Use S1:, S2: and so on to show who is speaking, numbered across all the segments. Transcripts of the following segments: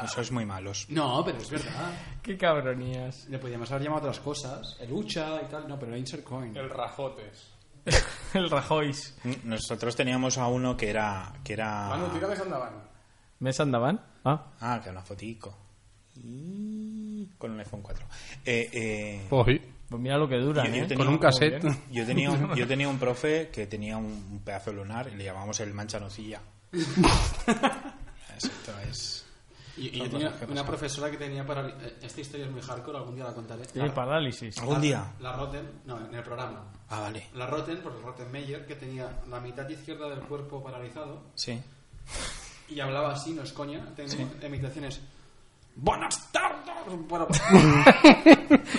S1: No sois muy malos.
S2: No, pero es verdad.
S3: Qué cabronías.
S2: Le podíamos haber llamado otras cosas. El Ucha y tal. No, pero era Insert Coin.
S4: El Rajotes.
S3: El Rajois.
S1: Mm, Nosotros teníamos a uno que era. Que era...
S2: Ah.
S4: Manu, tírales andaban.
S3: ¿Mes andaban? Ah.
S1: Ah, que era una fotico. Y- Con un iPhone 4. Eh, eh,
S5: Oji,
S3: Pues mira lo que dura,
S1: Yo- yo
S3: ¿eh?
S1: tenía
S5: con un
S1: un
S5: cassette.
S3: bien.
S1: yo, tenía un, yo tenía un profe que tenía un, un pedazo de lunar y le llamábamos el manchanocilla. Esto es.
S2: Y, y yo
S1: Son
S2: tenía
S1: cosas que
S2: una
S1: pasan.
S2: profesora que tenía para... eh, Esta historia es muy hardcore, algún día la contaré.
S3: Tiene parálisis.
S1: ¿Algún día?
S2: La Rotten, no, en el programa.
S1: Ah, vale.
S2: La Rotten, porque Rotten Meyer, que tenía la mitad izquierda del cuerpo paralizado
S1: Sí.
S2: y hablaba así, no es coña. Tengo imitaciones.
S1: Buenas tardes.
S2: Bueno,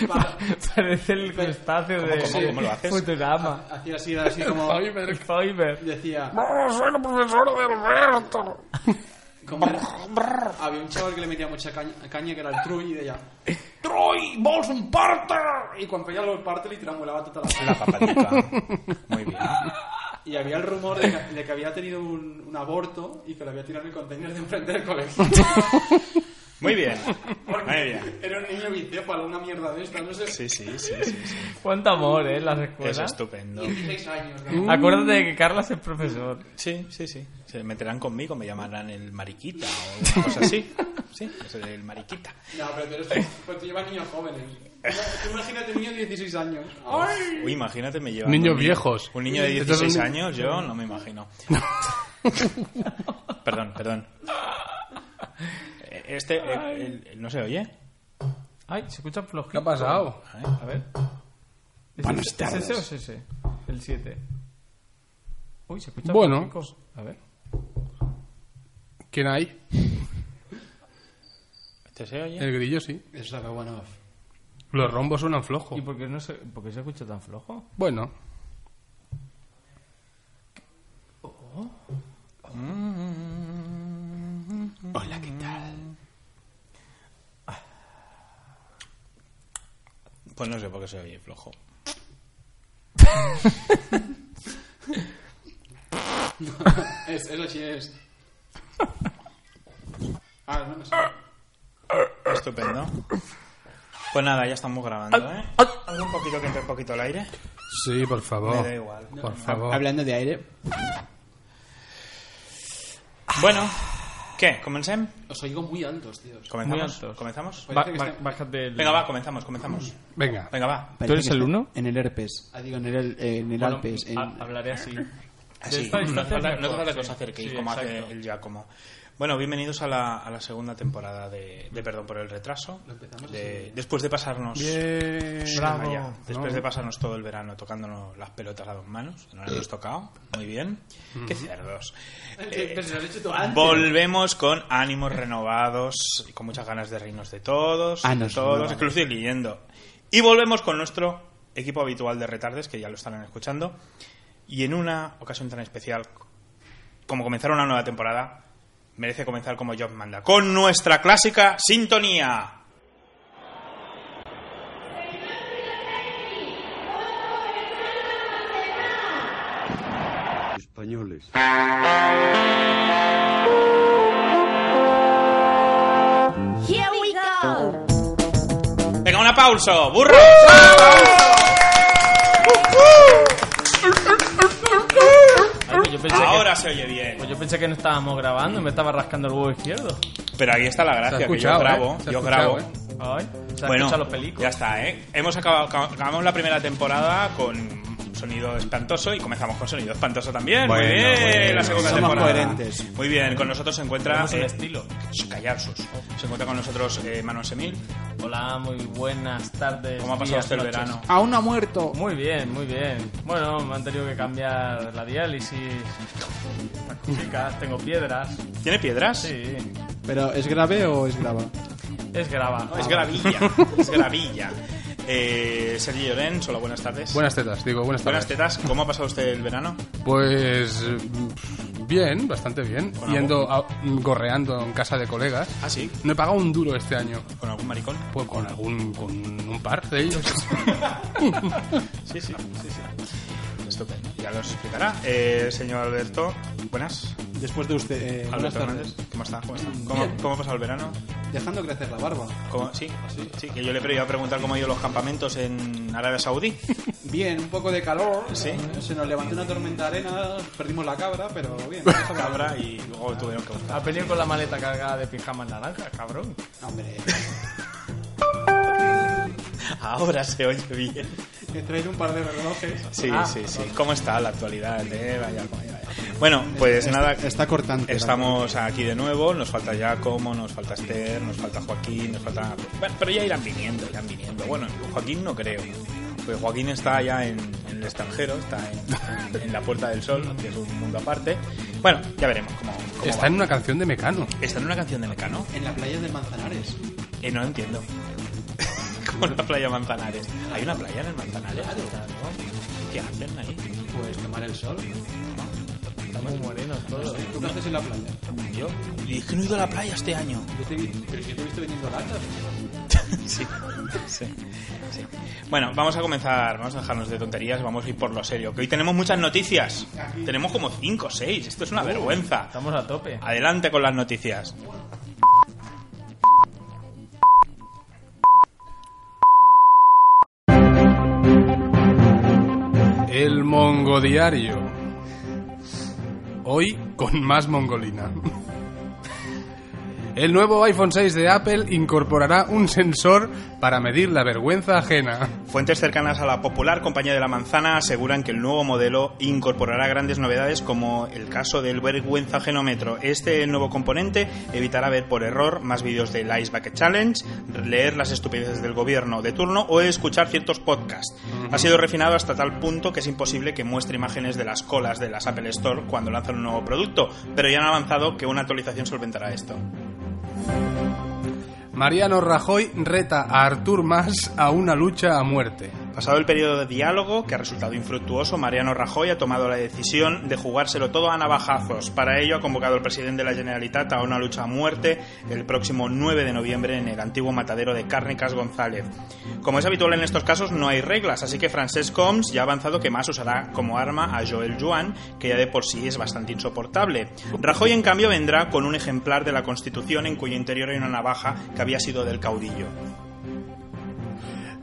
S2: para-
S3: Parece el crustáceo de
S1: cómo, cómo lo haces?
S3: Futurama.
S2: hacía así, así como
S3: El Fiverr.
S2: decía.
S5: soy el profesor de Alberto.
S2: como era- había un chaval que le metía mucha caña, caña que era el Truy y de ella.
S1: Troy, vos un parte.
S2: Y cuando ella lo parte, le tiramos la bata toda la cara.
S1: La papatica. Muy bien.
S2: Y había el rumor de que, de que había tenido un, un aborto y que lo había tirado en el container de enfrente del colegio.
S1: Muy bien. Muy bien.
S2: Porque era un niño bicéfalo, una mierda de esta, no sé.
S1: Sí, sí, sí, sí. sí.
S3: Cuánto amor, ¿eh? Las
S1: Es
S3: escuelas.
S1: estupendo.
S2: 16 años, ¿no?
S3: Acuérdate de que Carla es el profesor.
S1: Sí, sí, sí. Se meterán conmigo, me llamarán el mariquita o alguna cosa así. Sí, yo soy el mariquita.
S2: No, pero tú eres- pues tú llevas niños jóvenes. Tú Imagínate un niño de 16 años. ¡Ay!
S1: Uy, imagínate, me llevan.
S5: Niños
S1: un ni-
S5: viejos.
S1: Un niño de
S5: Esto es un
S1: 16
S5: ni-
S1: años, yo no me imagino. perdón, perdón. Eh, Este, eh, el- el- ¿no se oye?
S3: Ay, se escucha flojito.
S5: ¿Qué ha pasado?
S1: A ver, a ver.
S3: ¿Es
S1: Buenas
S3: ese- ¿es ese o
S1: tardes.
S3: es ese? El 7. Uy, se escucha
S5: Bueno.
S3: flojico. A ver.
S5: ¿Quién hay?
S1: ¿Este se oye?
S5: El grillo, sí.
S2: Eso sabe one off.
S5: Los rombos suenan flojos.
S3: ¿Y por qué, no se, por qué se escucha tan flojo?
S5: Bueno,
S1: Hola, ¿qué tal? Pues no sé por qué se oye flojo.
S2: Es, eso sí es. Ah, no me sale.
S1: Estupendo. Pues nada, ya estamos grabando, ¿eh? Haz un poquito que entre un poquito el aire.
S5: sí, por favor.
S1: Me da igual.
S5: Por favor.
S2: Hablando de aire.
S1: Bueno, ¿qué? ¿Comencem?
S2: Os oigo muy altos, tíos.
S3: Muy
S1: ¿Comenzamos?
S3: altos.
S1: ¿Comenzamos?
S3: Ba-
S2: Parece que
S3: ba-
S2: está-
S3: Bájate el...
S1: Venga, va, comenzamos, comenzamos.
S5: Venga,
S1: Venga, va.
S3: ¿Tú eres el uno?
S6: En el herpes.
S2: Ah, digo, en el, en el
S3: Bueno, ah.
S2: Alpes. En...
S3: ha- Hablaré así. De
S1: Así.
S3: esta
S1: No hace
S3: distancia
S1: falta
S3: es
S1: no hace
S3: mejor,
S1: falta
S3: sí.
S1: que os acerquéis
S3: Sí,
S1: como hace
S3: exacto.
S1: el Giacomo. Bueno, bienvenidos a la, a la segunda temporada de, de Perdón por el retraso. De- después de pasarnos... Shh,
S5: Bravo.
S1: calla. Después
S5: No.
S1: de pasarnos todo el verano tocándonos las pelotas a dos manos, no las hemos tocado, muy bien. Qué cerdos. Eh,
S2: Pero se lo has hecho tú antes.
S1: Volvemos con ánimos renovados y con muchas ganas de reírnos de todos, de
S6: Ános
S1: todos,
S6: renovados.
S1: que lo estoy leyendo. Y volvemos con nuestro equipo habitual de retardes, que ya lo estarán escuchando. Y en una ocasión tan especial, como comenzar una nueva temporada, merece comenzar como Job manda, con nuestra clásica sintonía.
S6: Españoles.
S7: Here we go.
S1: Venga, un aplauso, burro.
S3: Ay, pues yo pensé que-
S1: Ahora se oye bien.
S3: Pues yo pensé que no estábamos grabando, me estaba rascando el huevo izquierdo.
S1: Pero ahí está la gracia, que yo
S5: escuchado,
S1: grabo,
S5: ¿eh? Se ha
S1: yo
S5: escuchado,
S1: grabo.
S5: ¿eh?
S3: Ay, se han
S1: Bueno,
S3: escuchado los
S1: ya
S3: películas.
S1: está, ¿eh? Hemos acabado, acabamos la primera temporada con un sonido espantoso y comenzamos con sonido espantoso también. muy
S6: Bueno,
S1: bien,
S6: bueno.
S1: la segunda
S6: Somos
S1: temporada.
S6: coherentes.
S1: Muy bien, con nosotros se encuentra...
S3: Tenemos un
S1: eh,
S3: estilo.
S1: sh, callaos, sus. Se encuentra con nosotros eh, Manuel Semil.
S3: Hola, muy buenas tardes.
S1: ¿Cómo ha pasado
S3: días,
S1: este el
S3: noches.
S1: verano?
S2: Aún no ha muerto.
S3: Muy bien, muy bien. Bueno, me han tenido que cambiar la diálisis. Las cositas, tengo piedras.
S1: ¿Tiene piedras?
S3: Sí.
S6: ¿Pero es grave o es grava?
S3: Es grava.
S1: No, es gravilla, es gravilla. Eh, Sergio Llorens, hola, buenas tardes.
S2: Buenas tetas, digo, buenas
S1: Buenas
S2: tardes.
S1: tetas, ¿cómo ha pasado usted el verano?
S2: Pues mm, bien, bastante bien.
S1: Con
S2: Yendo, a- mm, gorreando en casa de colegas.
S1: Ah, sí,
S2: No he pagado un duro este año.
S1: con algún maricón.
S2: Pues con algún, con un par de ellos.
S1: Sí, sí, sí, sí. Estupendo, ya lo explicará. Eh, señor Alberto, buenas.
S6: Después de usted. eh, buenas
S1: Alberto
S6: tardes.
S1: Hernández, ¿cómo está? ¿Cómo, está? ¿Cómo,
S6: Bien.
S1: cómo ha pasado el verano?
S6: Dejando crecer la barba.
S1: ¿Cómo- Sí, sí, sí, que yo le iba a preguntar cómo han ido los campamentos en Arabia Saudí.
S6: Bien, un poco de calor.
S1: Sí.
S6: eh, Se nos levantó una tormenta de arena, perdimos la cabra, pero bien.
S1: Cabra y luego tuvieron que buscar.
S3: A venir con la maleta cargada de pijamas naranjas, cabrón.
S6: Hombre,
S1: Ahora se oye bien.
S6: he traído un par de relojes.
S1: Sí,
S3: Ah.
S1: sí, sí. ¿Cómo está la actualidad? Eh, vaya, vaya, vaya. Bueno, pues nada.
S6: está cortante.
S1: Estamos aquí de nuevo, nos falta Giacomo, nos falta Esther, nos falta Joaquín, nos falta... Bueno, pero ya irán viniendo, irán viniendo. Bueno, Joaquín no creo, porque Joaquín está ya en, en el extranjero, está en, en- en la Puerta del Sol, que es un mundo aparte. Bueno, ya veremos cómo... cómo
S2: Está
S1: va.
S2: en una canción de Mecano.
S1: está en una canción de Mecano,
S6: En la playa de Manzanares.
S1: eh, no lo entiendo. Como la playa Manzanares. ¿Hay una playa en el Manzanares? ¿Qué hacen ahí?
S6: Pues tomar el sol.
S3: Estamos morenos todos.
S6: ¿Tú qué haces en la playa?
S1: Yo, y es que no he ido a la playa este año.
S6: Yo te vi, pero yo te he visto vendiendo latas.
S1: Sí, sí, sí. Bueno, vamos a comenzar, vamos a dejarnos de tonterías, vamos a ir por lo serio, que hoy tenemos muchas noticias. Tenemos como 5 o 6, esto es una vergüenza.
S3: Estamos a tope.
S1: Adelante con las noticias.
S2: El Mongo Diario. Hoy con más mongolina. El nuevo iPhone 6 de Apple incorporará un sensor para medir la vergüenza ajena.
S1: Fuentes cercanas a la popular compañía de la manzana aseguran que el nuevo modelo incorporará grandes novedades como el caso del vergüenza genómetro. Este nuevo componente evitará ver por error más vídeos del Ice Bucket Challenge, leer las estupideces del gobierno de turno o escuchar ciertos podcasts. Ha sido refinado hasta tal punto que es imposible que muestre imágenes de las colas de las Apple Store cuando lanzan un nuevo producto, pero ya han avanzado que una actualización solventará esto.
S2: Mariano Rajoy reta a Artur Mas a una lucha a muerte.
S1: Pasado el periodo de diálogo, que ha resultado infructuoso, Mariano Rajoy ha tomado la decisión de jugárselo todo a navajazos. Para ello ha convocado al presidente de la Generalitat a una lucha a muerte el próximo 9 de noviembre en el antiguo matadero de Cárnicas González. Como es habitual en estos casos, no hay reglas, así que Francesc Homs ya ha avanzado que más usará como arma a Joel Joan, que ya de por sí es bastante insoportable. Rajoy, en cambio, vendrá con un ejemplar de la Constitución en cuyo interior hay una navaja que había sido del caudillo.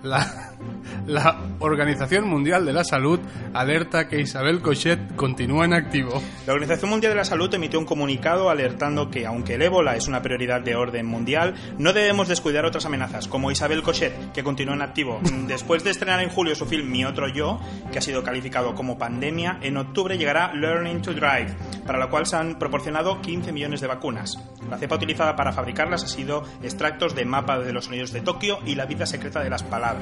S2: La, la Organización Mundial de la Salud alerta que Isabel Cochet continúa en activo.
S1: La Organización Mundial de la Salud emitió un comunicado alertando que, aunque el ébola es una prioridad de orden mundial, no debemos descuidar otras amenazas, como Isabel Cochet, que continúa en activo. Mm, Después de estrenar en julio su film Mi Otro Yo, que ha sido calificado como pandemia, en octubre llegará Learning to Drive, para la cual se han proporcionado 15 millones de vacunas. La cepa utilizada para fabricarlas ha sido extractos de mapa de los sonidos de Tokio y la vida secreta de las palabras.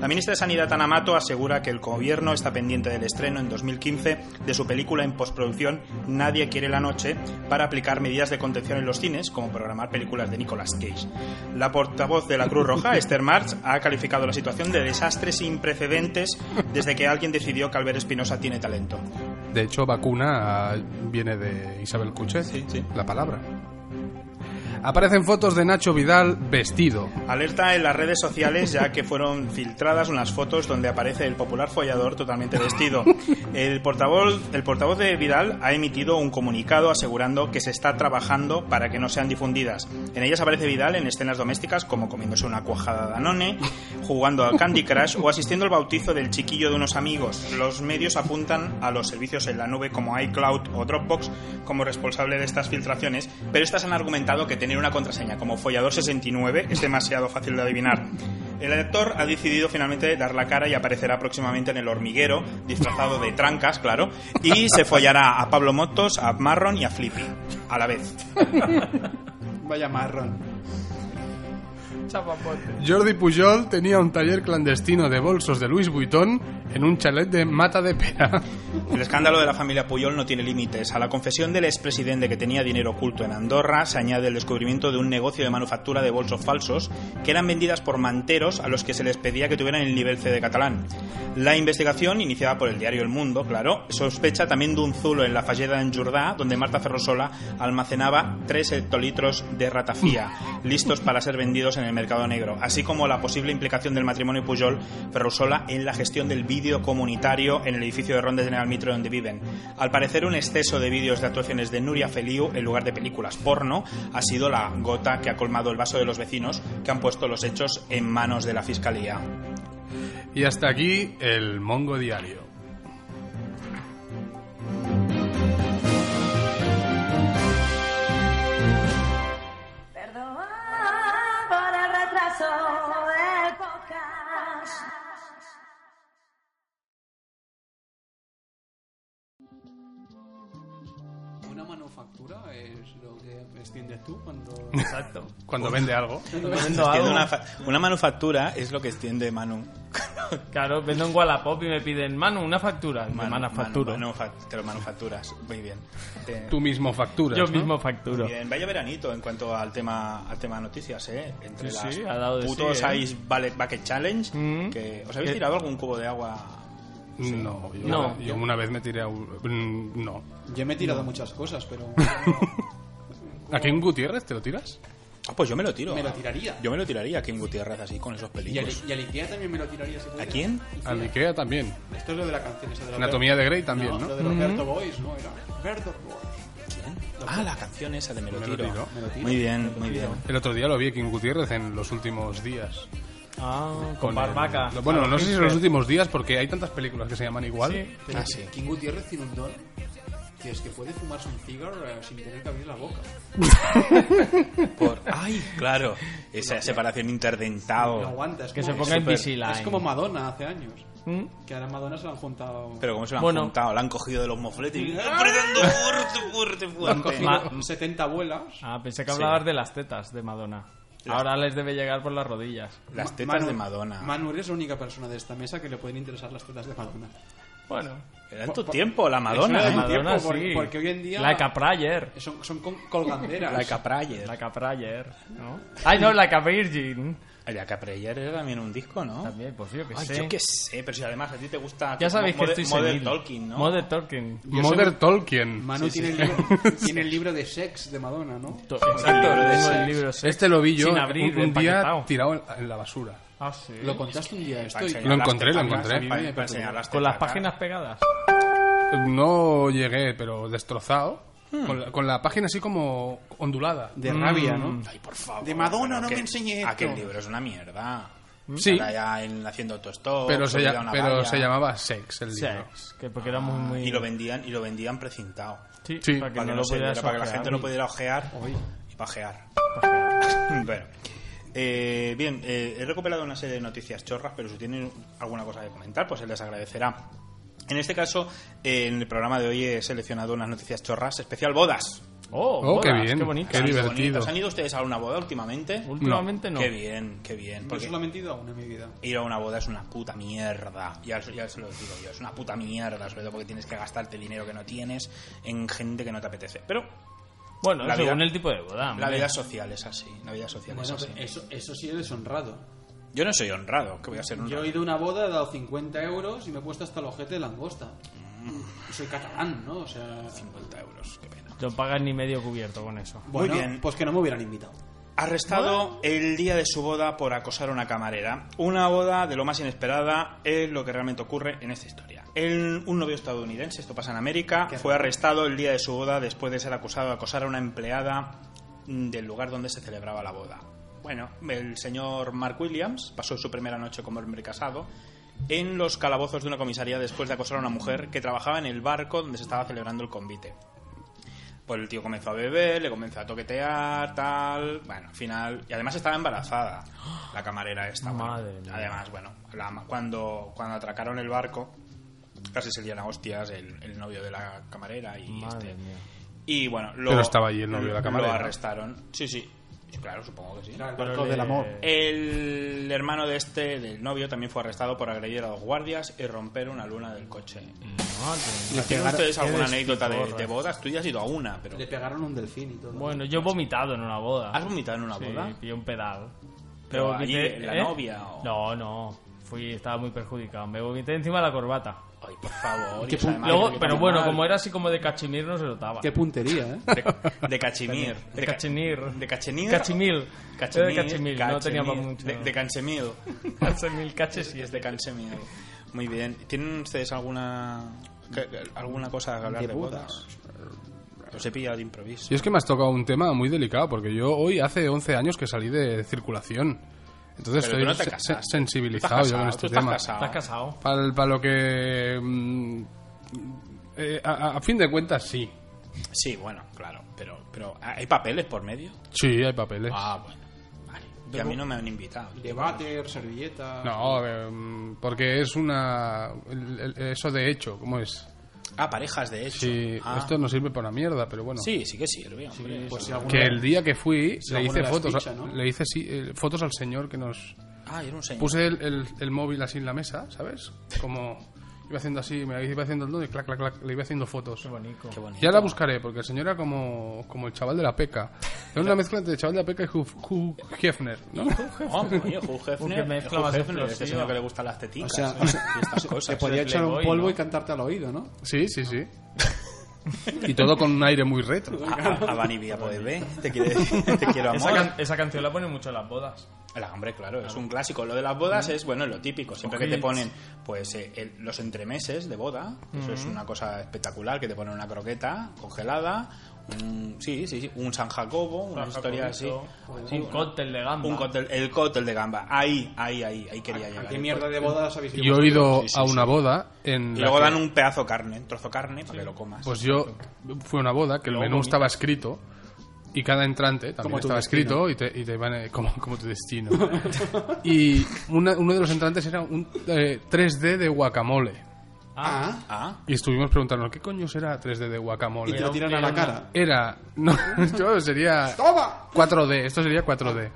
S1: La ministra de Sanidad, Ana Mato, asegura que el gobierno está pendiente del estreno en 2015 de su película en postproducción Nadie quiere la noche para aplicar medidas de contención en los cines, como programar películas de Nicolas Cage. La portavoz de la Cruz Roja, Esther March, ha calificado la situación de desastre sin precedentes desde que alguien decidió que Albert Espinosa tiene talento.
S2: De hecho, vacuna ah, viene de Isabel Cochet,
S1: Sí, sí.
S2: la palabra. Aparecen fotos de Nacho Vidal vestido.
S1: Alerta en las redes sociales ya que fueron filtradas unas fotos donde aparece el popular follador totalmente vestido. El portavoz, el portavoz de Vidal ha emitido un comunicado asegurando que se está trabajando para que no sean difundidas. En ellas aparece Vidal en escenas domésticas como comiéndose una cuajada danone, jugando al Candy Crush o asistiendo al bautizo del chiquillo de unos amigos. Los medios apuntan a los servicios en la nube como iCloud o Dropbox como responsable de estas filtraciones, pero estas han argumentado que tener una contraseña como follador69 es demasiado fácil de adivinar. El actor ha decidido finalmente dar la cara y aparecerá próximamente en El Hormiguero, disfrazado de trancas, claro, y se follará a Pablo Motos, a Marron y a Flippy, a la vez.
S6: Vaya marrón.
S3: Chapapote.
S2: Jordi Pujol tenía un taller clandestino de bolsos de Luis Vuitton en un chalet de Mata de Pera.
S1: El escándalo de la familia Puyol no tiene límites. A la confesión del expresidente que tenía dinero oculto en Andorra se añade el descubrimiento de un negocio de manufactura de bolsos falsos que eran vendidas por manteros a los que se les pedía que tuvieran el nivel C de catalán. La investigación, iniciada por el diario El Mundo, claro, sospecha también de un zulo en la falleda en Jordá, donde Marta Ferrosola almacenaba 3 hectolitros de ratafía, listos para ser vendidos en el mercado negro, así como la posible implicación del matrimonio Puyol Ferrosola en la gestión del vídeo comunitario en el edificio de Ronda General Mitre donde viven. Al parecer, un exceso de vídeos de actuaciones de Nuria Feliu en lugar de películas porno ha sido la gota que ha colmado el vaso de los vecinos que han puesto los hechos en manos de la fiscalía.
S2: Y hasta aquí el Mongo Diario.
S7: Perdón por el retraso del podcast.
S6: Una manufactura es lo que extiendes tú cuando...
S3: Exacto.
S2: Cuando vende algo.
S3: Vendo
S1: Tiene
S3: algo.
S1: Una, fa- una manufactura es lo que extiende Manu.
S3: Claro, vendo en Wallapop y me piden, Manu, una factura.
S1: Manu-
S3: Me manufacturo.
S1: Manu- manufa- te lo manufacturas. Muy bien. Te-
S2: Tú mismo facturas.
S3: Yo
S2: ¿no?
S3: mismo facturo.
S1: Bien, vaya veranito en cuanto al tema al tema noticias, ¿eh? Entre
S3: Sí,
S1: las
S3: sí, ha dado de
S1: putos
S3: sí, ¿eh?
S1: Ice Ballet Bucket Challenge,
S3: Mm.
S1: que, ¿os habéis
S3: Eh,
S1: tirado algún cubo de agua?
S2: No, yo,
S3: No.
S2: yo una vez me tiré a un... mm, No.
S6: Yo me he tirado muchas cosas, pero
S2: ¿A Ken Gutiérrez te lo tiras?
S1: Ah, pues yo me lo tiro.
S6: me lo tiraría.
S1: Yo me lo tiraría a Kim Gutiérrez así con esos
S6: Y al,
S1: pelillos.
S6: y al Ikea también me lo tiraría. Si
S1: ¿A
S6: pudiera.
S1: quién?
S2: Al Ikea también.
S6: Esto es lo de la canción. Eso de los
S2: Anatomía de Grey
S6: Ber-
S2: también, ¿no?
S6: Lo de los Berto Boys, ¿no? Era Berto Boys.
S1: ¿Quién? Ah, la canción esa de Me lo
S2: Me lo
S1: tiro.
S2: tiro.
S6: Me lo tiro.
S1: Muy bien, muy bien.
S2: El otro día lo vi a Ken Gutiérrez en los últimos días.
S3: Ah, con
S2: el-
S3: barbaca.
S2: lo- bueno,
S3: Claro,
S2: no sé si
S3: sí,
S2: en los
S3: sí.
S2: últimos días porque hay tantas películas que se llaman igual.
S3: Sí.
S6: Pero
S1: Ah, sí.
S6: King Gutiérrez tiene un don que es que puede fumarse un cigarro eh, sin tener que abrir la boca.
S1: Por... Ay, claro. Esa separación interdentado.
S6: No aguanta. Es
S3: Que se
S6: como,
S3: ponga
S6: es
S3: en Invisalign.
S6: es como Madonna hace años.
S3: ¿Mm?
S6: Que ahora Madonna se la han juntado.
S1: Pero como se lo han
S3: Bueno.
S1: juntado, la han cogido de los mofletes. y- Apretando fuerte, fuerte,
S6: Ah. han
S1: fuerte.
S6: cogido
S3: Ma-
S6: 70 abuelas.
S3: Ah, pensé que hablabas de las tetas de Madonna. Ahora les debe llegar por las rodillas.
S1: Las
S6: Ma-
S1: tetas
S6: Manu-
S1: de Madonna.
S6: Manu, eres la única persona de esta mesa que le pueden interesar las tetas de Madonna.
S3: Bueno.
S1: Era en tu tiempo, la
S6: Eso
S1: Madonna.
S6: era
S1: ¿eh?
S6: un tiempo,
S3: Madonna,
S6: porque-
S3: sí.
S6: porque hoy en día-
S3: La Caprayer.
S6: Son, son con- colganderas.
S1: La Caprayer.
S3: La Caprayer, ¿no? Ay, no, la Cavirgin.
S1: La Caprayer era también un disco, ¿no?
S3: También, pues yo que
S1: Ay,
S3: sé.
S1: yo qué sé, pero si además a ti te gusta...
S3: Ya sabéis que
S1: Modern-
S3: estoy
S1: Modern
S3: senil.
S1: Talking, ¿no?
S3: Modern Talking.
S2: Mother Tolkien.
S6: Manu
S1: Sí,
S6: tiene,
S1: sí.
S6: El libro, tiene el libro de sex de Madonna, ¿no?
S3: To-
S1: libro
S3: Exacto,
S1: de
S3: tengo
S1: sex.
S3: el libro sí.
S2: Este lo vi yo
S3: Sin abrir,
S2: un, un día
S3: empaquetado.
S2: tirado en la, en la basura.
S3: Ah, sí.
S6: Lo contaste un día esto.
S1: Para
S6: y-
S1: enseñar
S2: Lo encontré,
S1: las
S2: lo
S1: tetas,
S2: encontré.
S1: para- para enseñar las
S3: Con las
S1: tetas,
S3: páginas pegadas.
S2: No llegué, pero destrozado.
S3: Hmm.
S2: Con, la, con la página así como ondulada.
S6: De rabia, ¿no?
S1: Ay, por favor.
S6: De Madonna,
S1: pero
S6: no
S1: que-
S6: me enseñé esto.
S1: Aquel libro es una mierda.
S3: Mm.
S2: Sí.
S1: Ahora ya en, haciendo autostop.
S2: pero se,
S1: subida
S2: lla-
S1: una
S2: pero
S1: valla.
S2: se llamaba Sex el libro.
S3: Sex, que porque era muy... muy...
S1: Y lo vendían, y lo vendían precintado.
S3: Sí,
S2: Sí,
S3: para que
S1: Para que,
S3: no
S1: no
S3: lo
S1: se viera,
S3: pudieras
S1: para que la
S3: ojear.
S1: gente lo pudiera ojear
S6: Oye.
S1: y pajear. bueno. Eh, bien, eh, he recuperado una serie de noticias chorras, pero si tienen alguna cosa que comentar, pues se les agradecerá. En este caso, eh, en el programa de hoy he seleccionado unas noticias chorras, especial bodas.
S3: Oh,
S2: Oh, qué
S3: bolas,
S2: bien,
S3: Qué bonito.
S2: qué
S1: Están
S2: divertido.
S1: bonitas. ¿Han ido ustedes a una boda últimamente?
S3: Últimamente no.
S1: Qué bien, qué bien.
S6: Yo
S1: Porque
S6: solamente he ido a una en mi vida.
S1: ir a una boda es una puta mierda. Ya, os- ya se lo digo yo, es una puta mierda, sobre todo porque tienes que gastarte dinero que no tienes en gente que no te apetece. Pero
S3: Bueno,
S1: La
S3: según
S1: vida-
S3: el tipo de boda.
S1: la
S3: hombre.
S1: vida social es así, la vida social es
S6: Bueno, pues, eh,
S1: así.
S6: pero eso, eso sí eres honrado.
S1: Yo no soy honrado, que voy a ser
S6: Yo
S1: honrado.
S6: he ido a una boda, he dado 50 euros y me he puesto hasta el ojete de langosta.
S1: Mm.
S6: Y Soy catalán, ¿no? O sea...
S1: 50 euros, qué pena.
S3: No pagas ni medio cubierto con eso.
S6: Bueno,
S1: bien.
S6: pues que no me hubieran invitado.
S1: Arrestado el día de su boda por acosar a una camarera. Una boda de lo más inesperada es lo que realmente ocurre en esta historia. El- un novio estadounidense, esto pasa en América,
S6: Qué
S1: fue arrestado el día de su boda después de ser acusado de acosar a una empleada mm, del lugar donde se celebraba la boda. Bueno, el señor Mark Williams pasó su primera noche como hombre casado en los calabozos de una comisaría después de acosar a una mujer que trabajaba en el barco donde se estaba celebrando el convite. Pues el tío comenzó a beber, le comenzó a toquetear, tal. Bueno, al final. Y además estaba embarazada la camarera esta. bueno.
S3: Madre mía.
S1: Además, bueno, la ma- cuando, cuando atracaron el barco, casi se dieron a hostias el, el novio de la camarera y
S3: Madre
S1: este.
S3: mía.
S1: Y bueno, lo,
S2: Pero estaba allí el novio de la camarera.
S1: Lo arrestaron. Sí, sí. Claro, supongo que sí.
S6: Era el
S3: Pero
S6: barco
S3: le-
S6: del amor.
S1: El hermano de este, del novio, también fue arrestado por agredir a los guardias y romper una luna del coche.
S3: Mm. Madre.
S1: ¿Tienen ustedes alguna
S6: eres
S1: anécdota de,
S3: piporra.
S1: de bodas? Tú ya has ido a una, pero...
S6: Le pegaron un delfín y todo.
S3: Bueno, yo he vomitado en una boda.
S1: ¿Has vomitado en una
S3: Sí,
S1: boda?
S3: pillé un pedal.
S1: Pero
S3: Me
S1: allí,
S3: vomité- ¿eh?
S1: ¿la novia o...?
S3: No, no. Fui, estaba muy perjudicado. Me vomité encima de la corbata.
S1: Ay, por favor.
S6: Qué
S1: y eso
S6: pun-
S1: además
S3: Luego,
S1: de-
S3: pero bueno,
S6: mal.
S3: como era así como de cachemir, no se notaba.
S6: Qué puntería, ¿eh?
S1: De, de cachemir.
S3: De
S1: ca-
S3: cachemir.
S1: De cachemir.
S3: Cachemil. Era
S1: Cachemir.
S3: de cachemil, no tenía
S1: cachemir,
S3: más mucho.
S1: De, de cansemil.
S3: cachemil, cache
S1: Sí,
S3: sí.
S1: es de cansemil. Muy bien. ¿Tienen ustedes alguna que- alguna cosa que hablar de,
S6: De
S1: bodas?
S6: bodas.
S1: Los he pillado de improviso.
S2: Y es que me has tocado un tema muy delicado, porque yo hoy hace 11 años que salí de circulación. Entonces
S1: Pero tú no te
S2: estoy sen-
S1: casas.
S2: sensibilizado
S1: Tú estás
S2: yo con
S1: casado, tú
S2: este
S1: estás
S2: tema.
S1: casado.
S3: Estás casado.
S2: Para, lo que... mm, eh, a, a fin de cuentas, sí.
S1: Sí, bueno, claro. Pero, pero ah, ¿hay papeles por medio?
S2: Sí, hay papeles.
S1: Ah, bueno. Vale. Que a mí no me han invitado.
S2: ¿Eh?
S6: De váter, servilleta.
S2: No, eh, mm, porque es una... el- el- eso de hecho, ¿cómo es?
S1: Ah, parejas de hecho.
S2: Sí,
S1: Ah.
S2: esto no sirve para una mierda, pero bueno.
S1: Sí, sí que sirve, hombre.
S6: Pues si
S1: Eso-
S6: alguna-
S2: Que el día que fui
S6: Sí,
S2: le
S6: alguna
S2: hice
S6: las
S2: fotos, a-
S6: ficha, ¿no?
S2: le hice sí, eh, fotos al señor que nos
S1: Ah, era un señor.
S2: puse el, el- el móvil así en la mesa, ¿sabes? Como iba haciendo así, me iba haciendo el dedo y clac clac clac le iba haciendo fotos.
S3: Qué bonito.
S1: Qué bonito.
S2: Ya la buscaré porque el señor era como, como el chaval de la peca. Era una mezcla entre chaval de la peca y Hugh, Hugh Hefner, ¿no?
S1: Hombre, oye, Hugh
S3: Porque
S1: Hefner,
S3: mezcla
S1: Hugh
S3: más
S1: Hefner, este
S3: explosiva.
S1: señor que le gustan las teticas
S6: O sea,
S1: ¿no?
S6: o sea,
S1: y estas cosas.
S6: Te podía
S3: es
S6: echar un
S3: Playboy,
S6: polvo
S3: ¿no?
S6: y cantarte al oído, ¿no?
S2: Sí, sí, sí. Y todo con un aire muy retro.
S1: A, a, a Bani Villa podés ver, pues, te, quiere, te quiero
S3: Esa,
S1: amor.
S3: can- esa canción la ponen mucho en las bodas.
S1: La- hombre, claro, es un clásico. Lo de las bodas es, bueno, lo típico. Siempre que te
S3: Hits.
S1: ponen pues eh, el- los entremeses de boda, eso es una cosa espectacular, que te ponen una croqueta congelada, un, sí, sí, sí, un San Jacobo, una historia así.
S3: Un cóctel de gamba.
S1: Un cóctel, el cóctel de gamba. Ahí, ahí, ahí, ahí quería llegar.
S6: ¿A pues, qué mierda de bodas habéis
S2: Yo he ido a una boda en
S1: Y
S2: la
S1: luego
S2: que-
S1: dan un pedazo de carne, un trozo de carne, para que lo comas.
S2: Pues yo fue una boda que el menú estaba escrito y cada entrante también
S6: Como tu
S2: estaba
S6: destino.
S2: escrito y te, y te iban eh, como, como tu destino. y una- uno de los entrantes era un eh, 3D de guacamole.
S3: Ah,
S1: Ah,
S2: Y estuvimos preguntándonos, ¿qué coño será 3D de
S6: Y te
S2: guacamole?
S6: lo tiran a la cara.
S2: Era, no, yo sería
S6: ¡Toma!
S2: 4D, esto sería 4D.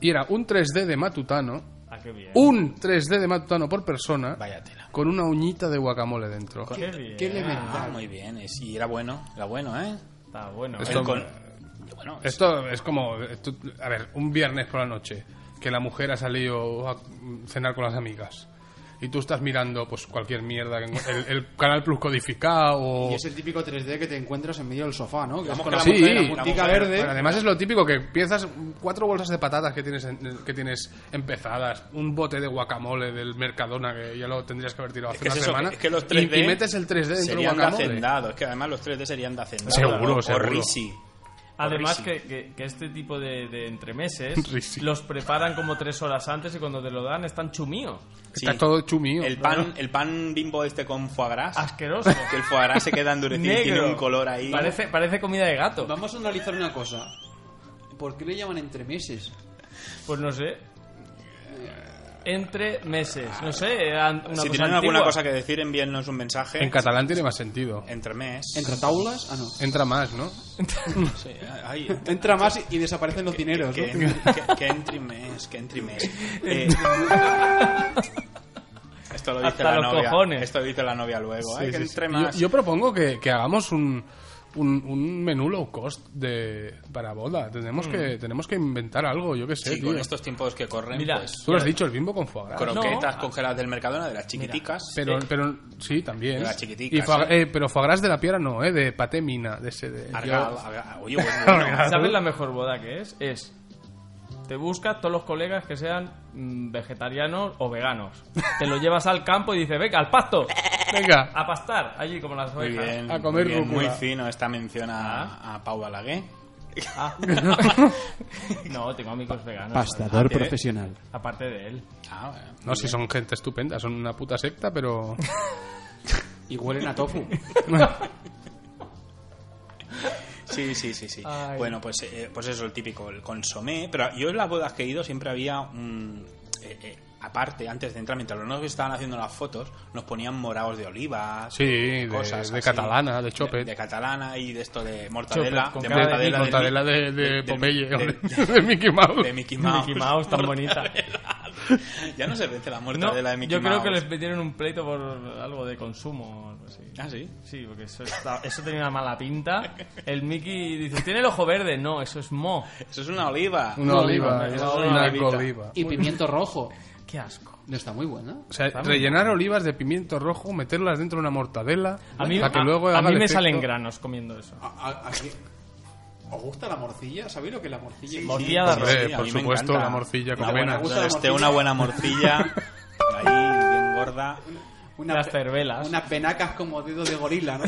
S2: Y era un 3D de matutano,
S3: ah, qué bien.
S1: Uh,
S2: un 3D de matutano por persona,
S1: vaya tela.
S2: con una uñita de guacamole dentro.
S3: Qué bien.
S6: Qué elemental.
S1: Ah, muy bien. es- Y era bueno, era bueno, ¿eh?
S3: Está bueno.
S2: Esto-
S1: El con- Bueno, es-
S2: Esto es como, eh, tú- a ver, un viernes por la noche, que la mujer ha salido a cenar con las amigas. Y tú estás mirando pues cualquier mierda, que encu- el, el Canal Plus codificado o...
S6: Y es el típico 3D que te encuentras en medio del sofá, ¿no? Que es
S1: Vamos
S6: con
S1: que la
S6: la,
S2: mujer,
S6: mujer,
S2: sí.
S6: la puntica
S1: la mujer.
S6: verde.
S2: Bueno, además es lo típico que empiezas cuatro bolsas de patatas que tienes en- que tienes empezadas, un bote de guacamole del Mercadona que ya lo tendrías que haber tirado
S1: Es
S2: hace
S1: que, es
S2: una
S1: eso,
S2: semana.
S1: es que los
S2: y-
S1: 3D
S2: y, metes el 3D dentro del
S1: serían de
S2: guacamole.
S1: hacendado. Es que además los 3D serían de hacendado.
S2: Seguro,
S1: o,
S2: seguro.
S1: O Risi.
S3: Además
S1: Risi.
S3: que, que- que este tipo de, de
S2: Risi.
S3: entremeses los preparan como tres horas antes y cuando te lo dan están chumíos.
S1: Sí.
S2: Está todo chumío.
S1: El pan, el pan bimbo este con foie gras.
S3: Asqueroso.
S1: Que el foie gras se queda endurecido y tiene un color ahí.
S3: Parece, parece comida de gato.
S6: Vamos a analizar una cosa. ¿Por qué le llaman entremeses?
S3: Pues no sé. Entre meses. No sé, era una
S1: si
S3: cosa
S1: tienen
S3: antigua.
S1: alguna cosa que decir, envíennos un mensaje.
S2: En catalán tiene más sentido.
S1: Entre mes.
S6: ¿Entra taulas? Ah, no.
S2: Entra más, ¿no?
S1: Sí, ay,
S6: Entra más y- y desaparecen los dineros,
S1: que,
S6: ¿no?
S1: que- que entre mes, que entre mes. Eh, esto lo dice
S3: Hasta
S1: la
S3: los
S1: novia.
S3: cojones.
S1: Esto lo dice la novia luego.
S2: Sí,
S1: eh, que
S2: sí, sí.
S1: entre
S2: Yo-
S1: más.
S2: Yo, propongo que, que hagamos un, un, un menú low cost de, para boda. Tenemos, que, tenemos que inventar algo, yo qué sé.
S1: Mm. Sí,
S2: tío.
S1: con estos tiempos que corren,
S3: Mira,
S1: pues.
S2: Tú lo has dicho, el bimbo con foie gras.
S1: Croquetas congeladas del Mercadona, de las chiquiticas. eh,
S2: Pero, pero sí, también.
S1: Las chiquiticas,
S2: Y foie-
S1: ¿eh?
S2: eh, pero foie gras de la piedra no, ¿eh? De paté mina, de ese de...
S1: Argal, argal. Oye, bueno, bueno.
S2: Argal.
S3: ¿Sabes la mejor boda que es? Es. Te buscas todos los colegas que sean mm, vegetarianos o veganos. Te lo llevas al campo y dices, venga, al pasto.
S2: Venga,
S3: A pastar, allí como las
S1: Muy
S3: ovejas.
S1: bien,
S2: A comer
S1: muy, bien,
S2: rúcula.
S1: muy fino esta mención a, a Pau Balaguer.
S3: Ah. no, tengo amigos veganos.
S6: Pastador
S1: ¿eh?
S6: profesional.
S3: Aparte de él.
S1: Ah, bueno.
S2: no, si son gente estupenda, son una puta secta, pero...
S6: Y huelen a tofu.
S1: Sí, sí, sí, sí.
S3: Ay.
S1: Bueno, pues, eh, pues eso, el típico, el consomé. Pero yo en las bodas que he ido siempre había un... eh, eh, aparte, antes de entrar, mientras los que estaban haciendo las fotos, nos ponían morados de olivas,
S2: Sí, de- de
S1: así.
S2: catalana, de chopet.
S1: De, de catalana y de esto de mortadela.
S3: Chopet, con
S1: de
S3: cara de
S2: La mortadela de, de,
S1: de-
S2: Popeye,
S1: de-
S2: de,
S1: de-
S2: Mickey Mouse.
S1: de Mickey Mouse.
S3: Mickey Mouse, tan bonita.
S1: ya no se vence la
S3: No,
S1: mortadela de Mickey
S3: yo creo
S1: Mouse.
S3: que les metieron un pleito por algo de consumo o algo así.
S1: Ah, sí.
S3: Sí, porque eso, está- eso tenía una mala pinta. El Mickey dice, tiene el ojo verde. No, eso es mo.
S1: Eso es una oliva.
S2: Una oliva,
S1: eso es una
S2: una
S1: olivita.
S2: oliva.
S4: Y pimiento rojo.
S3: Qué asco.
S4: No está muy buena.
S2: O sea, rellenar olivas de pimiento rojo, meterlas dentro de una mortadela,
S3: A mí,
S2: para que
S3: a-
S2: luego
S3: a
S2: haga
S3: mí
S2: el
S3: me
S2: efecto.
S3: salen granos comiendo eso.
S6: A- a- aquí- ¿Os gusta la morcilla? ¿Sabéis lo que es la morcilla?
S3: Morcilla de arroz.
S2: Hombre,
S1: Sí, a
S2: por
S1: mí me
S2: supuesto,
S1: encanta.
S2: la morcilla
S1: Una
S2: con
S1: buena,
S2: venas.
S1: donde esté este, una buena morcilla, ahí, bien gorda.
S6: Una-
S3: Las cervelas.
S6: Unas penacas como dedos de gorila, ¿no?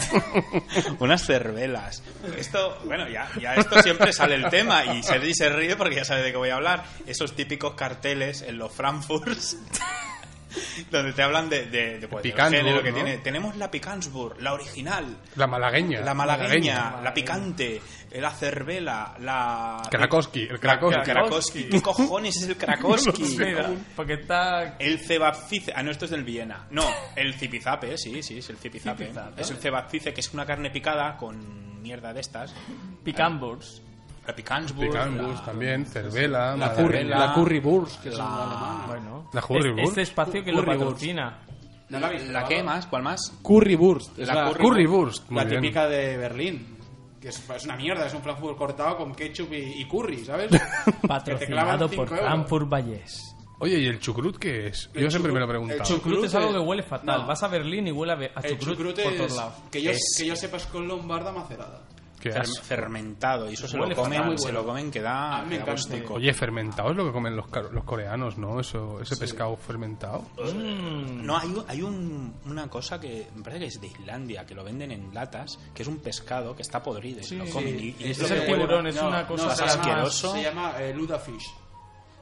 S1: Unas cervelas. Esto, bueno, ya, ya esto siempre sale el tema y Sergi se ríe porque ya sabe de qué voy a hablar. Esos típicos carteles en los Frankfurts donde te hablan de, de, de, pues, del
S2: Picansburg,
S1: género que
S2: ¿no?
S1: tiene. Tenemos la Picansburg, la original,
S2: La malagueña.
S1: la malagueña, la picante, la cervela, la...
S2: Krakowski, el
S1: El
S2: Krakowski.
S1: Krakowski. ¿Qué cojones es el Krakowski?
S3: Mira, porque está...
S1: El cebapcice. Ah, no, esto es del Viena. No, el zipizape, sí, sí, es el zipizape.
S3: Zipizape.
S1: Es el cebapcice, que es una carne picada con mierda de estas.
S3: Picamburs.
S1: La Picansburg.
S2: Picambus
S1: la-
S2: también, cervela,
S1: La
S2: malagueña.
S4: Curry,
S1: Carvela.
S4: la currywurst, que es
S1: La-
S4: una
S6: Ah.
S4: alemana.
S3: Bueno.
S2: La Hurrywurst.
S3: Es- Este espacio que lo
S4: Hurrywurst.
S3: patrocina.
S6: ¿No la habéis
S1: ¿La
S6: probado?
S1: qué más? ¿Cuál más?
S4: Currywurst. Es
S1: La
S4: la,
S1: curry-
S2: Currywurst, muy
S6: La
S2: bien.
S6: típica de Berlín. Que es, es una mierda, es un Frankfurt cortado con ketchup y, y curry, ¿sabes? Que te clavan
S3: Patrocinado
S6: cinco
S3: por
S6: euros. Eh,
S3: Frankfurt Vallés.
S2: Oye, ¿y el chucrut qué es? Yo
S6: El
S2: siempre
S6: chucrut-
S2: me lo he
S6: el
S2: preguntado.
S6: chucrut
S3: Chucrut es algo que huele
S6: es-
S3: fatal.
S6: no.
S3: Vas a Berlín y huele a, be- a
S6: El
S3: chucrut,
S6: chucrut
S3: por
S6: es-
S3: todos lados.
S6: Que yo,
S1: Es-
S6: que yo sepa es con lombarda macerada.
S2: Qué
S1: Fer-
S2: asco.
S1: Fermentado. Y eso se lo
S3: Huele
S1: comen,
S3: fatal,
S1: se
S3: bueno.
S1: lo comen que
S6: A
S1: da,
S6: mí me
S1: que da
S6: encanta.
S1: gustico.
S2: Oye, fermentado es lo que comen los, car- los coreanos, ¿no? Eso, ese pescado fermentado.
S1: No, hay, un- hay un- una cosa que me parece que es de Islandia, que lo venden en latas, que es un pescado que está podrido. y se lo comen. Y- y
S6: Es
S1: es lo
S3: el
S1: que
S6: huele-
S3: tiburón, es una cosa
S6: se
S1: más
S6: llama-
S1: asqueroso.
S6: Se llama eh, ludafish.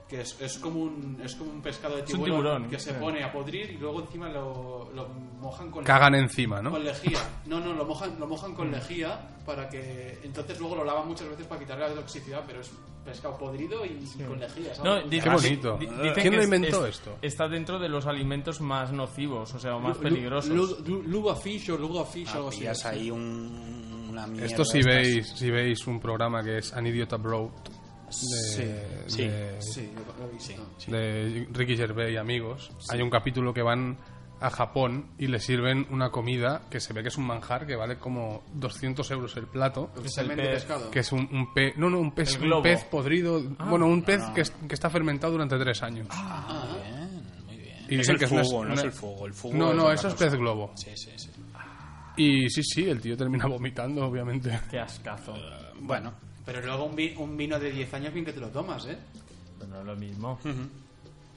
S6: Que es, es como un, es como un pescado de
S3: un
S6: tiburón,
S3: tiburón,
S6: que se
S3: sí.
S6: pone a podrir y luego encima lo, lo mojan con
S2: Cagan encima, ¿no?
S6: con lejía. No, no, lo mojan, lo mojan con lejía para que. Entonces luego lo lavan muchas veces para quitarle la toxicidad, pero es pescado podrido y con lejía. ¿sabes?
S3: No, di-
S2: Qué bonito.
S3: di- dicen
S2: ¿Quién
S3: que
S2: lo
S3: es-
S2: inventó
S3: es-
S2: esto?
S3: Está dentro de los alimentos más nocivos, o sea, o más
S6: Lu-
S3: peligrosos.
S6: lu- lu- Ludafish o lugafish o algo así.
S1: Ah, pillas ahí un- una mierda.
S2: Esto si
S1: de estas.
S2: veis, si veis un programa que es An Idiot Abroad de,
S1: sí,
S2: de-
S6: Sí, lo- lo he visto.
S2: de Ricky Gervais y amigos, hay un capítulo que van a Japón y le sirven una comida que se ve que es un manjar que vale como 200 euros el plato.
S6: El semen de
S3: pez.
S6: pescado.
S2: Que es un, pez, no, no, un pez,
S3: El
S2: un
S3: globo.
S2: pez podrido, bueno, un pez que, es- que está fermentado durante tres años.
S1: Bien, muy bien.
S2: Y
S1: es
S2: dicen
S1: el
S2: que es
S1: fugo,
S2: una-
S1: no es
S2: una-
S1: el fuego. El fugo
S2: no, no,
S1: otra
S2: eso es
S1: cosa.
S2: pez globo.
S1: Sí, sí, sí.
S2: Y sí, sí, el tío termina vomitando, obviamente.
S3: Qué ascazo.
S1: Bueno,
S6: Pero luego un, vi- un vino de 10 años bien que te lo tomas, ¿eh?
S3: Pero no es lo mismo.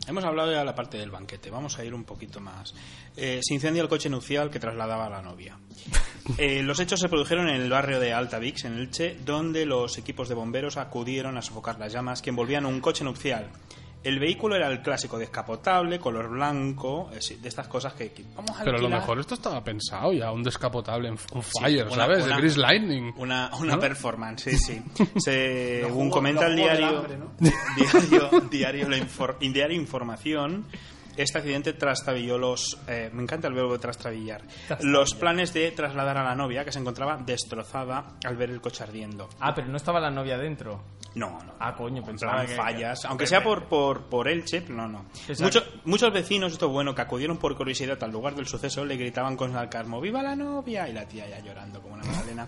S1: hemos hablado ya de la parte del banquete. Vamos a ir un poquito más. Eh, se incendia el coche nupcial que trasladaba a la novia. Eh, los hechos se produjeron en el barrio de Altavix, en Elche, donde los equipos de bomberos acudieron a sofocar las llamas que envolvían un coche nupcial. El vehículo era el clásico descapotable, color blanco, eh, sí, de estas cosas que... que vamos a
S2: Pero a lo
S1: alquilar.
S2: mejor esto estaba pensado ya, un descapotable, un un
S1: Sí,
S2: fire,
S1: una-
S2: ¿sabes?
S1: una-
S2: de Gris Lightning.
S1: Una, una
S2: ¿No?
S1: performance, sí, sí. Según
S6: Los juegos-
S1: comenta
S6: los
S1: el
S6: juegos del
S1: diario,
S6: hambre, ¿no?
S1: diario, diario, la Infor- diario Información, este accidente trastabilló los... eh, me encanta el verbo trastrabillar. Los planes de trasladar a la novia, que se encontraba destrozada al ver el coche ardiendo.
S3: Ah, pero no estaba la novia dentro.
S1: No, no.
S3: Ah, coño,
S1: en
S3: pensaba
S1: plan
S3: que-
S1: fallas, aunque sea por, por, por Elche, pero no, no.
S3: Exacto.
S1: Mucho- muchos vecinos, esto es bueno, que acudieron por curiosidad al lugar del suceso, le gritaban con sarcasmo, ¡Viva la novia! Y la tía ya llorando como una magdalena.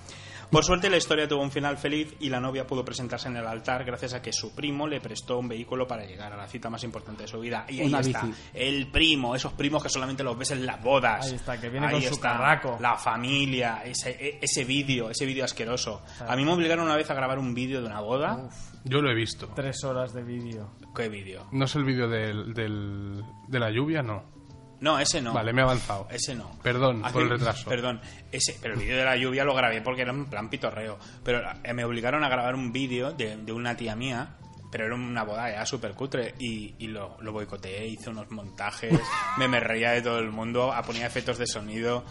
S1: Por suerte la historia tuvo un final feliz y la novia pudo presentarse en el altar gracias a que su primo le prestó un vehículo para llegar a la cita más importante de su vida. Y ahí
S4: Una
S1: está,
S4: bici.
S1: el primo, esos primos que solamente los ves en las bodas.
S3: Ahí está, que viene con su carraco.
S1: La familia, ese, e- ese vídeo, ese vídeo asqueroso. A mí me obligaron una vez a grabar un vídeo de una boda.
S2: Yo lo he visto.
S3: Tres horas de vídeo.
S1: ¿Qué vídeo?
S2: No es el vídeo del, del- de la lluvia, no.
S1: No, ese no.
S2: Vale, me he avanzado.
S1: Ese no.
S2: Perdón
S1: Hace-
S2: por el retraso.
S1: Perdón. Ese, pero el vídeo de la lluvia lo grabé porque era un plan pitorreo. Pero eh, me obligaron a grabar un vídeo de, de una tía mía pero era una boda ya súper cutre y, y lo, lo boicoteé, hice unos montajes, me, me reía de todo el mundo, a- ponía efectos de sonido,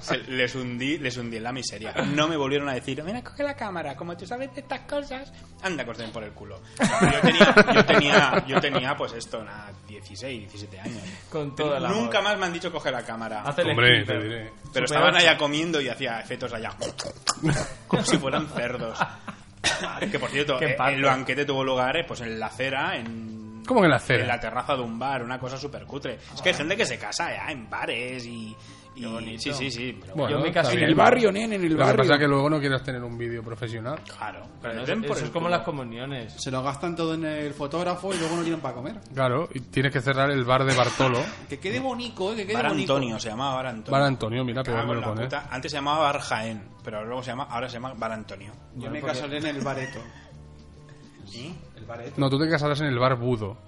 S1: Se- les hundí les hundí en la miseria. No me volvieron a decir, mira, coge la cámara, como tú sabes de estas cosas, anda, que os den por el culo. Yo tenía, yo tenía, yo tenía pues esto, nada, 16, 17 años.
S3: Con toda la
S1: Nunca más me han dicho coger la cámara.
S3: Hace el
S2: Hombre,
S3: splinter.
S2: te diré.
S3: Super
S1: Pero estaban
S3: ocho.
S1: allá comiendo y hacía efectos allá. Como si fueran cerdos. que por cierto,
S3: Qué
S1: eh,
S3: parte.
S1: el banquete tuvo lugar eh, pues en la acera, en.
S2: ¿Cómo que en la acera?
S1: En la terraza de un bar, una cosa súper cutre. es que hay gente que se casa ya en bares y. y- sí, sí, sí. Pero
S2: Bueno,
S3: Yo me
S2: está
S3: casé en
S2: bien.
S3: el
S8: barrio, nen, en el
S2: Lo que
S8: barrio.
S2: pasa es que luego no quieras tener un vídeo profesional.
S1: claro.
S3: Pero
S1: pero
S3: no,
S1: den
S3: eso
S1: por
S3: es
S1: el
S3: como
S1: culo.
S3: las comuniones.
S6: Se lo gastan todo en el fotógrafo y luego no tienen para comer.
S2: Claro, y tienes que cerrar el bar de Bartolo.
S6: Que quede bonito, eh, que quede
S1: Bar
S6: bonito.
S1: Antonio, se llamaba Bar Antonio.
S2: Bar Antonio, mira,
S1: Me cago
S2: pegarme
S1: en
S2: lo
S1: la
S2: pone.
S1: puta. Antes se llamaba Bar Jaén, pero luego se llama, ahora se llama Bar Antonio.
S6: Yo me casaré en el bareto. El bareto.
S2: No, tú te casarás en el bar Budo.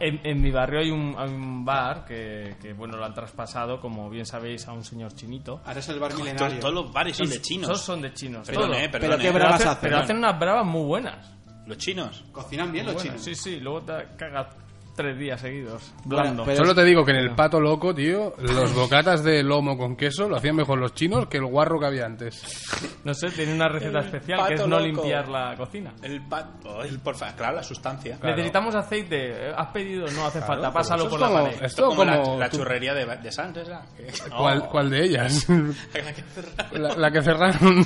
S3: En, en mi barrio hay un, hay un bar que, que, bueno, lo han traspasado, como bien sabéis, a un señor chinito.
S6: Ahora es el bar
S1: Todos,
S6: milenario.
S1: todos los bares son de chinos.
S3: Todos son de chinos.
S1: Perdón,
S3: todos.
S1: eh, perdón.
S8: Pero qué
S1: eh.
S3: Pero,
S8: bravas
S3: hacen,
S8: hacen.
S3: pero hacen unas bravas muy buenas.
S1: Los chinos.
S6: Cocinan bien los
S3: Buenas,
S6: chinos.
S3: Sí, sí, luego te cagas tres días seguidos.
S8: Bueno,
S3: Blando.
S8: pero-
S2: Solo te digo que en el pato loco, tío, los bocatas de lomo con queso lo hacían mejor los chinos que el guarro que había antes.
S3: No sé, tiene una receta
S1: El
S3: especial que es
S1: pato
S3: no
S1: loco.
S3: limpiar la cocina.
S1: El pat. ay, por fa- claro, la sustancia.
S3: Necesitamos aceite. eh, ¿Has pedido? No hace falta. Pásalo
S2: Eso
S3: por
S2: es
S3: la
S2: como-
S3: pared.
S2: Esto como,
S1: la, la
S2: tú-
S1: churrería de, de Sanz, esa. que-
S2: ¿cuál, cuál de ellas?
S1: Oh. la que cerra-
S2: la, la que cerraron.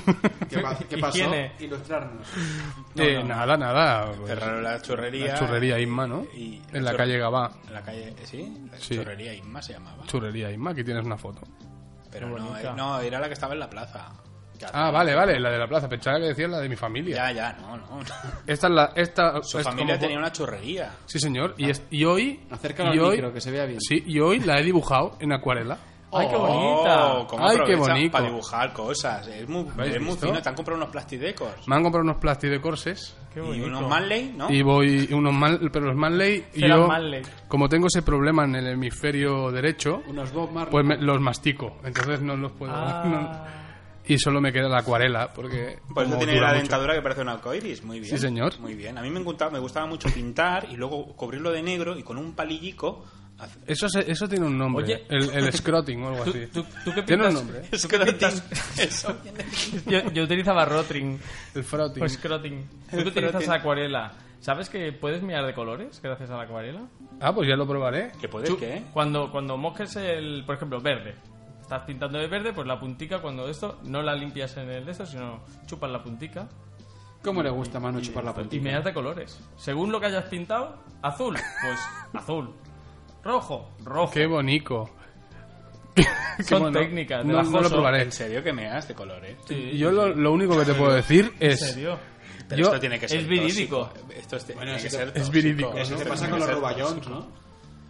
S6: ¿Qué, pa- qué pasó?
S3: Higiene.
S6: Ilustrarnos.
S2: Eh, Nada, nada. pues,
S1: cerraron la churrería.
S2: la churrería Inma, ¿no?
S1: Y-
S2: en la
S1: chur-
S2: calle Gabá.
S1: En la calle, eh, ¿sí? La
S2: Sí.
S1: churrería Inma se llamaba.
S2: Churrería Inma, aquí tienes una foto.
S1: Pero
S3: Qué
S1: no,
S3: bonita.
S1: eh, no, era la que estaba en la plaza. Ya,
S2: Ah, vale, vale, la de la plaza. Pensaba que decías la de mi familia.
S1: Ya, ya, no, no.
S2: Esta es la. Esta,
S1: Su
S2: es
S1: familia
S2: como-
S1: tenía una churrería.
S2: Sí, señor. Y, es- y hoy.
S6: Acércalo
S2: y
S6: al
S2: hoy,
S6: micro, que se vea bien.
S2: Sí, y hoy la he dibujado en acuarela.
S3: ¡Ay, qué
S1: Oh,
S3: bonita!
S1: cómo
S2: Ay, qué
S1: aprovechan
S2: bonito.
S1: Para dibujar cosas. Es muy,
S2: ¿Habéis
S1: es muy
S2: visto?
S1: fino. Te han comprado unos plastidecos.
S2: Me han comprado unos plastidecorses
S3: Qué
S1: y
S3: bonito.
S1: unos Manley, ¿no?
S2: y voy unos mal, pero los Manley y
S3: Serán
S2: yo
S3: Manley.
S2: como tengo ese problema en el hemisferio derecho,
S6: Unos Bob Marley.
S2: pues me- los mastico, entonces no los puedo no-
S3: Ah,
S2: y solo me queda la acuarela porque
S1: Pues no
S2: como
S1: tiene
S2: dura
S1: la
S2: mucho.
S1: dentadura que parece un arcoiris, muy bien.
S2: Sí, señor.
S1: Muy bien. A mí me gustaba, me gustaba mucho pintar y luego cubrirlo de negro y con un palillico. hacer-
S2: Eso se- eso tiene un nombre,
S3: Oye.
S2: el, el scroting o algo
S3: ¿tú,
S2: así.
S3: tú, tú qué
S2: Tiene un
S3: pintas?
S2: nombre,
S1: Eso que pintas- eso.
S3: Yo, yo utilizaba Rotring
S2: el frotting.
S3: o Scrotting. Tú que utilizas
S1: Scrotting.
S3: acuarela. ¿Sabes que puedes mirar de colores gracias a la acuarela?
S2: Ah, pues ya lo probaré.
S1: Que puedes
S3: Tú,
S1: que ¿eh?
S3: Cuando, cuando mojes el, por ejemplo, verde. Estás pintando de verde, pues la puntica cuando esto no la limpias en el de esto, sino chupas la puntica
S6: ¿Cómo le gusta a Manu chupar la
S3: y
S6: puntita?
S3: miras de colores. Según lo que hayas pintado, azul, pues azul. Rojo, rojo.
S2: Qué bonito. Qué
S3: Son
S2: bonito.
S3: técnicas de
S2: No, no lo
S3: bajoso.
S2: probaré.
S1: En serio que me das de ¿eh? colores.
S3: Sí,
S2: Yo lo, lo único que te puedo decir
S3: ¿En
S2: es
S3: serio?
S1: Pero
S2: Yo-
S1: esto tiene que ser
S3: es verídico.
S1: tóxico. Esto es,
S6: Bueno,
S1: tiene que
S6: sí,
S1: ser
S6: es
S1: tóxico.
S2: verídico,
S1: Esto
S6: Eso te
S1: tiene
S6: pasa
S1: que
S6: con los
S1: ser
S6: rubayons,
S1: tóxico.
S6: ¿no?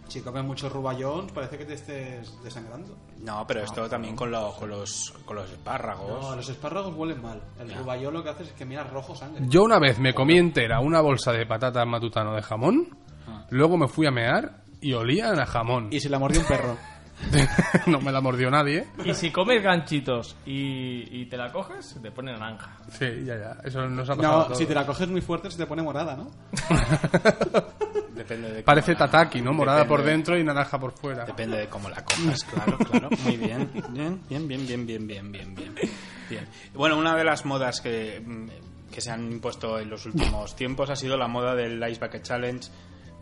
S6: Si comes muchos rubayons, parece que te estés desangrando.
S1: No, pero esto también con, los con, los, con los espárragos.
S6: No, los espárragos huelen mal. El rubayón lo que hace es que mira rojo sangre.
S2: Yo una vez me comí entera una bolsa de patatas matutano de jamón,
S3: Ah.
S2: luego me fui a mear y olían a jamón.
S8: Y se la mordió un perro.
S2: no me la mordió nadie.
S3: Y si comes ganchitos y, y te la coges, te pone naranja.
S2: Sí, ya, ya. Eso nos ha pasado. a
S6: No,
S2: todos.
S6: si te la coges muy fuerte se te pone morada, ¿no?
S1: Depende de
S2: Parece
S1: cómo la-
S2: tataki, ¿no? Morada
S1: depende
S2: por
S1: de-
S2: dentro y naranja por fuera.
S1: Depende de cómo la comas, Pues claro, claro. Muy bien. Bien, bien, bien, bien, bien, bien, bien, bien. Bien. Bueno, una de las modas que, mm, que se han impuesto en los últimos tiempos ha sido la moda del Ice Bucket Challenge.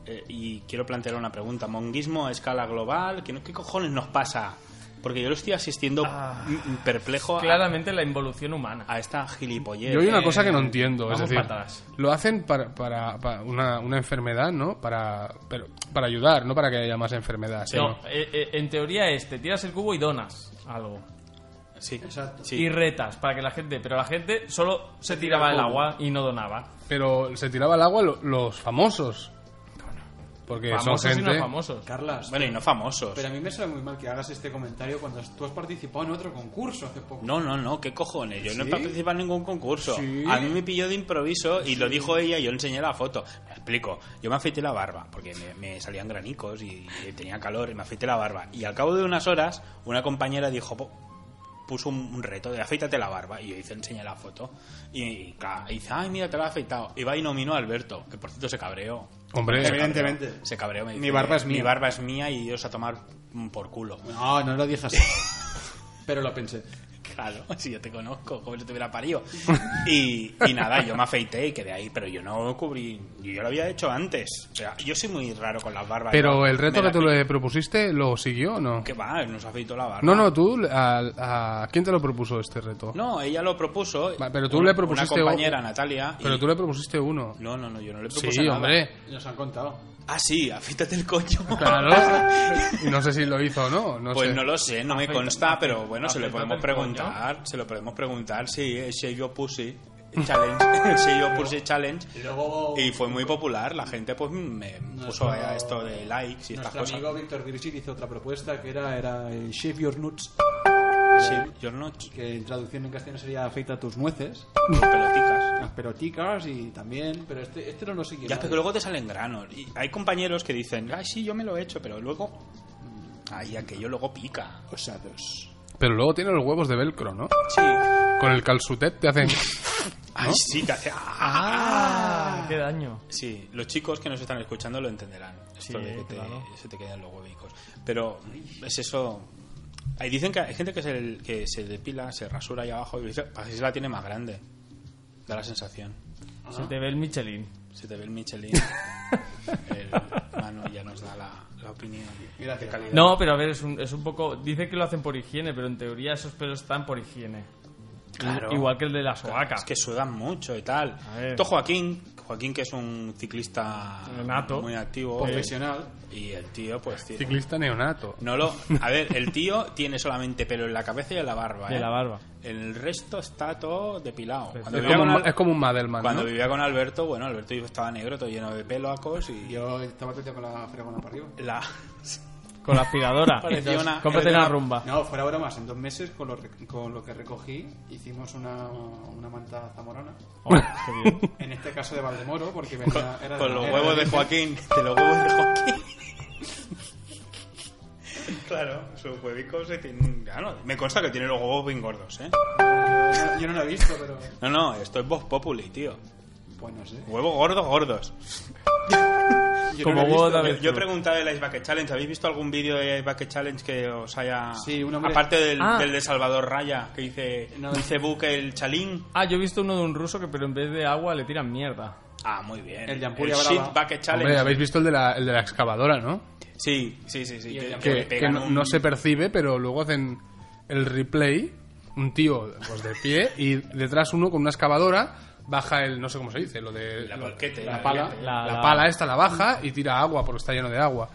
S1: Eh, y quiero plantear una pregunta. ¿Monguismo a escala global? ¿Qué, no- qué cojones nos pasa? Porque yo lo estoy asistiendo mm, mm, perplejo a-
S3: Claramente la involución humana.
S1: a, esta gilipollez.
S2: Yo hay una cosa que no entiendo, es
S3: vamos
S2: decir,
S3: para atrás.
S2: lo hacen para, para- para una, una enfermedad, ¿no? Para, pero, para ayudar, no para que haya más enfermedades.
S3: No,
S2: sino-
S3: eh, eh, en teoría es, te tiras el cubo y donas algo.
S1: Sí,
S6: Exacto.
S1: sí.
S3: Y retas para que la gente... Pero la gente solo se tiraba el agua y no donaba.
S2: Pero se tiraba al agua lo- los famosos. Porque
S3: Famosos
S2: son
S3: y no
S2: gente...
S3: famosos.
S6: Carlas,
S1: Bueno, y no famosos.
S6: pero a mí me sabe muy mal que hagas este comentario cuando tú has participado en otro concurso hace poco.
S1: No, no, no, ¿qué cojones? Yo no he participado en ningún concurso.
S6: Sí.
S1: A mí me pilló de improviso y lo dijo ella y yo enseñé la foto. Me explico. Yo me afeité la barba porque me, me salían granicos y, y tenía calor y me afeité la barba. Y al cabo de unas horas, una compañera dijo, "Po, puso un, un reto de afeítate la barba. Y yo hice, enseñé la foto. Y, y claro, y dice, ay, mira, te la has afeitado. Y va y nominó a Alberto, que por cierto se cabreó.
S2: Hombre,
S1: Se cabreó,
S9: Evidentemente.
S1: Se cabreó. me dice,
S9: Mi barba es mía.
S1: Mi barba es mía y os a tomar mm, por culo.
S6: No, no lo dije así. Pero lo pensé.
S1: Claro, si yo te conozco, como si te hubiera parido. Y, y nada, yo me afeité y quedé ahí, pero yo no cubrí. Yo ya lo había hecho antes. O sea, yo soy muy raro con las barbas.
S2: Pero
S1: Yo
S2: el reto
S1: me
S2: que
S1: la-
S2: tú le propusiste, ¿lo siguió o no?
S1: Que va, nos afeitó la barba.
S2: No, no, tú, a, a- ¿quién te lo propuso este reto?
S1: No, ella lo propuso.
S2: Va, pero tú
S1: una-
S2: le propusiste
S1: Una compañera,
S2: un-
S1: Natalia. y-
S2: Pero tú le propusiste uno.
S1: No, no, no, yo no le propuse
S2: Sí,
S1: nada.
S2: hombre.
S6: Nos han contado.
S1: Ah, sí, afeítate el coño.
S2: Claro. Y no sé si lo hizo o no. no
S1: Pues
S2: sé.
S1: no lo sé, no me
S3: Afeita-
S1: consta, pero bueno, se lo
S3: afeítate
S1: podemos
S3: el coño.
S1: preguntar. Se lo podemos preguntar si es Shave Your Pussy Challenge. el Shave Your Pussy Challenge.
S6: Y luego
S1: Y fue muy popular, la gente pues me puso a esto de likes y estas
S6: nuestro
S1: cosas.
S6: amigo Víctor Virgil hizo otra propuesta que era, era el Shave Your Nuts,
S1: Sí, yo no
S6: que en traducción en castellano sería afeita tus nueces,
S1: peloticas.
S6: las peloticas y también... Pero este, este no lo siguió.
S1: Ya,
S6: nadie.
S1: pero luego te salen granos. Y hay compañeros que dicen, ay, sí, yo me lo he hecho, pero luego... mm, Ay, aquello luego pica.
S6: Osados.
S2: Pero luego tiene los huevos de velcro, ¿no?
S1: Sí.
S2: Con el calzutet te hacen...
S1: Ay, sí, te hace... ah,
S3: Qué daño.
S1: Sí, los chicos que nos están escuchando lo entenderán. Esto
S3: Sí,
S1: de que te-
S3: claro.
S1: se te quedan los huevicos. Pero es eso. Ahí dicen que hay gente que se, que se depila, se rasura ahí abajo y dice, "Pues "Así se la tiene más grande. Da la sensación.
S3: Se te ve el Michelin.
S1: Se te ve el Michelin. el Manu ya nos da la, la opinión.
S6: Gracias.
S1: calidad.
S3: No, pero a ver, es un, es un poco. Dice que lo hacen por higiene, pero en teoría esos pelos están por higiene.
S1: Claro.
S3: Igual que el de la sobaca.
S1: Es que sudan mucho y tal.
S3: A ver.
S1: Esto Joaquín, Joaquín que es un ciclista
S3: Nato. pues,
S1: muy activo.
S6: Profesional.
S1: Y el tío, pues tiene-
S2: Ciclista neonato.
S1: No lo. A ver, el tío tiene solamente pelo en la cabeza y en la barba.
S3: Y en
S1: ¿eh?
S3: la barba. Pues
S1: El resto está todo depilado. Cuando,
S2: Es
S1: vivía
S2: como,
S1: con,
S2: un,
S1: Al-
S2: ma- es como un Madelman,
S1: cuando
S2: ¿no?
S1: vivía con Alberto, bueno, Alberto yo estaba negro, todo lleno de pelacos y yo
S6: Yo estaba tete con la fregona para arriba.
S1: la
S3: Con la aspiradora.
S1: parecía una.
S3: Cómprate una rumba.
S6: No, fuera bromas, en dos meses con lo, rec- con lo que recogí hicimos una, una manta zamorana.
S3: Oh, qué bien.
S6: En este caso de Valdemoro, porque
S1: Con,
S6: venía, era
S1: con los
S6: era
S1: huevos de
S6: origen.
S1: Joaquín, de los huevos de Joaquín. Claro, sus huevicos se tienen. Ah, no, me consta que tiene los huevos bien gordos, ¿eh?
S6: Yo no lo he visto, pero.
S1: No, no, esto es Voz Populi, tío.
S6: Bueno, sé.
S1: Huevos gordos, gordos.
S3: Como
S6: lo he
S3: huevo
S6: visto.
S3: de
S1: Yo, yo he preguntado del Ice Bucket Challenge. ¿Habéis visto algún vídeo de Ice Bucket Challenge que os haya.
S6: Sí, un hombre-
S1: Aparte del,
S3: Ah.
S1: del de Salvador Raya, que dice.
S6: No.
S1: Dice buque el chalín.
S3: Ah, yo he visto uno de un ruso que, pero en vez de agua, le tiran mierda.
S1: Ah, muy bien.
S6: El Yampuria Brava.
S1: Shit Bucket Challenge.
S2: Hombre, habéis visto el de la, el de la excavadora, ¿no?
S1: Sí, sí, sí. sí
S6: Y el
S1: que-
S6: Yampuria.
S1: que le
S2: Que, que
S1: pegan
S2: no,
S1: un-
S2: no se percibe, pero luego hacen el replay, un tío pues, de pie y detrás uno con una excavadora baja el, no sé cómo se dice, lo de...
S1: La
S2: lo-
S1: volquete,
S2: La
S1: la
S2: pala.
S1: volquete.
S2: La,
S3: La- la-
S2: pala esta la baja y tira agua porque está lleno de agua.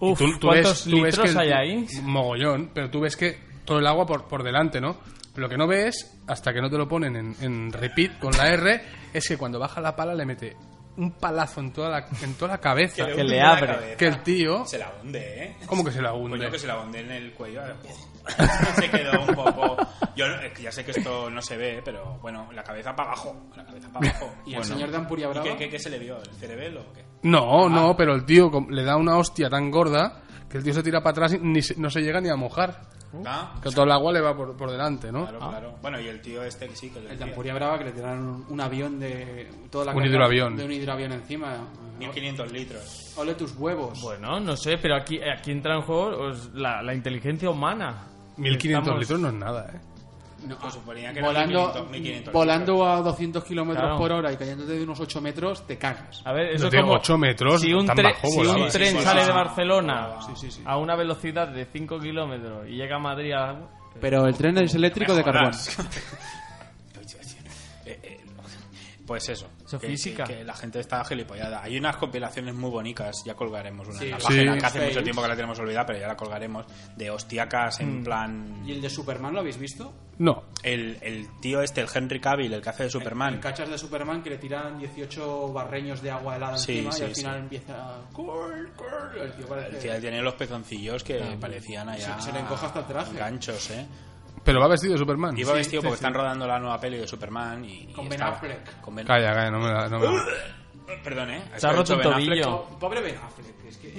S3: Uf,
S2: Y tú- tú
S3: ¿cuántos
S2: ves- tú ves
S3: litros
S2: que el-
S3: hay ahí?
S2: Mogollón, pero tú ves que todo el agua por, por delante, ¿no? Pero lo que no ves, hasta que no te lo ponen en, en repeat con la R, es que cuando baja la pala le mete un palazo en toda la, en toda la cabeza.
S3: Que
S1: hunde
S3: le
S1: en la
S3: abre.
S1: cabeza.
S2: Que el tío-
S1: Se la hunde, ¿eh?
S2: ¿Cómo que se la hunde?
S1: Coño, que se la hunde en el cuello. se quedó un poco. Yo no- es que ya sé que esto no se ve, pero bueno, la cabeza para abajo. La cabeza para abajo.
S6: ¿Y el señor de Ampuria
S1: ¿Y
S6: Brava?
S1: qué, qué- qué se le vio? ¿El cerebelo o qué?
S2: No, no, pero el tío com- le da una hostia tan gorda que el tío se tira para atrás y ni se- no se llega ni a mojar.
S1: ¿Ah?
S2: Que todo el agua le va por, por delante, ¿no?
S1: Claro, claro. Bueno, y el tío este que sí que lo
S6: El de
S1: decía.
S6: Ampuria Brava que le tiraron un, un avión de. Toda la
S2: Un
S6: carga
S2: hidroavión.
S6: De un hidroavión encima.
S1: 1500 litros.
S6: Ole tus huevos.
S3: Bueno, no sé, pero aquí, aquí entra en juego pues, la, la inteligencia humana.
S2: 1500
S3: Estamos-
S2: litros no es nada, ¿eh?
S6: No,
S1: Pues suponía que era
S6: volando
S1: 1500, 1500
S6: volando a 200 kilómetros
S3: Claro.
S6: por hora y cayéndote de unos 8 metros, te cagas.
S3: A ver,
S2: No
S3: eso es
S2: tiene
S3: como...
S2: ocho metros,
S3: si un,
S2: tan
S3: tre-
S2: bajo
S3: si
S2: volaba.
S3: un
S2: Sí, sí,
S3: tren
S1: sí,
S3: sale
S1: sí,
S3: de
S1: sí.
S3: Barcelona
S6: Sí, sí, sí.
S3: a una velocidad de 5 kilómetros y llega a Madrid a...
S6: Pero el tren es eléctrico de carbón.
S1: jodas. Eh, eh, Pues eso.
S3: Eso
S1: que-
S3: física.
S1: Que, que la gente está gilipollada. Hay unas compilaciones muy bonitas, ya colgaremos una en la
S6: Sí.
S1: página,
S2: Sí.
S1: que hace mucho
S6: Face.
S1: tiempo que la tenemos olvidada, pero ya la colgaremos, de hostiacas en plan...
S6: ¿Y el de Superman lo habéis visto?
S2: No.
S1: El, el tío este, el Henry Cavill, el que hace de Superman.
S6: El cachas de Superman que le tiran 18 barreños de agua helada
S1: Sí,
S6: encima
S1: sí,
S6: y al
S1: sí.
S6: final empieza. a- Cor, cor, El tío
S1: El
S6: parece.
S1: tío tiene los pezoncillos que parecían allá...
S6: Se- se le encoja hasta el traje.
S1: Ganchos, ¿eh?
S2: Pero va vestido de Superman.
S1: Iba vestido
S2: Sí,
S1: porque
S2: sí.
S1: están rodando la nueva peli de Superman y... y
S6: Con Ben
S1: estaba-
S6: Affleck.
S1: Con Ben-
S2: Calla, calla, no me la... no me la-
S1: Perdón, ¿eh?
S3: Se ha
S1: Esto
S3: roto
S1: lo
S3: el
S1: he dicho Ben Affleck.
S3: tobillo.
S6: Po- Pobre Ben Affleck, es que.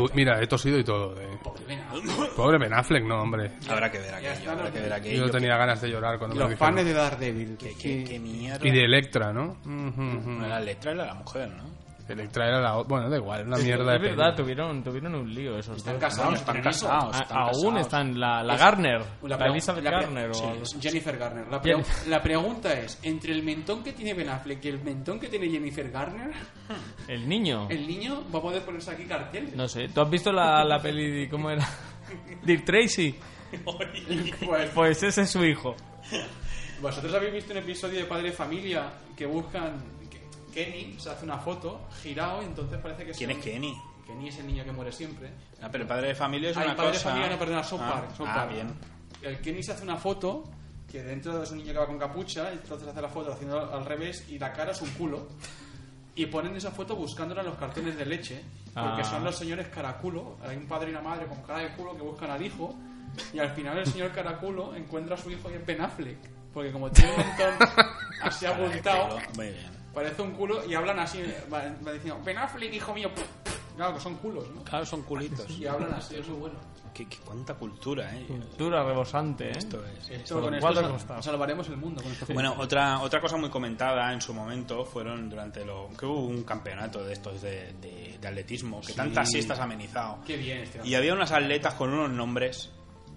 S2: Uy, mira, he tosido y todo. eh. Pobre Ben Affleck, no, hombre.
S1: Habrá que ver aquello, habrá que ver aquello.
S2: Yo tenía ganas de llorar cuando me lo
S4: Los
S2: dijeron.
S4: fans de Daredevil.
S1: ¿Qué,
S4: Sí.
S1: qué, qué mierda?
S2: Y de Electra, ¿no? Ujú, ujú.
S1: No era Electra, era la mujer, ¿no?
S2: Electra era la... o- Bueno, da igual, una mierda de
S3: Es verdad,
S2: peli.
S3: tuvieron, tuvieron un lío esos
S6: Están
S3: dos.
S6: casados,
S1: están
S6: tienen hijos.
S1: casados.
S3: A-
S1: están
S3: aún
S1: casados.
S3: están la, la Garner,
S6: La
S3: la,
S6: pre-
S3: Elizabeth
S6: la pre-
S3: Garner. o
S6: sí,
S3: algo.
S6: es Jennifer Garner. La, pre-
S3: Jennifer.
S6: la pregunta es, entre el mentón que tiene Ben Affleck y el mentón que tiene Jennifer Garner,
S3: El niño.
S6: el niño va a poder ponerse aquí cartel.
S3: No sé, ¿tú has visto la, la peli de- cómo era? Dick Tracy.
S6: Pues,
S3: Pues ese es su hijo.
S6: ¿Vosotros habéis visto un episodio de Padre Familia que buscan... que Kenny se hace una foto, girado, entonces parece que
S1: ¿Quién
S6: un-
S1: es Kenny?
S6: Kenny es el niño que muere siempre.
S1: Ah, pero el padre de familia es
S6: Ah, el
S1: una
S6: padre de
S1: cosa.
S6: familia, no, perdona, South
S1: Ah,
S6: Park, South
S1: ah,
S6: Park.
S1: bien.
S6: El Kenny se hace una foto que dentro es un niño que va con capucha, entonces hace la foto haciendo al revés y la cara es un culo. Y ponen esa foto buscándola en los cartones de leche, porque
S3: Ah.
S6: son los señores caraculo. Hay un padre y una madre con cara de culo que buscan al hijo, y al final el señor caraculo encuentra a su hijo que es Ben Affleck, porque como tiene un montón así
S1: Cara de
S6: apuntado,
S1: pelo. Muy bien.
S6: parece un culo y hablan así, van van diciendo: Ben Affleck, hijo mío. Claro que son culos, ¿no?
S1: Claro, son culitos.
S6: Y hablan así, es muy bueno.
S1: ¿Qué, qué- cuánta cultura, ¿eh?
S3: Dura, rebosante, ¿eh?
S1: Esto es.
S6: Esto, con esto
S3: Walter
S6: sal-
S3: Costa.
S6: salvaremos el mundo con este esta
S1: Bueno, otra, otra cosa muy comentada en su momento fueron durante lo que hubo un campeonato de estos de, de- de atletismo que tantas siestas ha amenizado.
S6: Qué bien este
S1: Y había unas atletas con unos nombres,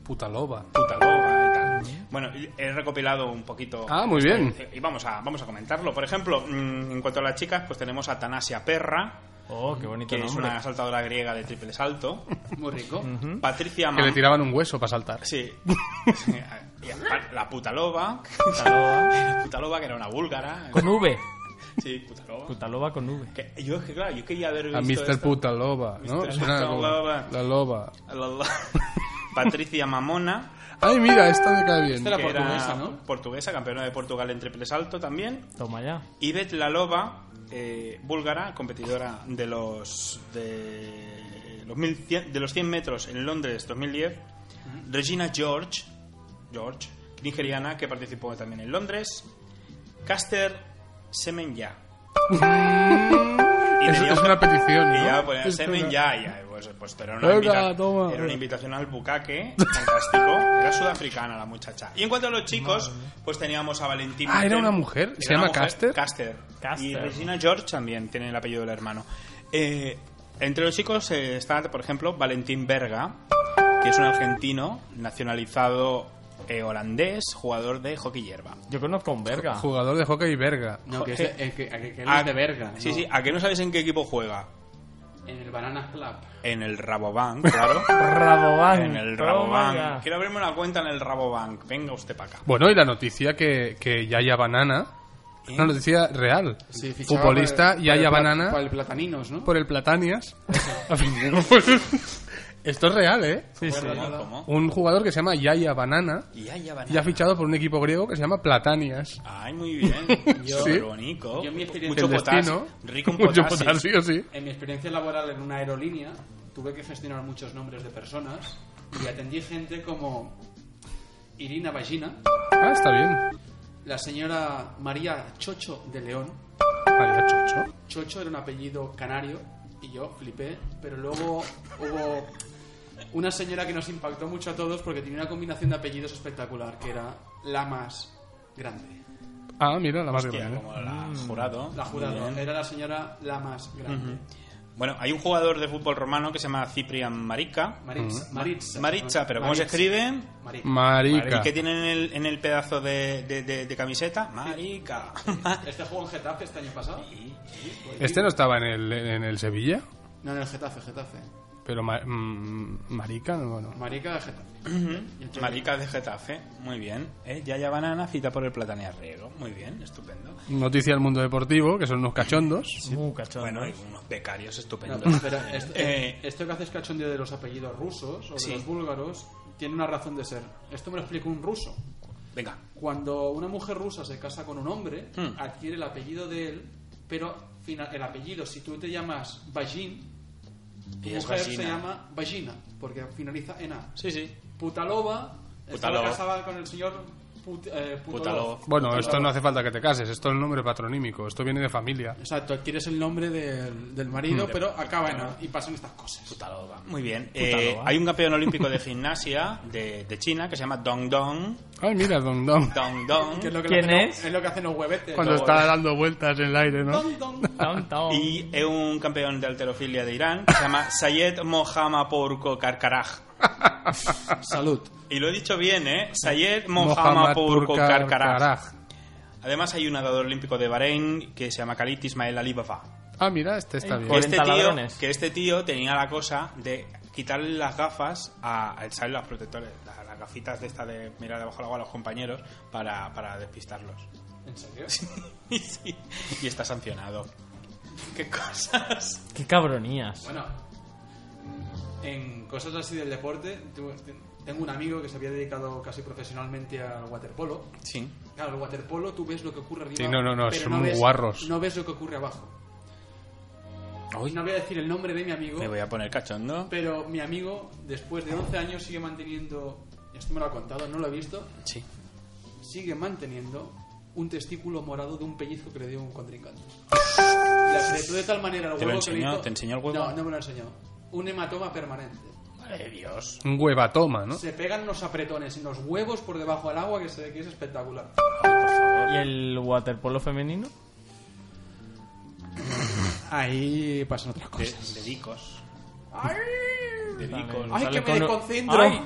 S2: Puta loba.
S1: puta loba y tal. Bueno, y he recopilado un poquito.
S2: Ah, muy bien.
S1: Eh, Y vamos a, vamos a comentarlo. Por ejemplo, mm, en cuanto a las chicas, pues tenemos a Tanasia Perra,
S3: Oh, qué bonito
S1: que es
S3: nombre.
S1: una saltadora griega de triple salto.
S6: Muy rico.
S1: Patricia
S2: Que le
S1: Mam-
S2: tiraban un hueso para saltar.
S1: Sí. Sí, y aparte, la puta loba. La puta loba, que era una búlgara.
S3: Con V.
S1: Sí, puta loba.
S3: Putalova con V.
S1: Que- yo es que, claro, yo quería haber visto.
S2: A Mr.
S1: esto.
S2: Puta Loba, ¿no?
S1: Mr.
S2: Suena
S1: Puta
S2: como
S1: Loba.
S2: La loba.
S1: A la- la- Patricia Mamona,
S2: Ay, mira, esta me cae bien.
S6: Esta
S1: que
S6: era portuguesa,
S1: era
S6: ¿no?
S1: portuguesa, campeona de Portugal en triple salto también.
S3: Toma ya.
S1: Ivet Lalova, eh, búlgara, competidora de los de los, 1100 de los 100 metros en Londres 2010. Regina George, George, nigeriana, que participó también en Londres. Caster Semenya. Y
S2: Es,
S1: tenía
S2: es
S1: un-
S2: una petición,
S1: Y ya,
S2: ¿no?
S1: pues,
S2: Es
S1: semen
S2: una-
S1: ya, ya, pues, pues, pero era una,
S2: Venga,
S1: invita-
S2: toma.
S1: era una invitación al bucaque, fantástico, era sudafricana la muchacha. Y en cuanto a los chicos, pues teníamos a Valentín.
S2: Ah, ¿era
S1: Miquel.
S2: una mujer? ¿Se
S1: Era
S2: llama
S1: una mujer,
S2: Caster?
S1: Caster. Y
S3: Caster.
S1: Regina George también tiene el apellido del hermano. Eh, entre los chicos eh, está, por ejemplo, Valentín Berga, que es un argentino nacionalizado eh, holandés, jugador de hockey hierba.
S3: Yo conozco a un verga.
S2: Jugador de hockey y verga.
S6: No, que es
S1: Joder.
S6: de, es que, eh, que- que él
S1: Ah,
S6: es de verga.
S1: Sí,
S6: ¿no?
S1: sí, ¿a qué no sabes en qué equipo juega?
S6: En el Banana Club.
S1: En el Rabobank, claro.
S3: Rabobank.
S1: En el
S3: Toma
S1: Rabobank.
S3: ya.
S1: Quiero abrirme una cuenta en el Rabobank. Venga usted para acá.
S2: Bueno, y la noticia que, que Yaya Banana...
S1: ¿Eh?
S2: Una noticia real.
S4: Sí, fichaba
S2: Futbolista
S4: por el- por
S2: Yaya
S4: el pla-
S2: Banana...
S4: Por el Plataninos, ¿no?
S2: por el Platanias. Esto es real, ¿eh?
S3: Sí, sí.
S1: ¿Cómo? ¿Cómo?
S2: Un jugador que se llama Yaya Banana
S1: Y ya, ya van.
S2: y ha fichado por un equipo griego que se llama Platanias.
S1: Ay, muy bien.
S2: Yo-
S1: Súper bonito.
S6: Yo mi experiencia-
S1: Mucho
S2: el
S1: potasio.
S2: destino.
S1: Rico en
S2: mucho
S1: potasio.
S2: potasio, sí.
S6: En mi experiencia laboral en una aerolínea, tuve que gestionar muchos nombres de personas y atendí gente como Irina Vagina,
S2: Ah, está bien.
S6: la señora María Chocho de León.
S2: María Chocho.
S6: Chocho era un apellido canario y yo flipé, pero luego hubo una señora que nos impactó mucho a todos porque tenía una combinación de apellidos espectacular, que era la más grande.
S2: Ah, mira, la más
S1: Hostia,
S2: grande.
S1: como la jurado.
S6: La jurado,
S1: Muy bien.
S6: era la señora la más grande.
S1: Bueno, hay un jugador de fútbol romano que se llama Ciprian Marica.
S6: Maritza, Maritza.
S1: Maricha, pero ¿cómo se
S6: Maritza.
S1: escribe?
S6: Maritza.
S2: Marica.
S1: ¿Y qué tiene en el, en el pedazo de, de- de- de camiseta? Marica.
S6: Este jugó en Getafe este año pasado.
S2: Este no estaba en el, en el Sevilla,
S6: No, en el Getafe, Getafe.
S2: pero ma- mm, Marica, no, bueno.
S6: Marica de Getafe.
S1: Marica de Getafe. Muy bien. ¿Eh? Yaya Banana cita por el Platanea Riego. Muy bien, estupendo.
S2: Noticia del mundo deportivo, que son unos cachondos.
S3: Uh, cachondo.
S1: Bueno, hay unos becarios
S6: No,
S1: estupendos.
S6: pero esto,
S1: Eh,
S6: esto que haces cachondeo de los apellidos rusos o de
S1: Sí.
S6: los búlgaros tiene una razón de ser. Esto me lo explica un ruso.
S1: venga.
S6: Cuando una mujer rusa se casa con un hombre,
S1: Hmm.
S6: adquiere el apellido de él, pero fina- el apellido, si tú te llamas Bajin, tu
S1: Y es
S6: mujer se
S1: vagina.
S6: llama Vagina, porque finaliza en A.
S1: Sí, sí.
S6: Putalova, estaba
S1: Putalova.
S6: casada con el señor Put- eh, puto
S1: Puta
S6: Love.
S1: Love.
S2: Bueno, esto no hace falta que te cases, esto es el nombre patronímico, esto viene de familia.
S6: Exacto, adquieres el nombre del, del marido,
S1: Hmm.
S6: pero acaba en A y pasan estas cosas.
S1: Muy bien. Eh, hay un campeón olímpico de gimnasia de, de China que se llama Dong Dong.
S2: Ay, mira, Don Don,
S1: Dong Dong.
S6: Que es lo que
S3: ¿Quién
S6: le hacen-
S3: es?
S6: lo que hacen los huevetes.
S2: cuando
S6: los-
S2: está dando vueltas en el aire, ¿no?
S3: Downtown.
S1: Y es un campeón de alterofilia de Irán que se llama Sayed Mohammapurko Karkaraj.
S6: Salud.
S1: Y lo he dicho bien, ¿eh? Sayed
S2: Mohammad
S1: Mohammapurko
S2: Turkar
S1: Karkaraj.
S2: Karaj.
S1: Además hay un nadador olímpico de Bahrein que se llama Khalid Ismael Ali Baba.
S2: Ah, mira, este está
S3: Ay,
S2: bien.
S1: Que
S3: joder.
S1: este,
S3: 40
S1: tío,
S3: ladrones.
S1: que este tío tenía la cosa de quitarle las gafas a, a- ¿sabes? Los protectores, las, las gafitas de esta de mirar debajo del agua a los compañeros para, para despistarlos.
S6: ¿En serio?
S1: Y sí, y está sancionado. ¿Qué cosas?
S3: Qué cabronías.
S6: Bueno, en cosas así del deporte, tu- tengo un amigo que se había dedicado casi profesionalmente al waterpolo.
S1: Sí.
S6: Claro, el waterpolo tú ves lo que ocurre arriba.
S2: Sí, no, no, no,
S6: pero
S2: son
S6: ves-
S2: guarros.
S6: No ves lo que ocurre abajo. No voy a decir el nombre de mi amigo,
S1: Me voy a poner cachondo.
S6: pero mi amigo, después de 11 años, sigue manteniendo. Esto me lo ha contado, no lo he visto.
S1: Sí.
S6: Sigue manteniendo un testículo morado de un pellizco que le dio un contrincante. Le apretó de tal manera el
S1: ¿Te
S6: huevo
S1: lo
S6: que le
S1: enseñó?
S6: hizo-
S1: ¿Te enseñó el huevo?
S6: No, no me lo enseñó. Un hematoma permanente.
S1: Madre Dios.
S2: Un huevatoma, ¿no?
S6: Se pegan los apretones en los huevos por debajo del agua que se ve que es espectacular.
S3: ¿Y el waterpolo femenino?
S6: Ahí pasan otras
S1: De,
S6: cosas.
S1: de dicos.
S6: ¡Ay!
S1: De dicos.
S6: Ay,
S3: Sale
S6: que me
S3: con un-
S6: desconcentro.
S3: Ay,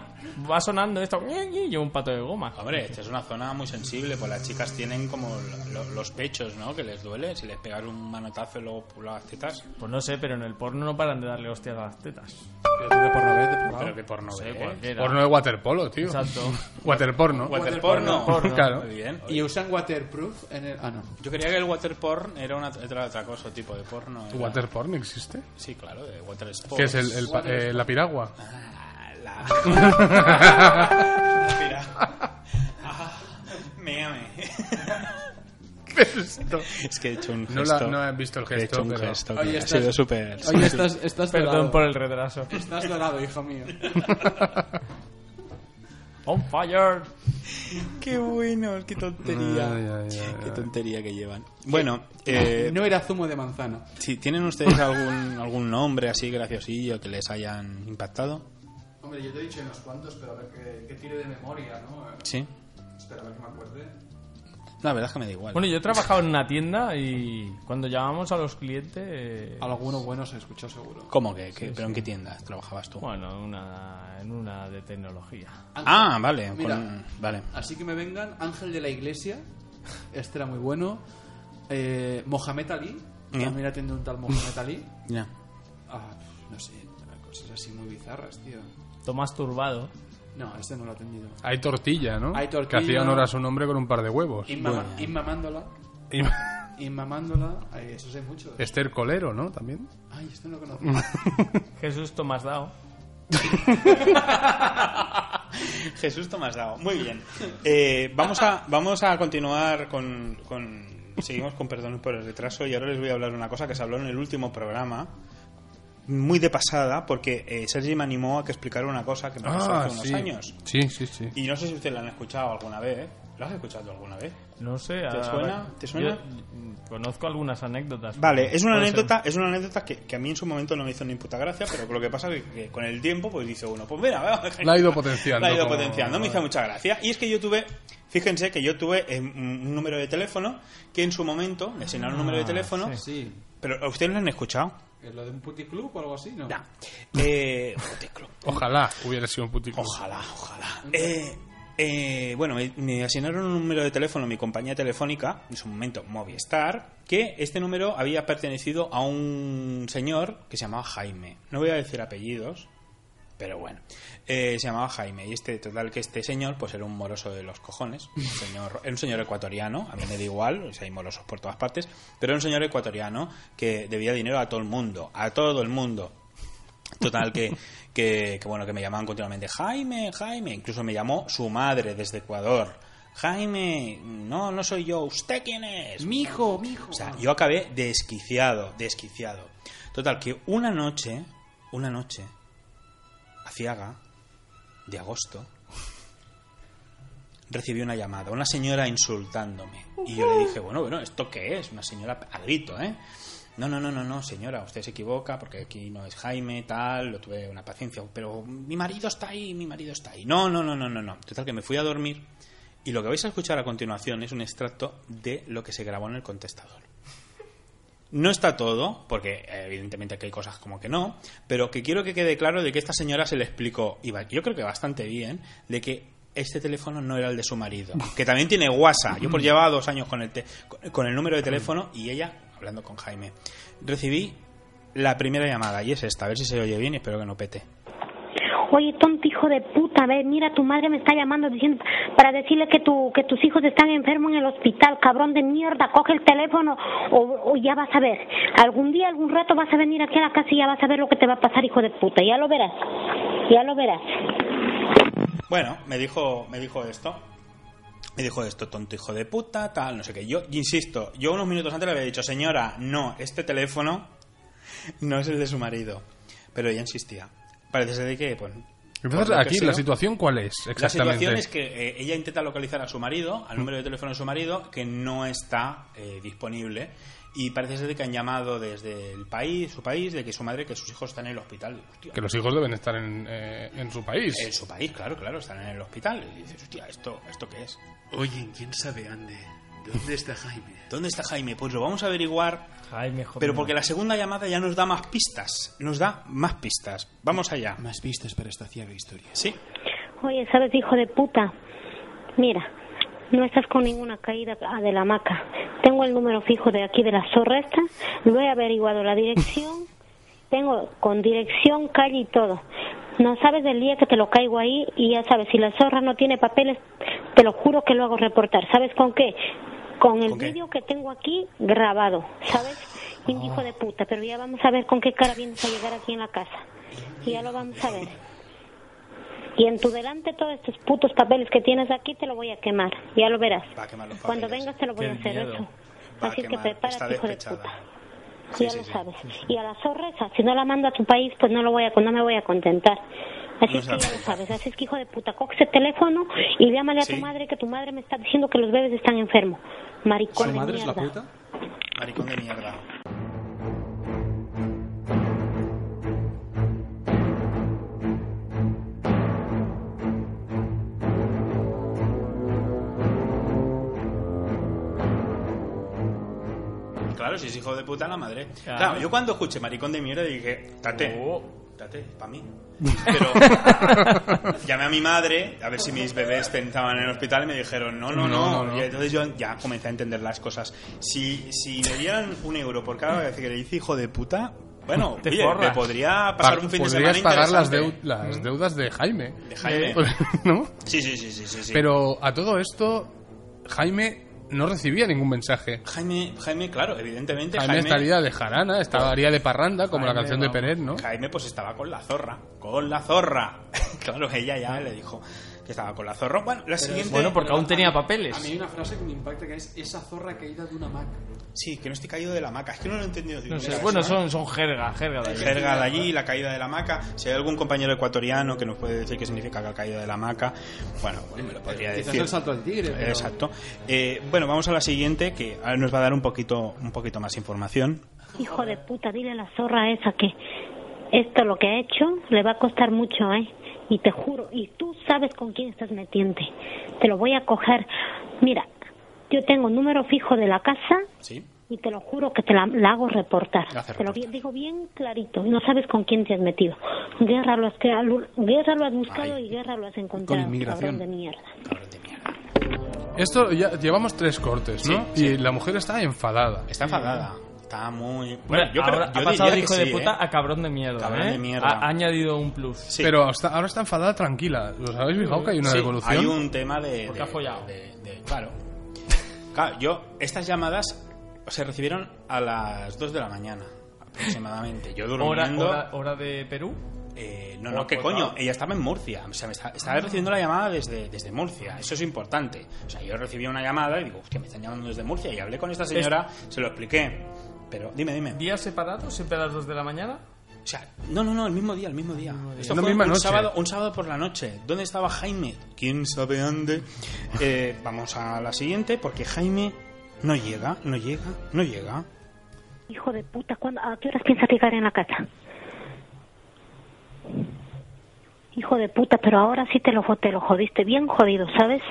S3: va sonando esto. Llevo un pato de goma.
S1: Hombre, esta es una zona muy sensible, pues las chicas tienen como lo- lo- los pechos, ¿no? Que les duele. Si les pegas un manotazo y luego por las tetas.
S3: Pues no sé, pero en el porno no paran de darle hostias a las tetas.
S1: Pero que porno
S3: No sé,
S1: ve, ¿eh?
S3: cualquiera.
S2: Porno de waterpolo, tío.
S3: Exacto.
S2: Waterporno.
S1: Waterporno.
S3: Waterporno.
S2: Claro.
S1: Muy bien.
S6: Y usan waterproof en el. Ah, no.
S1: Yo creía que el waterporn era una, era otra cosa, tipo de porno. era-
S2: ¿Waterporno existe?
S1: Sí, claro, de water sports.
S2: ¿Qué es el, el pa- eh, la piragua?
S1: Ah, la... Mira. Ah, meame.
S2: ¿Qué es esto?
S1: Es que he hecho un
S2: No,
S1: gesto.
S2: la- no he visto el
S1: He hecho
S2: gesto,
S1: un
S2: pero...
S1: gesto
S6: Oye,
S1: que ha
S6: estás-
S1: sido súper...
S6: Oye, estás, estás
S3: Perdón
S6: dorado.
S3: por el retraso.
S6: Estás dorado, hijo mío.
S3: On fire.
S1: Qué bueno, qué tontería.
S2: Ay, ay, ay,
S1: Qué
S2: ay.
S1: tontería que llevan. Bueno, eh,
S6: No era zumo de manzana.
S1: si tienen ustedes algún, algún nombre así graciosillo que les hayan impactado.
S6: Hombre, yo te he dicho unos cuantos, pero a ver que, tire de memoria, ¿no?
S1: Sí.
S6: Espera, a ver que me acuerde.
S1: La verdad es que me da igual.
S3: Bueno, yo he trabajado en una tienda y cuando llamamos a los clientes... eh,
S6: Alguno bueno se escuchó seguro.
S1: ¿Cómo que? que- ¿Pero en qué tiendas trabajabas tú?
S3: Bueno, una, en una de tecnología.
S1: Ah, vale. con-
S6: Mira.
S1: vale.
S6: Así que me vengan Ángel de la Iglesia, este era muy bueno. Eh, Mohamed Ali,
S1: Ya.
S6: también atiende un tal Mohamed Ali.
S1: Ya.
S6: Ah, no sé, cosas así muy bizarras, tío.
S3: Tomás Turbado.
S6: No, este no lo ha atendido.
S2: Hay tortilla, ¿no?
S6: Hay
S2: Que
S6: tortilla.
S2: hacía honor a su nombre con un par de huevos.
S6: Inma, Inma Mándola,
S2: Y-
S6: Inma Mándola, ay, eh, eso sé mucho.
S2: Esther Colero, ¿no? También.
S6: Ay, este no lo conozco.
S3: Jesús Tomás Dao.
S1: Jesús Tomás Dao. Muy bien. Eh, vamos, a, vamos a continuar con, con- Seguimos con perdón por el retraso y ahora les voy a hablar una cosa que se habló en el último programa. Muy de pasada, porque eh, Sergi me animó a que explicara una cosa que me pasó hace unos
S2: Ah, sí.
S1: años.
S2: Sí, sí, sí.
S1: Y no sé si ustedes la han escuchado alguna vez. ¿Lo has escuchado alguna vez?
S3: No sé.
S1: ¿Te
S3: a-
S1: suena? ¿Te suena?
S3: yo- conozco algunas anécdotas.
S1: Vale, es una
S3: Puede ser.
S1: anécdota, es una anécdota que, que a mí en su momento no me hizo ni puta gracia, pero que lo que pasa es que, que con el tiempo pues dice uno, pues mira, vamos a dejar-
S2: La ha ido potenciando,
S1: La ha ido
S2: como-
S1: potenciando, me hizo mucha gracia. Y es que yo tuve, fíjense que yo tuve eh, un número de teléfono que en su momento me asignaron un número de teléfono,
S6: Ah, Sí,
S1: pero ¿a ustedes lo han escuchado?
S6: lo de un puticlub o algo así, ¿no?
S1: Ya. Eh, joder, club.
S2: Ojalá hubiera sido un putico.
S1: Ojalá, ojalá. Eh, eh, bueno, me, me asignaron un número de teléfono mi compañía telefónica, en su momento Movistar, que este número había pertenecido a un señor que se llamaba Jaime. No voy a decir apellidos, pero bueno. Eh, se llamaba Jaime. Y este, total, que este señor, pues era un moroso de los cojones. Un señor, era un señor ecuatoriano, a mí me da igual, o sea, hay morosos por todas partes, pero era un señor ecuatoriano que debía dinero a todo el mundo, a todo el mundo. Total, que, que, que bueno, que me llamaban continuamente, Jaime, Jaime, incluso me llamó su madre desde Ecuador. Jaime, no, no soy yo, ¿usted quién es?
S6: Mijo, mijo.
S1: O sea, yo acabé desquiciado, desquiciado. Total, que una noche, una noche, aciaga, de agosto, recibí una llamada, una señora insultándome. Y yo le dije, bueno, bueno, ¿esto qué es? Una señora a grito, ¿eh? No, no, no, no, no, señora, usted se equivoca porque aquí no es Jaime, tal, lo tuve una paciencia, pero mi marido está ahí, mi marido está ahí. No, no, no, no, no, no. Total que me fui a dormir y lo que vais a escuchar a continuación es un extracto de lo que se grabó en el contestador. No está todo, porque eh, evidentemente aquí hay cosas como que no, pero que quiero que quede claro de que esta señora se le explicó, y va- yo creo que bastante bien, de que este teléfono no era el de su marido, que también tiene WhatsApp. Yo por llevaba dos años con el, te- con el número de teléfono y ella hablando con Jaime. Recibí la primera llamada y es esta, a ver si se oye bien y espero que no pete.
S8: Oye, tonto hijo de puta, ve, mira, tu madre me está llamando diciendo para decirle que tu que tus hijos están enfermos en el hospital, cabrón de mierda, coge el teléfono o, o ya vas a ver. Algún día, algún rato vas a venir aquí a la casa y ya vas a ver lo que te va a pasar, hijo de puta, ya lo verás. Ya lo verás.
S1: Bueno, me dijo, me dijo esto. Me dijo esto, tonto hijo de puta, tal, no sé qué. Yo, insisto, yo unos minutos antes le había dicho, señora, no, este teléfono no es el de su marido. Pero ella insistía. Parece ser de que, bueno. por
S2: Entonces,
S1: lo que
S2: aquí,
S1: sea,
S2: ¿la situación cuál es
S1: La
S2: exactamente?
S1: situación es que eh, ella intenta localizar a su marido, al número de teléfono de su marido, que no está eh, disponible. Y parece ser de que han llamado desde el país, su país, de que su madre, que sus hijos están en el hospital. Digo, hostia,
S2: Que los hijos deben estar en, eh, en su país.
S1: en su país, claro, claro, están en el hospital. Y dices, hostia, ¿esto, ¿esto qué es?
S4: Oye, ¿quién sabe ande? ¿Dónde está Jaime?
S1: ¿Dónde está Jaime? Pues lo vamos a averiguar,
S3: Jaime, joder.
S1: pero porque la segunda llamada ya nos da más pistas. Nos da más pistas. Vamos allá.
S4: Más vistas para esta ciega historia.
S1: Sí.
S8: Oye, sabes, hijo de puta, mira, no estás con ninguna caída ah, de la hamaca. Tengo el número fijo de aquí de la zorra esta, lo he averiguado la dirección, tengo con dirección, calle y todo. No sabes del día que te lo caigo ahí y ya sabes, si la zorra no tiene papeles, te lo juro que lo hago reportar. ¿Sabes con qué? Con el
S1: ¿Con qué?
S8: vídeo que tengo aquí grabado, ¿sabes? Y hijo de puta, pero ya vamos a ver con qué cara vienes a llegar aquí en la casa. Ya lo vamos a ver. Y en tu delante todos estos putos papeles que tienes aquí te lo voy a quemar. Ya lo verás.
S1: Va a quemar los
S8: Cuando
S1: papeles.
S8: vengas te lo voy
S3: Qué
S8: a hacer
S3: miedo.
S8: hecho.
S1: Va a
S8: Así que
S1: quemar. Está
S8: prepárate, hijo de
S1: despechada.
S8: puta.
S1: Sí,
S8: ya
S1: sí,
S8: lo
S1: sí.
S8: sabes. Y a la zorra esa, si no la mando a tu país, pues no lo voy a, no me voy a contentar. Así
S1: No
S8: es
S1: se
S8: que
S1: va a
S8: ya lo
S1: contentar.
S8: sabes. Así es que hijo de puta, coge ese teléfono y llámale a
S1: Sí.
S8: tu madre que tu madre me está diciendo que los bebés están enfermos. Maricón
S4: ¿Su
S8: de
S4: madre es la
S8: mierda.
S4: puta?
S1: Maricón de mierda. Claro, si es hijo de puta la madre. Claro,
S3: Claro.
S1: yo cuando escuché maricón de mierda dije, tate,
S3: Oh.
S1: tate, para mí. Pero llamé a mi madre a ver si mis bebés pensaban en el hospital y me dijeron, no, no, no.
S2: No, no, no.
S1: Y entonces yo ya comencé a entender las cosas. Si, si me dieran un euro por cada vez que le dice hijo de puta, bueno,
S3: Te
S1: oye,
S3: forras.
S1: me podría pasar un fin de semana
S2: Podrías pagar las,
S1: interesante.
S2: deu- las deudas de Jaime. Pues,
S1: De Jaime.
S2: ¿No?
S1: Sí, sí, sí, sí, sí, sí.
S2: Pero a todo esto, Jaime no recibía ningún mensaje.
S1: Jaime, Jaime, claro, evidentemente
S2: Jaime, estaría de jarana, estaría de parranda, como la
S3: Jaime,
S2: canción de
S3: vamos.
S2: Pérez, ¿no?
S1: Jaime pues estaba con la zorra, con la zorra. claro, ella ya le dijo que estaba con la zorra. Bueno, la siguiente...
S3: Bueno, porque aún tenía papeles.
S6: A mí hay una frase que me impacta que es esa zorra caída de una hamaca.
S1: Sí, que no estoy caído de la maca. Es que no lo he entendido.
S3: No sé,
S1: Mira,
S3: bueno,
S1: eso, ¿eh?
S3: son, son jerga, jerga de allí.
S1: jerga de allí, la caída de la maca. Si hay algún compañero ecuatoriano que nos puede decir qué significa la caída de la maca, bueno, pues me lo podría
S6: Quizás
S1: decir.
S6: el salto del tigre. pero-
S1: Exacto. Eh, bueno, vamos a la siguiente que ahora nos va a dar un poquito, un poquito más información.
S8: Hijo de puta, dile a la zorra esa que esto lo que ha hecho le va a costar mucho, ¿eh? Y te juro, y tú sabes con quién estás metiente. Te lo voy a coger. Mira, yo tengo número fijo de la casa
S1: Sí.
S8: y te lo juro que te la, la hago reportar.
S1: La hace
S8: Te
S1: reportar.
S8: lo bien- digo bien clarito. No sabes con quién te has metido. Guerra lo has, creado- guerra lo has buscado
S1: Ay.
S8: y guerra lo has encontrado.
S4: inmigración.
S8: cabrón de mierda.
S1: Cabrón de mierda.
S2: Esto ya llevamos tres cortes, ¿no?
S1: Sí,
S2: Y la mujer está enfadada.
S1: Está enfadada. Está muy.
S3: Bueno,
S1: yo creo- yo
S3: ahora ha
S1: diría
S3: pasado de
S1: que
S3: hijo
S1: sí,
S3: de
S1: ¿eh?
S3: puta a cabrón de miedo.
S1: Cabrón
S3: ¿eh?
S1: de mierda.
S3: Ha, ha añadido un plus.
S1: Sí.
S2: Pero hasta ahora está enfadada tranquila. ¿Los habéis fijado que hay una
S1: Sí,
S2: evolución?
S1: Hay un tema de.
S3: Porque
S1: de-
S3: ha follado.
S1: de- de- claro. Claro, yo. Estas llamadas se recibieron a las 2 de la mañana aproximadamente. Yo
S3: Hora,
S1: durmiendo.
S3: hora, hora de Perú.
S1: Eh, no, Ah. no, ¿qué coño? Ella estaba en Murcia. O sea, me está- estaba recibiendo la llamada desde, desde Murcia. Eso es importante. O sea, yo recibí una llamada y digo, hostia, me están llamando desde Murcia. Y hablé con esta señora, se lo expliqué. Pero dime, dime.
S3: Días separados, siempre a las 2 de la mañana.
S1: O sea, no, no, no, el mismo día, el mismo día. Esto
S2: La
S1: fue
S2: misma
S1: un,
S2: noche.
S1: Sábado, un sábado por la noche. ¿Dónde estaba Jaime? ¿Quién sabe dónde? Eh, vamos a la siguiente, porque Jaime no llega, no llega, no llega.
S8: Hijo de puta, ¿cuándo- ¿a qué horas piensas llegar en la casa? Hijo de puta, pero ahora sí te lo, jo- te lo jodiste, bien jodido, ¿sabes?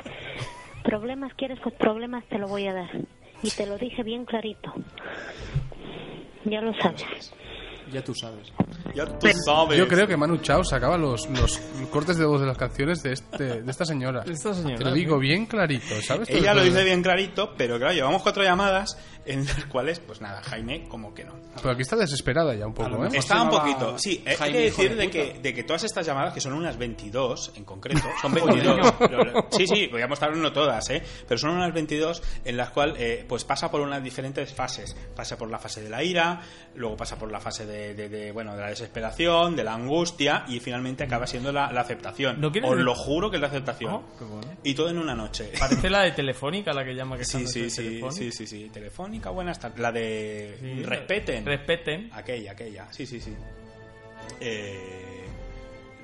S8: Problemas quieres, pues problemas te lo voy a dar. Y te lo dije bien clarito. Ya lo sabes.
S6: Ya tú sabes.
S1: Ya tú sabes.
S2: Yo creo que Manu Chao sacaba los, los cortes de voz de las canciones de, este, de esta señora.
S3: De esta señora,
S2: Te lo
S3: sí.
S2: digo bien clarito, ¿sabes? Te
S1: ¿eh? Ella lo
S2: puedo-
S1: dice bien clarito, pero claro, llevamos cuatro llamadas en las cuales, pues nada, Jaime como que no.
S2: Pero aquí está desesperada ya un
S6: A lo
S2: poco,
S6: mejor
S2: ¿eh?
S6: es-
S1: Estaba un
S6: llamaba
S1: poquito. Sí, eh, hay que
S6: Jaime, hijo de
S1: decir de
S6: puta.
S1: que, de que todas estas llamadas, que son unas 22 en concreto, son 22. lo- lo- sí, sí, voy a mostrar no todas, ¿eh? Pero son unas 22 en las cuales pues pasa por unas diferentes fases. Pasa por la fase de la ira, luego pasa por la fase de, de- de, bueno, de la desesperación, de la angustia y finalmente acaba siendo la, la aceptación.
S3: ¿No quieres
S1: Os
S3: decir-
S1: lo juro que es la aceptación.
S3: Oh, qué bueno.
S1: Y todo en una noche.
S3: Parece la de Telefónica la que llama que
S1: Sí,
S3: está en
S1: sí,
S3: el
S1: sí,
S3: teléfono.
S1: sí, sí, sí. Telefónica, buenas tardes. La de
S3: Sí.
S1: Respeten.
S3: Respeten.
S1: Aquella, aquella. Sí, sí, sí. Eh,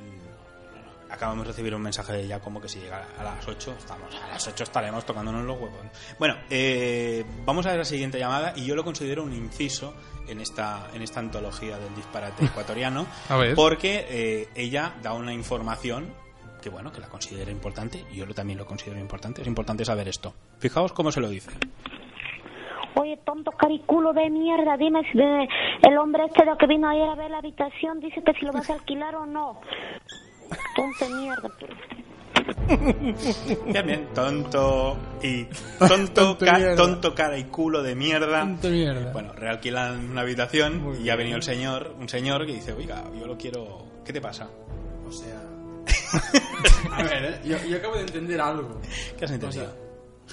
S1: mm, Acabamos de recibir un mensaje de ella como que si llega a las 8, estamos, a las 8 estaremos tocándonos los huevos. ¿no? Bueno, eh, vamos a ver la siguiente llamada y yo lo considero un inciso en esta, en esta antología del disparate ecuatoriano
S2: A ver.
S1: porque eh, ella da una información que bueno, que la considera importante, y yo lo- también lo considero importante, es importante saber esto. Fijaos cómo se lo dice.
S8: Oye, tonto cariculo de mierda, dime si de- el hombre este de que vino ayer a ver la habitación dice que si lo vas a alquilar o no. Tonto de mierda, pero...
S1: Bien, bien, tonto y tonto,
S2: Tonto
S1: ca-
S2: mierda.
S1: tonto cara y culo de mierda.
S2: Tonto mierda.
S1: Bueno, realquilan una habitación y ha venido el señor, un señor que dice, oiga, yo lo quiero, ¿qué te pasa?
S6: O sea. A ver, ¿eh? yo, yo acabo de entender algo.
S1: ¿Qué has
S6: O
S1: entendido?
S6: sea,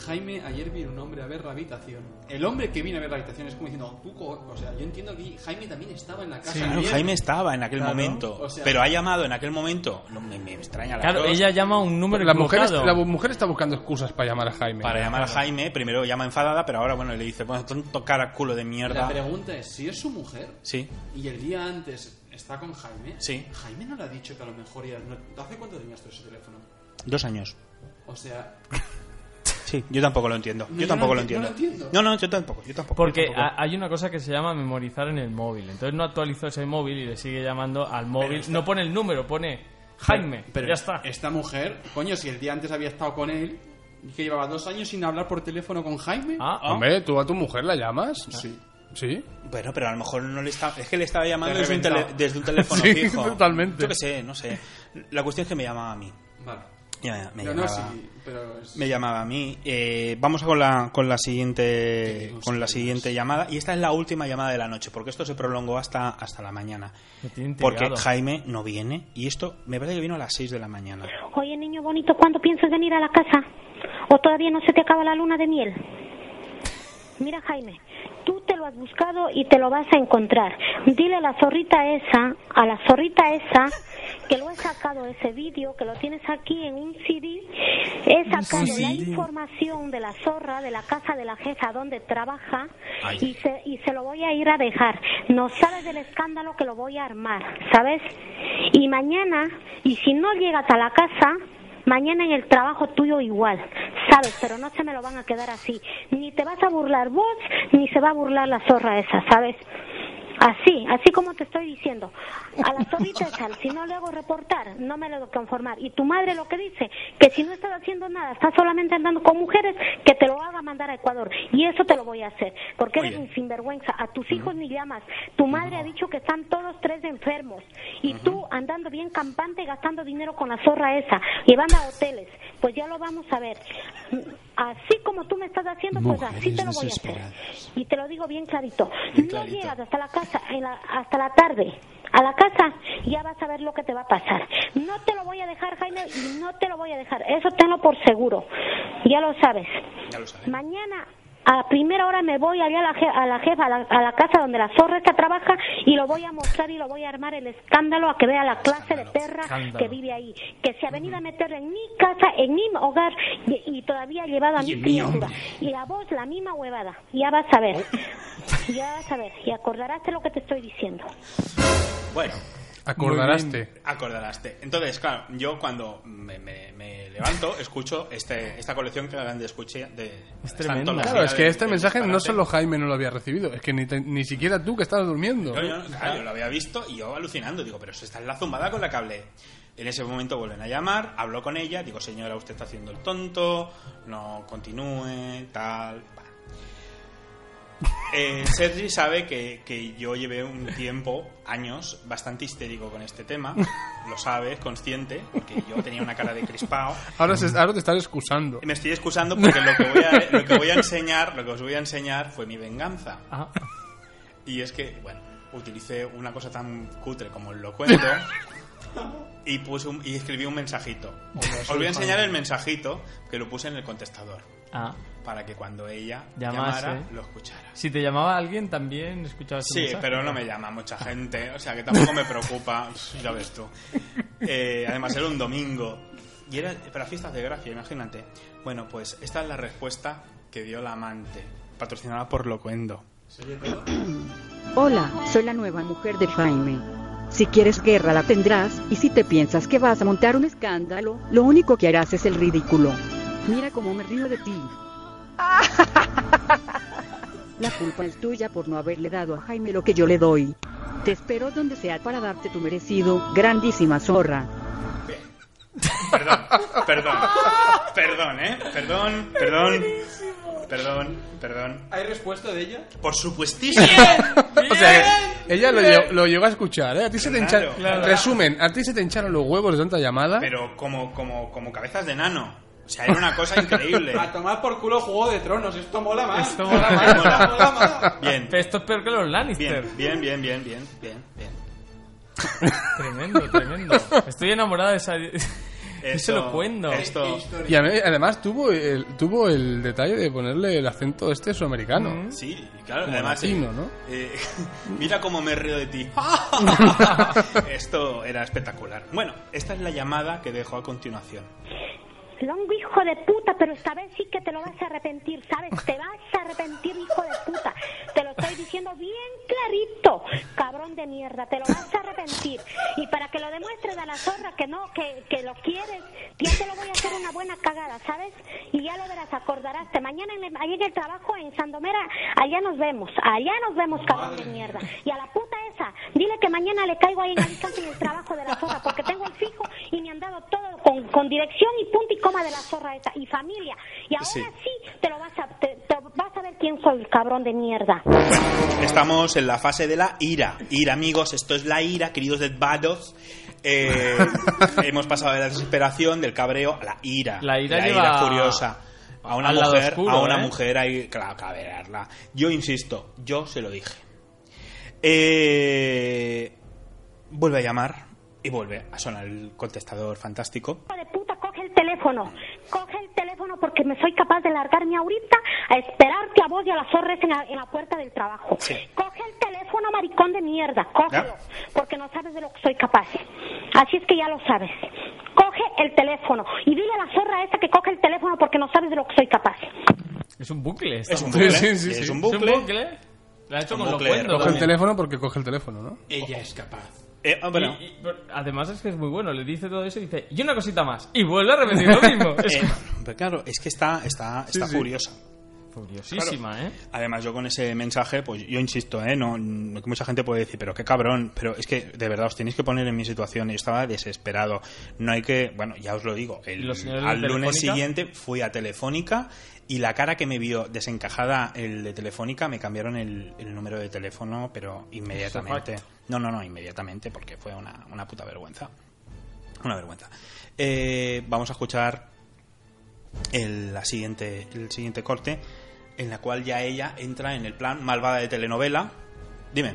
S6: Jaime, ayer vino un hombre a ver la habitación. El hombre que vino a ver la habitación es como diciendo, tú, co- o sea, yo entiendo que Jaime también estaba en la casa.
S1: Claro,
S6: ayer.
S1: Jaime estaba en aquel
S6: Claro,
S1: momento,
S6: o sea-
S1: pero ha llamado en aquel momento, no, me, me extraña la
S3: Claro, ella llama a un número
S2: La mujer, es-
S3: equivocado.
S2: la mujer está buscando excusas para llamar a Jaime.
S1: Para llamar a Jaime, primero llama enfadada, pero ahora bueno, le dice, bueno, tonto cara culo de
S6: La
S1: mierda.
S6: pregunta es, si es su mujer
S1: Sí,
S6: y el día antes está con Jaime,
S1: Sí.
S6: Jaime no le ha dicho que a lo mejor ya... no- ¿Hace cuánto tenías tú ese teléfono?
S1: dos años.
S6: O sea,
S1: Sí, yo tampoco lo entiendo.
S6: No,
S1: yo
S6: yo
S1: tampoco
S6: no
S1: lo
S6: enti- no
S1: entiendo.
S6: lo entiendo.
S1: No, no, yo tampoco, yo tampoco. yo
S3: Porque
S1: tampoco.
S3: ha- hay una cosa que se llama memorizar en el móvil. Entonces no actualizó ese móvil y le sigue llamando al móvil. No pone el número, pone Jaime.
S6: pero
S3: ya está.
S6: Esta mujer, coño, si el día antes había estado con él, que llevaba dos años sin hablar por teléfono con Jaime...
S3: Ah, ah.
S2: Hombre, ¿tú a tu mujer la llamas?
S1: Ah.
S2: Sí. ¿Sí?
S1: Bueno, pero a lo mejor no le está. Es que le estaba llamando
S6: Te he
S1: desde un,
S6: reventado.
S1: tele- desde un teléfono
S2: Sí,
S1: fijo.
S2: totalmente.
S1: Yo qué sé, no sé. La cuestión es que me llamaba a mí.
S6: Vale.
S1: Ya, Me
S6: No,
S1: llamaba,
S6: no, sí, pero... es-
S1: me llamaba a mí. Eh, vamos a con la, con la siguiente
S6: Tenemos
S1: con la
S6: problemas.
S1: siguiente llamada. Y esta es la última llamada de la noche, porque esto se prolongó hasta, hasta la mañana.
S3: Me tiene intrigado.
S1: Porque Jaime no viene. Y esto me parece que vino a las 6 de la mañana.
S8: Oye, niño bonito, ¿cuándo piensas venir a la casa? ¿O todavía no se te acaba la luna de miel? Mira, Jaime, tú te lo has buscado y te lo vas a encontrar. Dile a la zorrita esa, a la zorrita esa, que lo he sacado ese vídeo, que lo tienes aquí en un CD. He sacado la información de la zorra, de la casa de la jefa donde trabaja,
S1: Ay.
S8: y se, y se lo voy a ir a dejar. No sabes del escándalo que lo voy a armar, ¿sabes? Y mañana, y si no llegas a la casa, mañana en el trabajo tuyo igual, ¿sabes? Pero no se me lo van a quedar así. Ni te vas a burlar vos, ni se va a burlar la zorra esa, ¿sabes? Así, así como te estoy diciendo. A la zorrita esa, si no le hago reportar, no me lo hago conformar. Y tu madre lo que dice, que si no estás haciendo nada, estás solamente andando con mujeres, que te lo haga mandar a Ecuador. Y eso te lo voy a hacer, porque eres
S1: Oye.
S8: un sinvergüenza. A tus hijos ni llamas. Tu madre ha dicho que están todos tres enfermos. Y tú andando bien campante, gastando dinero con la zorra esa, llevando a hoteles. Pues ya lo vamos a ver. Así como tú me estás haciendo, pues así te lo voy a hacer. Y te lo digo bien clarito. No llegas hasta la casa, en la- hasta la tarde. A la casa ya vas a ver lo que te va a pasar. No te lo voy a dejar, Jaime, y no te lo voy a dejar. Eso tenlo por seguro. Ya lo sabes.
S1: Ya lo sabes.
S8: Mañana a primera hora me voy allá a la, je- a la jefa, a la, a la casa donde la zorra esta trabaja y lo voy a mostrar y lo voy a armar el escándalo a que vea la clase de perra
S3: escándalo.
S8: que vive ahí. Que se ha venido a meter en mi casa, en mi hogar y, y todavía ha llevado a mi criatura. Y a vos la misma huevada. Ya vas a ver. Ya vas a ver, y acordarás de lo que te estoy diciendo.
S1: Bueno,
S2: Acordaraste.
S1: acordaraste. Entonces, claro, yo cuando me, me- me levanto, escucho este, esta colección que eran de escuché de. esta
S3: tremendo.
S1: antología
S2: Claro, es que
S1: de-
S2: este
S1: de
S2: mensaje no
S1: disparate.
S2: solo Jaime no lo había recibido, es que ni, te- ni siquiera tú que estabas durmiendo.
S1: Yo, yo, claro, yo lo había visto y yo alucinando. Digo, pero esta es la zumbada con la que hablé. En ese momento vuelven a llamar, hablo con ella, digo, señora, usted está haciendo el tonto, no continúe, tal. pa. Eh, Sergi sabe que, que yo llevé un tiempo, años, bastante histérico con este tema. Lo sabe, es consciente, porque yo tenía una cara de crispao.
S2: Ahora, se- ahora te estás excusando.
S1: Me estoy excusando porque lo que voy a, lo que voy a enseñar, lo que os voy a enseñar fue mi venganza.
S3: Ah,
S1: Y es que, bueno, utilicé una cosa tan cutre como lo cuento y, puse un- y escribí un mensajito. Os voy a enseñar el mensajito que lo puse en el contestador
S3: ah.
S1: para que cuando ella
S3: Llamase.
S1: llamara lo escuchara.
S3: Si te llamaba alguien también escuchabas tu
S1: Sí,
S3: mensaje.
S1: pero no me llama mucha gente, o sea que tampoco me preocupa, ya ves tú. Eh, además era un domingo y era para fiestas de gracia, imagínate. Bueno, pues esta es la respuesta que dio la amante, patrocinada por Locuendo.
S10: Hola, soy la nueva mujer de Jaime. Si quieres guerra la tendrás, y si te piensas que vas a montar un escándalo, lo único que harás es el ridículo. Mira cómo me río de ti. La culpa es tuya por no haberle dado a Jaime lo que yo le doy. Te espero donde sea para darte tu merecido, grandísima zorra.
S1: Bien. Perdón, perdón, perdón, ¿eh? Perdón, perdón, perdón, perdón.
S6: ¿Hay respuesta de ella?
S1: Por supuestísimo.
S2: O sea, que ella lo, lle- lo llegó a escuchar, ¿eh? A ti se te
S1: Claro,
S2: hincha-
S1: claro.
S2: Resumen, a ti se te hincharon los huevos de tanta llamada.
S1: Pero como, como, como cabezas de nano. O sea, era una cosa increíble.
S6: A tomar por culo Juego de Tronos, esto mola más.
S3: Esto mola más.
S6: Mola, mola más.
S1: Bien,
S3: Esto es peor que los Lannister.
S1: bien, bien, bien, bien, bien, bien, bien.
S3: Tremendo, tremendo. Estoy enamorado de esa... Eso lo cuento.
S1: Esto,
S2: Y a mí- además tuvo el, tuvo el detalle de ponerle el acento este sudamericano.
S1: sí, y claro,
S2: Como
S1: además...
S2: latino,
S1: eh,
S2: ¿no?
S1: eh, mira cómo me río de ti. Esto era espectacular. Bueno, esta es la llamada que dejo a continuación.
S8: Longo, hijo de puta, pero esta vez sí que te lo vas a arrepentir, ¿sabes? Te vas a arrepentir, hijo de puta. Te lo estoy diciendo bien clarito, cabrón de mierda, te lo vas a arrepentir. Y para que lo demuestres a la zorra que no, que, que lo quieres, yo te lo voy a hacer una buena cagada, ¿sabes? Y ya lo verás, acordarás. Mañana en el, ahí en el trabajo en Sandomera, allá nos vemos, allá nos vemos, cabrón de mierda. Y a la puta esa, dile que mañana le caigo ahí en Alicante en el trabajo de la zorra, porque tengo el fijo y me han dado todo con, con dirección y punto y coma de la zorra esa y familia. Y ahora
S1: Sí.
S8: sí, te lo vas a te- te vas a ver quién soy el cabrón de mierda.
S1: Estamos en la fase de la ira. Ira, amigos, esto es la ira, queridos desvados. Eh, hemos pasado de la desesperación, del cabreo, a la ira.
S3: La ira
S1: la
S3: lleva
S1: ira furiosa. A una
S3: al lado
S1: mujer,
S3: oscuro,
S1: a una
S3: ¿eh?
S1: mujer hay que caberarla. Yo insisto, yo se lo dije. Eh, vuelve a llamar y vuelve a sonar el contestador fantástico.
S8: Hijo de puta, coge el teléfono. Coge el teléfono porque me soy capaz de largarme ahorita a esperarte a vos y a las zorras en la, en la puerta del trabajo.
S1: Sí.
S8: Coge el teléfono, maricón de mierda. Cógelo.
S1: Ya.
S8: Porque no sabes de lo que soy capaz. Así es que ya lo sabes. Coge el teléfono. Y dile a la zorra esta que coge el teléfono porque no sabes de lo que soy capaz.
S3: Es un bucle esto.
S1: Es un
S2: Sí,
S1: bucle.
S2: sí, sí,
S1: es
S2: sí.
S1: un
S3: Es
S1: bucle.
S3: Lo ha hecho
S1: Un
S3: con los
S1: bucle,
S3: cuentos.
S2: Coge el
S1: Totalmente.
S2: teléfono porque coge el teléfono, ¿no?
S6: Ella es capaz.
S1: Eh, ah, bueno,
S3: Y- y- pero además es que es muy bueno, le dice todo eso y dice, y una cosita más, y vuelve a repetir lo mismo. Es
S1: eh, pero claro, es que está, está, está furiosa.
S3: curiosísima, ¿eh?
S1: Además, yo con ese mensaje, pues yo insisto, ¿eh? No, no- que mucha gente puede decir, pero qué cabrón, pero es que de verdad os tenéis que poner en mi situación. Yo estaba desesperado. No hay que, bueno, ya os lo digo,
S3: ¿Y
S1: el,
S3: los señores de
S1: al lunes
S3: Telefónica?
S1: siguiente fui a Telefónica y la cara que me vio desencajada el de Telefónica me cambiaron el, el número de teléfono, pero inmediatamente. No, no, no, inmediatamente, porque fue una, una puta vergüenza. Una vergüenza. Eh, vamos a escuchar el, la siguiente, el siguiente corte, en la cual ya ella entra en el plan malvada de telenovela. Dime,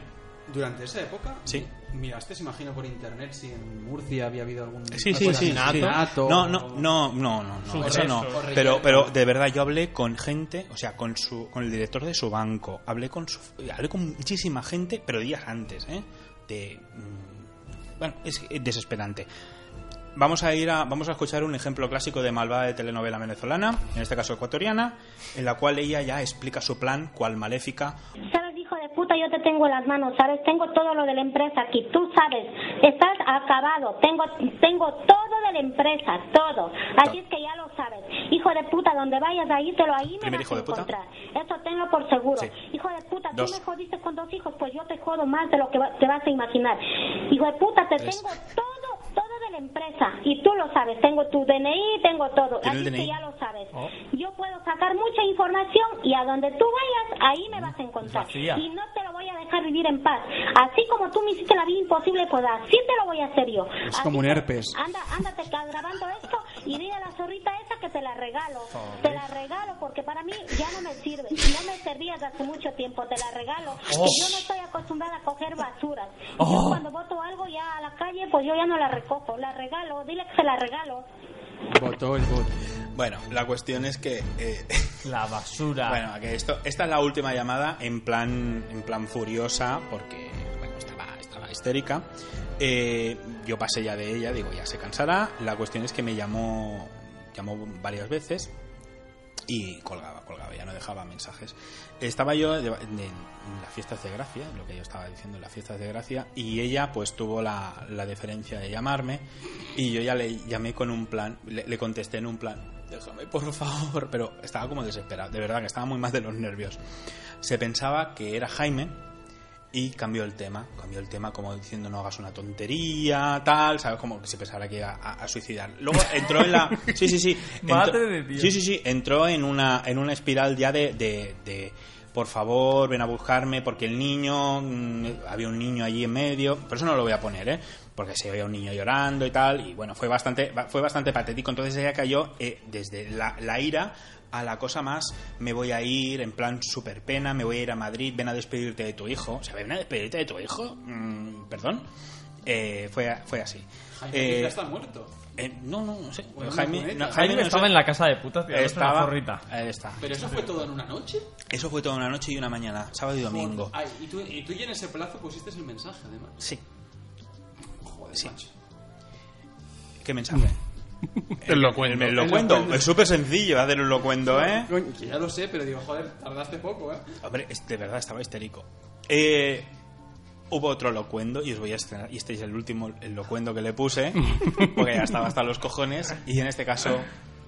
S6: Durante esa época,
S1: Sí.
S6: miraste, se imagino, por internet si en Murcia había habido algún
S1: Sí, sí, sí, sí.
S6: asesinato
S1: No,
S6: o-
S1: no, no, no, no, no, eso no.
S6: o relleno.
S1: Pero, pero de verdad, yo hablé con gente, o sea, con su, con el director de su banco, hablé con su- hablé con muchísima gente, pero días antes, ¿eh? De, mm, bueno, es desesperante. Vamos a ir a, vamos a escuchar un ejemplo clásico de malvada de telenovela venezolana, en este caso ecuatoriana, en la cual ella ya explica su plan, cual maléfica.
S8: ¿Sabes, hijo de puta, yo te tengo en las manos, ¿sabes? Tengo todo lo de la empresa aquí, tú sabes, estás acabado, tengo, tengo todo de la empresa, todo. Así es que ya lo sabes. Hijo de puta, donde vayas ahí, te lo ahí me
S1: Primer
S8: vas
S1: hijo
S8: a
S1: de puta.
S8: encontrar. Eso tenlo por seguro.
S1: Sí.
S8: Hijo de puta,
S1: Dos.
S8: tú me jodiste con dos hijos, pues yo te jodo más de lo que va- te vas a imaginar. Hijo de puta, te
S1: Tres.
S8: tengo todo, todo de la empresa. Y tú lo sabes, tengo tu DNI, tengo todo.
S1: Tiene el
S8: Así es que
S1: DNI.
S8: ya lo sabes.
S3: Oh.
S8: Yo puedo sacar mucha información y a donde tú vayas, ahí me vas a encontrar.
S3: Vacía.
S8: Y no te lo voy a dejar vivir en paz. Así como tú me hiciste la vida imposible, pues así te lo voy a hacer yo.
S4: Es
S8: Así
S4: como un
S8: que
S4: herpes.
S8: Anda, ándate ca- grabando esto y dile a la zorrita esa que te la regalo.
S3: Oh,
S8: Te la regalo porque para mí ya no me sirve. No me servía desde hace mucho tiempo, te la regalo.
S3: Oh.
S8: Y Yo no estoy acostumbrada a coger basuras. Y Yo cuando voto algo ya a la calle, pues yo ya no la recojo. La regalo, dile que se la regalo.
S4: Votó el bot.
S1: Bueno, la cuestión es que. eh,
S3: La basura.
S1: bueno, que esto, esta es la última llamada en plan, en plan furiosa, porque bueno, estaba, estaba histérica. Eh, yo pasé ya de ella, digo, ya se cansará. La cuestión es que me llamó, llamó varias veces y colgaba, colgaba, ya no dejaba mensajes. Estaba yo de- de- en las fiestas de gracia, lo que yo estaba diciendo en las fiestas de gracia, y ella pues tuvo la, la deferencia de llamarme y yo ya le llamé con un plan, le, le contesté en un plan, déjame por favor, pero estaba como desesperado, de verdad que estaba muy mal de los nervios. Se pensaba que era Jaime, y cambió el tema, cambió el tema como diciendo no hagas una tontería, tal, sabes como que se pensara que iba a, a suicidar. Luego entró en la sí sí sí, entró-
S3: Madre de Dios.
S1: sí sí sí, entró en una en una espiral ya de, de, de, por favor ven a buscarme porque el niño mm, había un niño allí en medio, por eso no lo voy a poner, eh, porque se oía un niño llorando y tal y bueno fue bastante fue bastante patético. Entonces ella cayó eh, desde la, la ira a la cosa más, me voy a ir en plan super pena, me voy a ir a Madrid, ven a despedirte de tu hijo. O sea, ven a despedirte de tu hijo, Mm, perdón. Eh, fue, fue así.
S6: Jaime
S1: Eh,
S6: ya está muerto.
S1: eh, no, no, no sé.
S6: Bueno,
S1: Jaime,
S6: una
S1: no,
S6: cuneta.
S1: Jaime
S3: Jaime
S1: no
S3: estaba
S1: sé.
S3: en la casa de putas tirándose una
S1: Estaba-
S3: zorrita.
S1: Ahí está.
S6: Pero eso fue todo en una noche.
S1: Eso fue toda una noche y una mañana, sábado y domingo.
S6: Ay, y, tú, y tú ya en ese plazo pusiste el mensaje, además.
S1: Sí.
S6: Joder,
S1: Sí.
S6: macho.
S1: ¿Qué mensaje?
S2: El locuendo.
S1: El
S2: El
S1: locuendo. Es súper sencillo hacer un locuendo, ¿eh?
S6: Coño, que ya lo sé, pero digo, joder, tardaste poco, ¿eh?
S1: Hombre, es- de verdad estaba histérico. Eh, hubo otro locuendo, y os voy a estrenar, y este es el último el locuendo que le puse, porque ya estaba hasta los cojones, y en este caso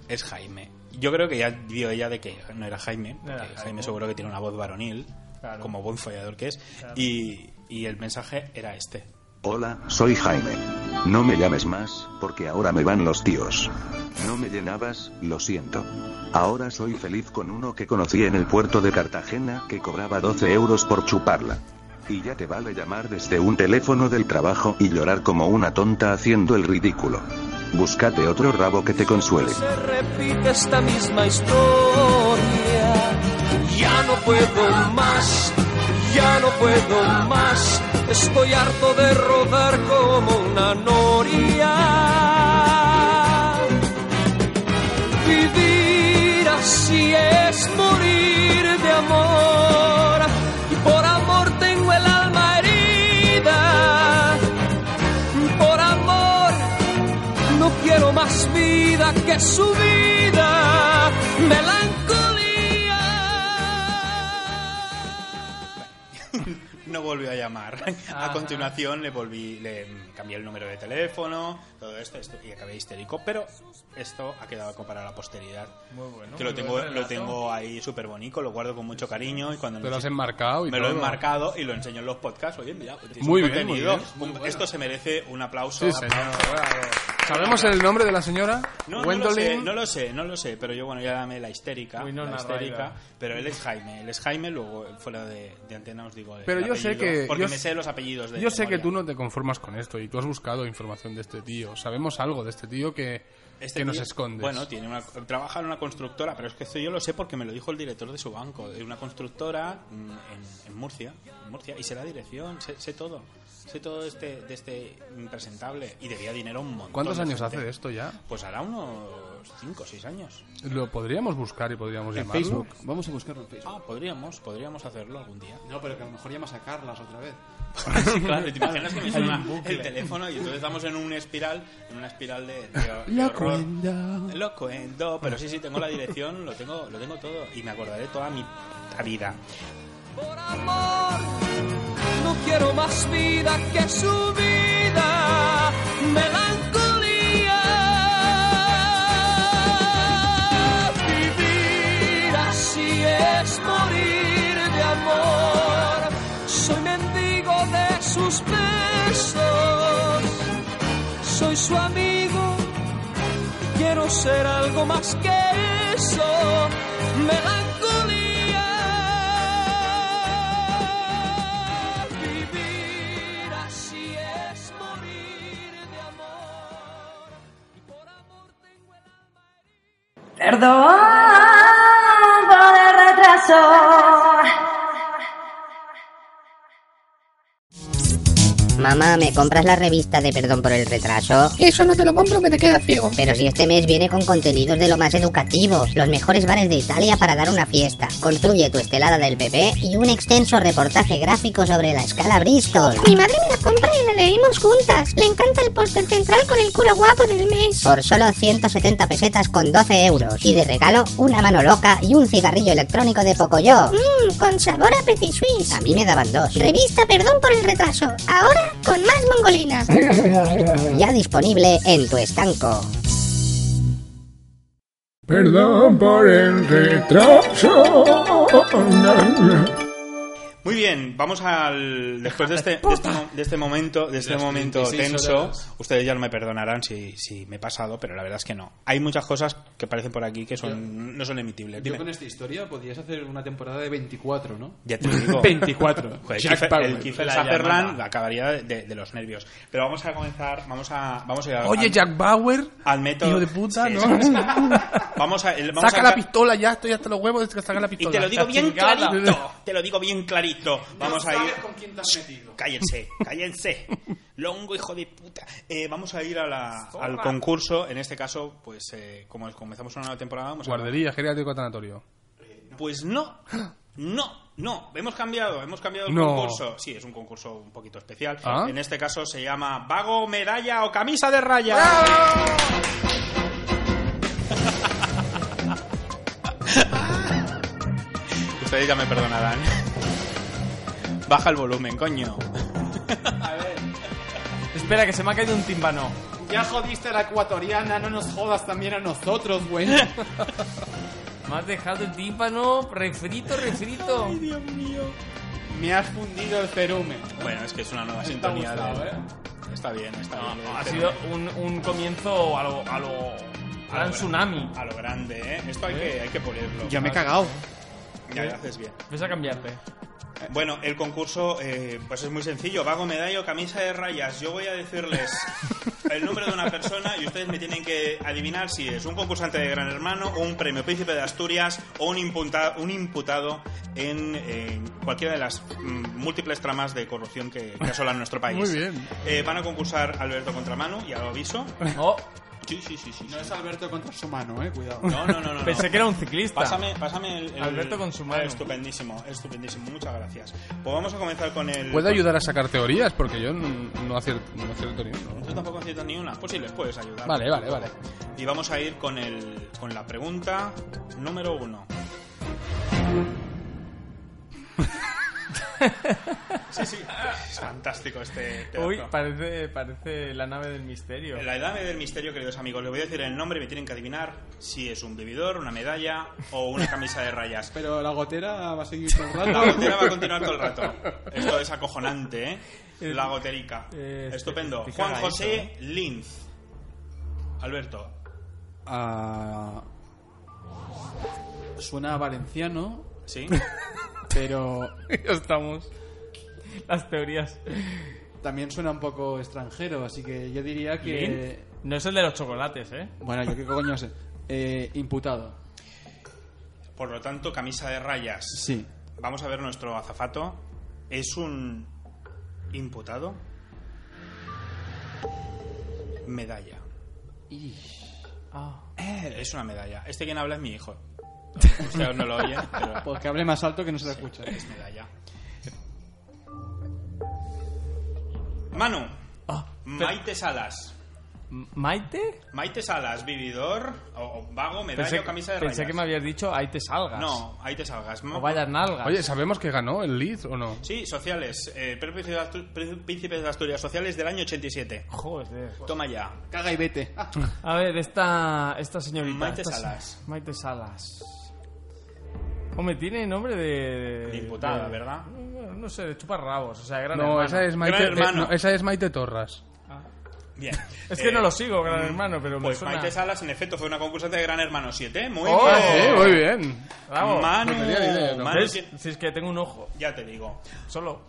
S1: es Jaime. Yo creo que ya vio ella de que no era Jaime,
S3: No era
S1: porque Jaime
S3: Jaime.
S1: seguro que tiene una voz varonil,
S3: Claro.
S1: como buen follador que es, y, y el mensaje era este.
S11: Hola, soy Jaime. No me llames más, porque ahora me van los tíos. No me llenabas, lo siento. Ahora soy feliz con uno que conocí en el puerto de Cartagena que cobraba 12 euros por chuparla. Y ya te vale llamar desde un teléfono del trabajo y llorar como una tonta haciendo el ridículo. Búscate otro rabo que te consuele.
S7: Se repite esta misma historia. Ya no puedo más, ya no puedo más. Estoy harto de rodar como una noria. Vivir así es morir de amor. Y por amor tengo el alma herida. Por amor no quiero más vida que su vida, melancolía.
S1: No volvió a llamar. A continuación le volví, le mm, cambié el número de teléfono, todo esto, esto, y acabé histérico, pero esto ha quedado como para la posteridad.
S3: Muy bueno,
S1: que lo
S3: muy
S1: tengo,
S3: buen
S1: lo
S3: relato.
S1: tengo ahí súper bonito, lo guardo con mucho cariño y cuando
S2: Te lo has
S1: enseño-
S2: enmarcado y
S1: me lo he
S2: todo.
S1: enmarcado y lo enseño en los podcasts. Oye, mira, tienes
S2: Muy
S1: un
S2: bien, muy
S1: contenido.
S2: bien.
S1: Un- Esto se merece un aplauso.
S2: Sí, señor. bravo. ¿Sabemos el nombre de la señora?
S1: No, no lo, sé,
S2: Gwendolyn.
S1: no lo sé, no lo sé, pero yo, bueno, ya dame la histérica.
S3: Winona
S1: la histérica
S3: Ryder.
S1: pero él es Jaime, él es Jaime, luego fuera de, de antena os digo. el
S2: Pero yo sé
S1: apellido,
S2: que-
S1: Porque
S2: yo
S1: me
S2: sé-
S1: sé los apellidos de
S2: Yo sé que
S1: memoria.
S2: tú no te conformas con esto y tú has buscado información de este tío. Sabemos algo de este tío que,
S1: Este
S2: que nos
S1: tío,
S2: escondes.
S1: Bueno, tiene una, trabaja en una constructora, pero es que esto yo lo sé porque me lo dijo el director de su banco. De una constructora mm, en, en Murcia, en Murcia, y sé la dirección, sé, sé todo. Sé todo de este, de este impresentable y debía dinero a un montón.
S2: ¿Cuántos
S1: de
S2: años
S1: gente.
S2: hace de esto ya?
S1: Pues hará unos 5 o 6 años.
S2: Lo podríamos buscar y podríamos
S4: En
S2: llamarlo.
S4: Facebook. Vamos a buscarlo en Facebook.
S1: Ah, podríamos, podríamos hacerlo algún día.
S6: No, pero que a lo mejor llamas a Carlas otra vez.
S1: Sí, claro, te imaginas que me suena el teléfono y entonces estamos en una espiral, en una espiral de, de- de
S4: Lo
S1: horror.
S4: cuento.
S1: Lo cuento, pero sí, sí, tengo la dirección, lo tengo, lo tengo todo y me acordaré toda mi puta vida.
S7: Por amor, no quiero más vida que su vida. Melancolía. Vivir así es morir de amor. Soy mendigo de sus besos. Soy su amigo. Quiero ser algo más que eso. Melancolía. Vivir así es morir de amor.
S12: Perdón por el retraso.
S13: Mamá, ¿me compras la revista de Perdón por el retraso?
S14: Eso no te lo compro que te quedas ciego.
S13: Pero si este mes viene con contenidos de lo más educativos, los mejores bares de Italia para dar una fiesta, construye tu estelada del bebé y un extenso reportaje gráfico sobre la escala Bristol.
S14: Mi madre me la compra y la leímos juntas. Le encanta el póster central con el cura guapo del mes.
S13: Por solo 170 pesetas con 12 euros. Y de regalo, una mano loca y un cigarrillo electrónico de Pocoyo.
S14: Mmm, con sabor a Petit Suisse.
S13: A mí me daban dos.
S14: Revista Perdón por el retraso. Ahora con más mongolinas.
S13: Ya disponible en tu estanco.
S15: Perdón por el retraso.
S1: Muy bien, vamos al. Después de este, de este, mo- de este momento, de este
S4: Las
S1: momento
S4: 36
S1: tenso,
S4: horas.
S1: ustedes ya no me perdonarán si, si me he pasado, pero la verdad es que no. Hay muchas cosas que parecen por aquí que son, no son emitibles.
S6: Yo
S1: Dime.
S6: con esta historia podrías hacer una temporada de 24, ¿no?
S1: Ya te digo.
S6: 24.
S1: Joder,
S6: Jack
S1: Kiefer-
S6: Bauer.
S1: el Kiefer
S6: La
S1: Sutherland
S6: llamada.
S1: acabaría de, de los nervios. Pero vamos a comenzar, vamos a, vamos a ir al-
S2: Oye,
S1: al-
S2: Jack Bauer,
S1: al método.
S2: hijo de puta,
S1: Sí,
S2: ¿no?
S1: sí, sí. Vamos a, el- Ah, vamos
S2: Saca
S1: a-
S2: la pistola ya, estoy hasta los huevos de que saca la
S1: Y
S2: pistola.
S1: te lo digo
S2: La
S1: bien
S2: chingada.
S1: clarito. Te lo digo bien clarito. Vamos a ir.
S6: sabes con quién te has metido.
S1: Cállense, cállense. Longo, hijo de puta. Eh, vamos a ir a la- al
S2: Zorra.
S1: concurso. En este caso, pues eh, como comenzamos una nueva temporada, vamos a
S2: Guardería, geriátrico, tanatorio.
S1: Pues no, no, no. Hemos cambiado, hemos cambiado el
S2: No.
S1: concurso. Sí, es un concurso un poquito especial.
S2: ¿Ah?
S1: En este caso se llama Vago, Medalla o Camisa de Raya. Ustedes ya me perdonarán. Baja el volumen, coño.
S3: Espera, que se me ha caído un timbano.
S6: Ya jodiste a la ecuatoriana, no nos jodas también a nosotros, güey.
S3: Me has dejado el tímpano refrito, refrito. Ay,
S6: Dios mío. Me has fundido el cerumen.
S1: Bueno, es que es una nueva
S6: Te ha
S1: sintonía.
S6: gustado,
S1: de-
S6: ¿eh?
S1: Está bien, está bien.
S3: Ha sido un, un comienzo a lo. a lo. a gran tsunami.
S1: A lo grande, ¿eh? Esto hay que, hay que pulirlo.
S3: Ya me he
S6: cagado.
S1: Ya ya haces bien.
S3: Ves a cambiarte.
S1: Eh, Bueno, el concurso eh, pues es muy sencillo. Vago medallo, camisa de rayas. Yo voy a decirles el nombre de una persona y ustedes me tienen que adivinar si es un concursante de Gran Hermano o un premio Príncipe de Asturias o un, impunta- un imputado en eh, cualquiera de las mm, múltiples tramas de corrupción que, que asolan nuestro país.
S2: Muy bien.
S1: Eh, van a concursar Alberto Contramano, ya lo aviso.
S3: No.
S1: Sí, sí, sí, sí.
S6: No es Alberto contra su mano, eh, cuidado.
S1: No, no, no, no, no.
S3: Ah, Pensé que era un ciclista.
S1: Pásame, pásame el, el-
S3: Alberto con su mano.
S1: Estupendísimo, estupendísimo. Muchas gracias. Pues vamos a comenzar con el.
S2: ¿Puede ayudar a sacar teorías? Porque yo n- no acierto, no acierto ni uno.
S1: Tú tampoco aciertas ni una. Pues sí, les puedes ayudar.
S2: Vale, vale, vale.
S1: Y vamos a ir con, el, con la pregunta número uno. sí, sí. Es fantástico este. teatro.
S3: Uy, parece, parece la nave del misterio.
S1: La edad del misterio, queridos amigos. Les voy a decir el nombre y me tienen que adivinar si es un bebidor, una medalla o una camisa de rayas.
S6: Pero la gotera va a seguir todo el rato.
S1: La gotera va a continuar todo el rato. Esto es acojonante, ¿eh? La goterica.
S3: Eh,
S1: Estupendo.
S3: te caga
S1: Juan
S3: eso,
S1: José Linz. Alberto.
S6: Ah, Suena a valenciano,
S1: ¿Sí?
S6: pero
S2: Ya estamos.
S3: Las teorías.
S6: también suena un poco extranjero, así que yo diría que...
S3: Lin. No es el de los chocolates, ¿eh?
S6: Bueno, yo qué coño sé. Eh, imputado.
S1: Por lo tanto, camisa de rayas.
S6: Sí.
S1: Vamos a ver nuestro azafato. ¿Es un imputado? Medalla. Eh, Es una medalla. Este quien habla es mi hijo. Usted aún no lo oye, pero
S6: Porque hable más alto que no se la escucha.
S1: es medalla. Manu. Maite Salas.
S3: ¿Maite?
S1: Maite Salas, vividor, o, o vago, medalla
S3: Pensé,
S1: o camisa de
S3: pensé
S1: rayas.
S3: que me habías dicho, ahí te salgas.
S1: No, ahí te salgas.
S3: O vayas
S6: Ah.
S3: nalgas.
S2: Oye, ¿sabemos que ganó el Leeds o no?
S1: Sí, sociales. Eh, Premio Príncipe de Astu- Príncipe de Asturias, sociales del año 87.
S3: Joder.
S1: Toma ya.
S6: Caga y vete.
S3: A ver, esta, esta señorita.
S1: Maite
S3: esta se-
S1: Salas.
S3: Maite Salas. Hombre, tiene nombre de.
S1: De imputada,
S3: de-
S1: ¿verdad?
S3: No, no sé, de chuparrabos. O sea, gran
S2: No,
S3: hermano.
S2: esa es Maite, eh, no, esa es Maite Torras.
S1: Bien. Eh,
S3: Es que no lo sigo, Gran Hermano, pero me
S1: Pues
S3: suena-
S1: Maite Salas, en efecto, fue una concursante de Gran Hermano 7. Muy
S3: ¡Oh!
S1: bien.
S3: Sí,
S2: muy bien. Ah,
S3: Bravo.
S1: Manu, Manu
S3: ¿Ves?
S1: tiene-
S3: Si es que tengo un ojo.
S1: Ya te digo.
S3: Solo.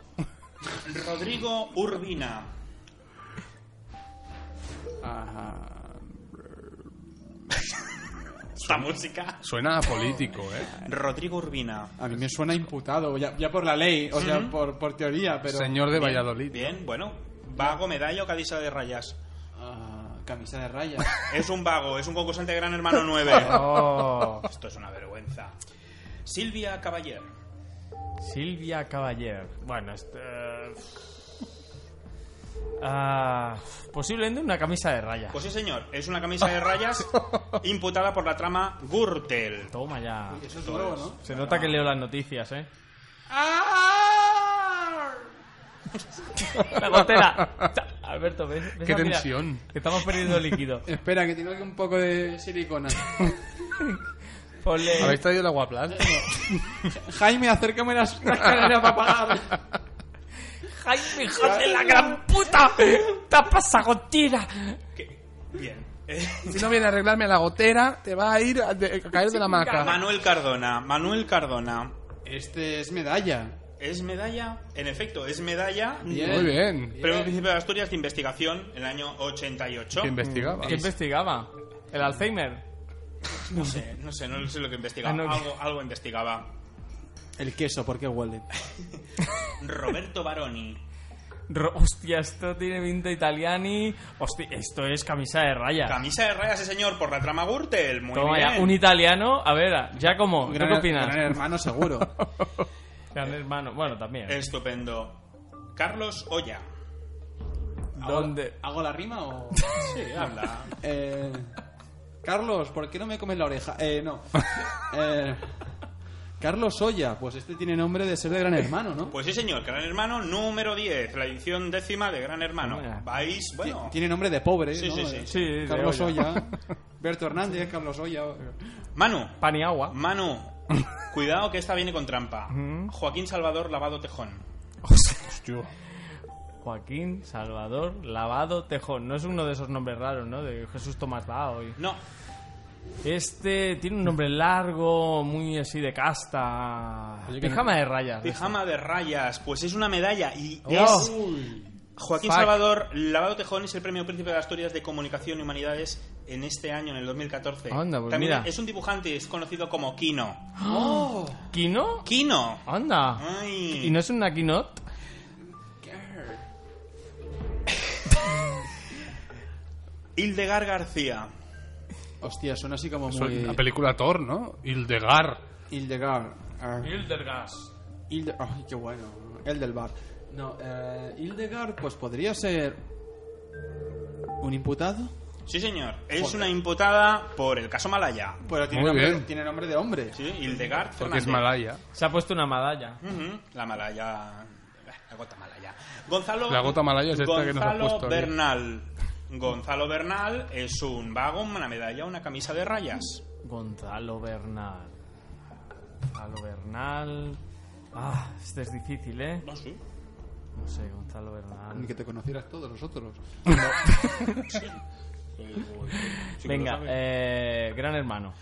S1: Rodrigo Urbina. Esta música.
S2: Suena político, ¿eh?
S1: Rodrigo Urbina.
S6: A mí me suena imputado, ya, ya por la ley, o sea,
S1: Ujú.
S6: por, por teoría, pero...
S2: Señor de
S6: Bien.
S2: Valladolid.
S1: Bien, bueno. Vago, medalla o camisa de rayas.
S6: Ah, camisa de rayas.
S1: Es un vago, es un concursante de Gran Hermano 9.
S3: Oh.
S1: Esto es una vergüenza. Silvia Caballer.
S3: Silvia Caballer. Bueno, este. eh, ah, posiblemente una camisa de raya.
S1: Pues sí, señor, es una camisa de rayas imputada por la trama Gürtel.
S3: Toma ya.
S6: Eso es nuevo, ¿no?
S3: Se nota que leo las noticias, ¿eh? La gotera. Cha, Alberto, ves. ves
S2: Qué
S3: a mirar,
S2: tensión.
S3: que estamos perdiendo líquido.
S6: Espera, que tengo aquí un poco de silicona.
S3: Ponle.
S2: ¿Habéis traído el aguaplast?
S6: Jaime, acércame las, las cadenas para pagar.
S3: Jaime, hijo de la gran puta. Tapa esa gotera.
S1: Bien. Eh,
S2: Si no viene a arreglarme la gotera, te va a ir a, de- a caer de la maca.
S1: Manuel Cardona, Manuel Cardona.
S6: Este es medalla.
S1: ¿Es medalla? En efecto, es medalla.
S6: Bien.
S2: Muy bien.
S1: Premio Príncipe de Asturias de Investigación en el año 88.
S2: Que investigaba.
S3: ¿Qué investigaba? ¿El Alzheimer?
S1: No sé, no sé, no sé lo que investigaba.
S3: Ah, no, que-
S1: algo, algo investigaba.
S6: El queso, porque huele.
S1: Roberto Baroni.
S3: Ro- hostia, esto tiene vinta italiani. Hostia, esto es camisa de raya.
S1: Camisa de rayas, ese señor, por la trama Gürtel. Muy
S3: Toma ya,
S1: bien.
S3: un italiano. A ver, a- Giacomo, ¿tú qué opinas?
S6: gran hermano seguro.
S3: Gran hermano. Bueno, también.
S1: Estupendo. Carlos Olla.
S3: ¿Dónde?
S6: ¿Hago la rima o...?
S1: Sí, habla.
S6: Eh, Carlos, ¿por qué no me comes la oreja? Eh, no. Eh, Carlos Soya, pues este tiene nombre de ser de gran hermano, ¿no?
S1: Pues sí, señor, Gran Hermano número 10, la edición décima de Gran Hermano.
S3: Mira.
S1: ¿Vais? Bueno,
S6: Tiene nombre de pobre,
S1: Sí,
S6: ¿no?
S1: sí, sí.
S6: Eh,
S3: Sí, de
S6: Carlos
S3: olla.
S6: Soya. Berto Hernández, Carlos Soya.
S1: Manu,
S3: Pan y agua.
S1: Manu, cuidado que esta viene con trampa. Joaquín Salvador Lavado Tejón.
S3: Joaquín, Salvador, Lavado, Tejón. No es uno de esos nombres raros, ¿no? De Jesús Tomás Dao. y-
S1: No,
S3: Este tiene un nombre largo, muy así de casta.
S2: Oye, que no-
S3: Pijama de rayas.
S1: pijama de rayas, pues es una medalla y
S3: Oh.
S1: es... Joaquín
S3: Fuck.
S1: Salvador Lavado Tejón es el premio Príncipe de Asturias de Comunicación y Humanidades en este año, en el 2014.
S3: Anda, pues
S1: También
S3: mira.
S1: es un dibujante y es conocido como Kino.
S3: ¿Quino?
S1: ¡Kino!
S3: Anda.
S1: Ay.
S3: ¿Y no es una quinot?
S1: Hildegar García.
S6: Hostia, suena así como
S2: Eso,
S6: muy...
S2: La película Thor, ¿no? Hildegar.
S6: Hildegard. Ar-
S3: Hildergas.
S6: Hilde- Ay, qué bueno. El del bar. No, eh, Hildegard, pues podría ser... ¿Un imputado?
S1: Sí, señor. Es una imputada por el caso Malaya.
S6: Pero tiene,
S2: Muy
S6: nombre,
S2: bien.
S6: tiene nombre de hombre.
S1: Sí, Hildegard
S2: Porque
S1: Fernández.
S2: es malaya.
S3: Se ha puesto una medalla.
S1: Ujú, La malaya. La gota malaya. Gonzalo.
S2: La gota malaya es esta que nos ha
S1: Gonzalo
S2: puesto aquí.
S1: Bernal. Gonzalo Bernal es un vago, una medalla, una camisa de rayas.
S3: Gonzalo Bernal. Gonzalo Bernal. Ah, este es difícil, ¿eh?
S6: Ah,
S1: No sé.
S3: No sé, Gonzalo
S6: Ni
S3: Bernal.
S6: que te conocieras todos nosotros.
S3: Venga, eh, gran hermano.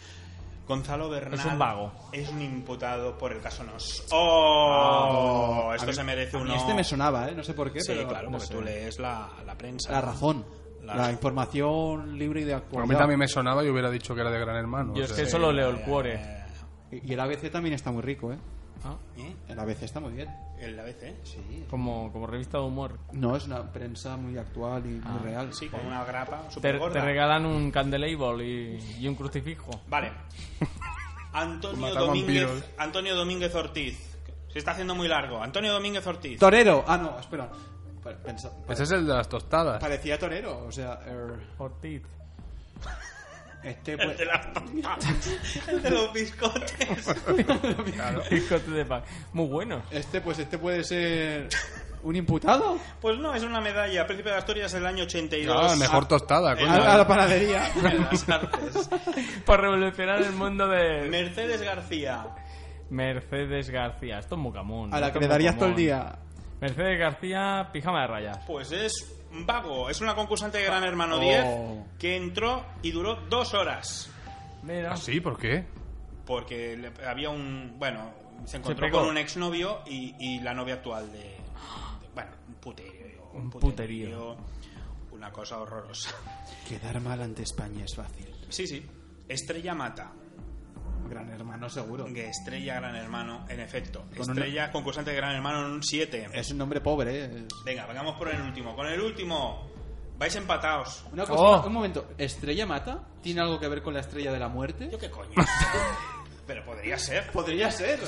S1: Gonzalo Bernal
S3: Es un vago.
S1: Es un imputado por el caso Nos. ¡Oh!
S6: Ah. A
S1: Esto
S6: mí-
S1: se merece
S6: a mí
S1: uno.
S6: Este me sonaba, ¿eh? No sé por qué,
S1: Sí,
S6: pero...
S1: claro,
S6: no
S1: porque
S6: sé.
S1: tú lees la, la prensa.
S6: La razón.
S1: La-
S6: La, información libre y de
S2: Bueno,
S6: actualidad.
S2: a mí también me sonaba y hubiera dicho que era de Gran Hermano.
S3: Yo
S2: o
S3: es
S2: sea,
S3: que solo leo el cuore.
S1: Eh,
S6: Y y el ABC también está muy rico, ¿eh?
S3: Ah,
S1: ¿eh?
S6: El ABC está muy bien.
S1: El ABC.
S6: Sí.
S3: Como, como revista de humor.
S6: No, es una prensa muy actual y muy real.
S1: Ah, Sí, con una grapa
S3: Te,
S1: super
S3: te regalan un candelabro y, y un crucifijo.
S1: Vale. Antonio
S2: Matar
S1: Domínguez,
S2: vampiros.
S1: Antonio Domínguez Ortiz. Se está haciendo muy largo. Antonio Domínguez Ortiz.
S6: Torero. Ah, no, espera. Pa- pensa-
S2: Ese es el de las tostadas.
S6: Parecía torero, o sea. er, Este, pues-
S1: El de las papas. El de los biscotes.
S6: Claro.
S3: Biscotes de pan. Muy bueno.
S6: Este, pues este puede ser. ¿Un imputado?
S1: Pues no, es una medalla. Príncipe de Asturias del año 82.
S2: Claro, mejor
S1: Ah,
S2: tostada,
S1: en
S2: coño.
S1: la-
S2: A la panadería.
S1: en las artes.
S3: Para revolucionar el mundo de.
S1: Mercedes García.
S3: Mercedes García. Esto es mucamón.
S6: A la
S3: esto
S6: que
S3: es
S6: le darías todo el
S3: mucamón.
S6: día.
S3: Mercedes García, pijama de rayas.
S1: Pues es un vago. Es una concursante de Gran Hermano
S3: Oh.
S1: 10 que entró y duró dos horas.
S3: Mira.
S2: ¿Ah, sí? ¿Por qué?
S1: Porque le- había un. Bueno, se encontró
S3: pegó.
S1: con un exnovio y, y la novia actual de. de- bueno, un puterío. Un puterío. Una cosa horrorosa.
S6: Quedar mal ante España es fácil.
S1: Sí, sí. Estrella Mata.
S6: Gran hermano, seguro.
S1: Que estrella Gran Hermano, en efecto.
S6: Con una-
S1: estrella concursante de Gran Hermano en un 7.
S6: Es un nombre pobre, ¿eh?
S1: Venga, vengamos por el último. Con el último. Vais empatados.
S6: Una cosa, pues, un momento. ¿Estrella mata? ¿Tiene algo que ver con la estrella de la muerte?
S1: ¿Yo qué coño? Pero podría ser.
S6: Podría ser.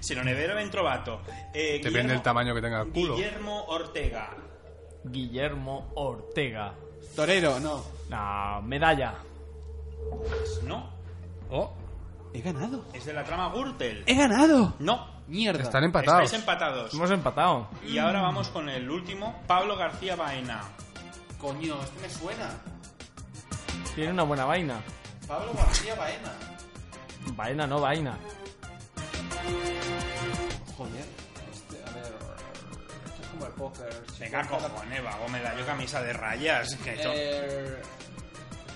S1: Si no, Nevero Ventrovato. Eh,
S2: Depende del tamaño que tenga el culo.
S1: Guillermo Ortega.
S3: Guillermo Ortega.
S6: Torero, no.
S3: Nah, medalla.
S1: No,
S2: Oh.
S6: He ganado.
S1: es de la trama Gürtel.
S6: ¡He ganado!
S1: No.
S6: Mierda.
S2: Están empatados.
S1: Estáis empatados.
S3: Hemos empatado.
S1: Y ahora vamos con el último, Pablo García Baena.
S6: Coño, este me suena.
S3: Tiene una buena vaina.
S6: Pablo García Baena.
S3: Vaina, no vaina.
S6: Joder. Este, a ver. Esto es como el póker.
S1: Venga, cojones, vago, me da yo camisa de rayas. que to-
S6: Eh,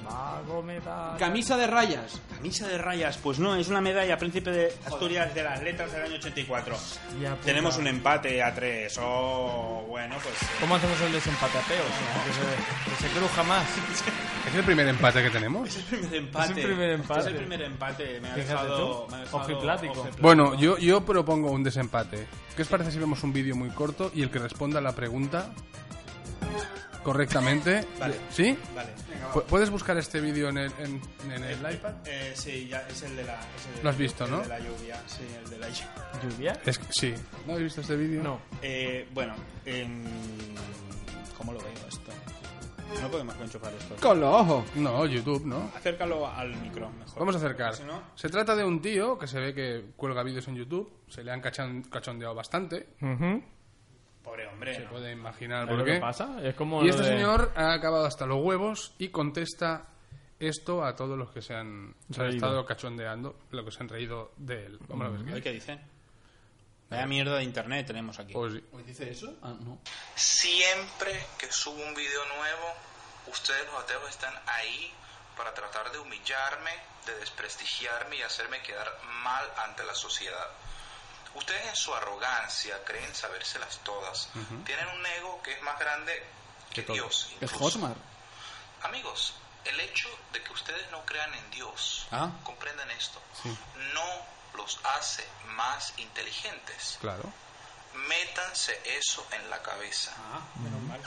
S3: Vago medalla.
S6: Camisa de rayas.
S1: Camisa de rayas, pues no, es una medalla Príncipe de Asturias de las Letras del año 84.
S3: Ya, puta.
S1: Tenemos un empate a tres. Oh, bueno, pues. eh,
S3: ¿Cómo hacemos el desempateo? O sea, que, se, que se cruja más.
S2: ¿Es el primer empate que tenemos?
S1: Es el primer empate.
S3: Es el primer empate.
S1: Es el primer empate. Me ha
S3: Fíjate
S1: dejado.
S3: tú.
S1: Me ha dejado
S3: Ojiplático.
S1: ojiplático.
S2: Bueno, yo, yo propongo un desempate. ¿Qué os parece si vemos un vídeo muy corto y el que responda a la pregunta correctamente?
S1: Vale.
S2: ¿Sí?
S1: Vale.
S2: Pu- ¿Puedes buscar este vídeo en el, en- en el
S1: Eh,
S2: iPad?
S1: eh, sí, ya es el de la. es el de
S2: Lo has
S1: la-
S2: visto,
S1: el
S2: ¿no?
S1: de la lluvia, sí, el de la lluvia.
S3: ¿Lluvia?
S6: Eh.
S2: Es que- sí. ¿No habéis visto este vídeo?
S3: No.
S1: Eh, bueno, em, ¿cómo lo veo esto? No podemos enchufar esto.
S2: Con los ojos. No, YouTube, ¿no?
S1: Acércalo al micro mejor.
S2: Vamos a acercar.
S1: Si no,
S2: Se trata de un tío que se ve que cuelga vídeos en YouTube. Se le han cachan- cachondeado bastante.
S1: pobre hombre.
S2: Se
S1: ¿no?
S2: puede imaginar
S3: ¿Sabes
S2: por
S3: lo que
S2: qué.
S3: pasa? Es como
S2: Y
S3: lo
S2: este
S3: de-
S2: señor ha acabado hasta los huevos y contesta esto a todos los que se han, se han
S3: Reído.
S2: estado cachondeando, lo que se han reído de él. ¿Cómo
S6: Mm.
S2: lo ves?
S1: Ay, ¿Qué dice? Vaya mierda de internet tenemos aquí.
S2: Pues sí.
S6: ¿Dice eso? Ah, no.
S16: Siempre que subo un video nuevo, ustedes los ateos están ahí para tratar de humillarme, de desprestigiarme y hacerme quedar mal ante la sociedad. Ustedes en su arrogancia creen sabérselas todas. Tienen un ego que es más grande que Dios.
S6: Es
S16: incluso.
S6: Hotmar.
S16: Amigos, el hecho de que ustedes no crean en Dios,
S6: Ah.
S16: comprendan esto, no los hace más inteligentes.
S2: Claro.
S16: Métanse eso en la cabeza.
S1: Ah, Menos mal.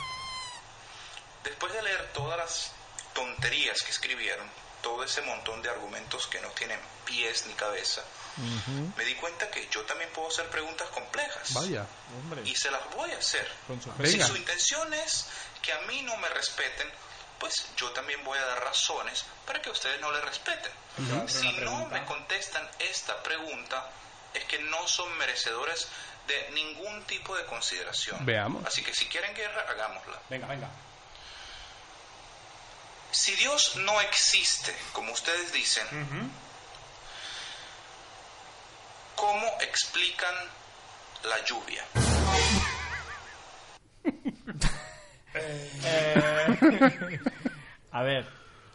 S16: Después de leer todas las tonterías que escribieron, todo ese montón de argumentos que no tienen pies ni cabeza, me di cuenta que yo también puedo hacer preguntas complejas.
S2: Vaya.
S16: Y se las voy a hacer. Si
S2: Venga.
S16: su intención es que a mí no me respeten, pues yo también voy a dar razones para que ustedes no le respeten. Si no me contestan esta pregunta, es que no son merecedores de ningún tipo de consideración.
S2: Veamos.
S16: Así que si quieren guerra, hagámosla.
S1: Venga, venga.
S16: Si Dios no existe, como ustedes dicen, ¿cómo explican la lluvia?
S3: A ver.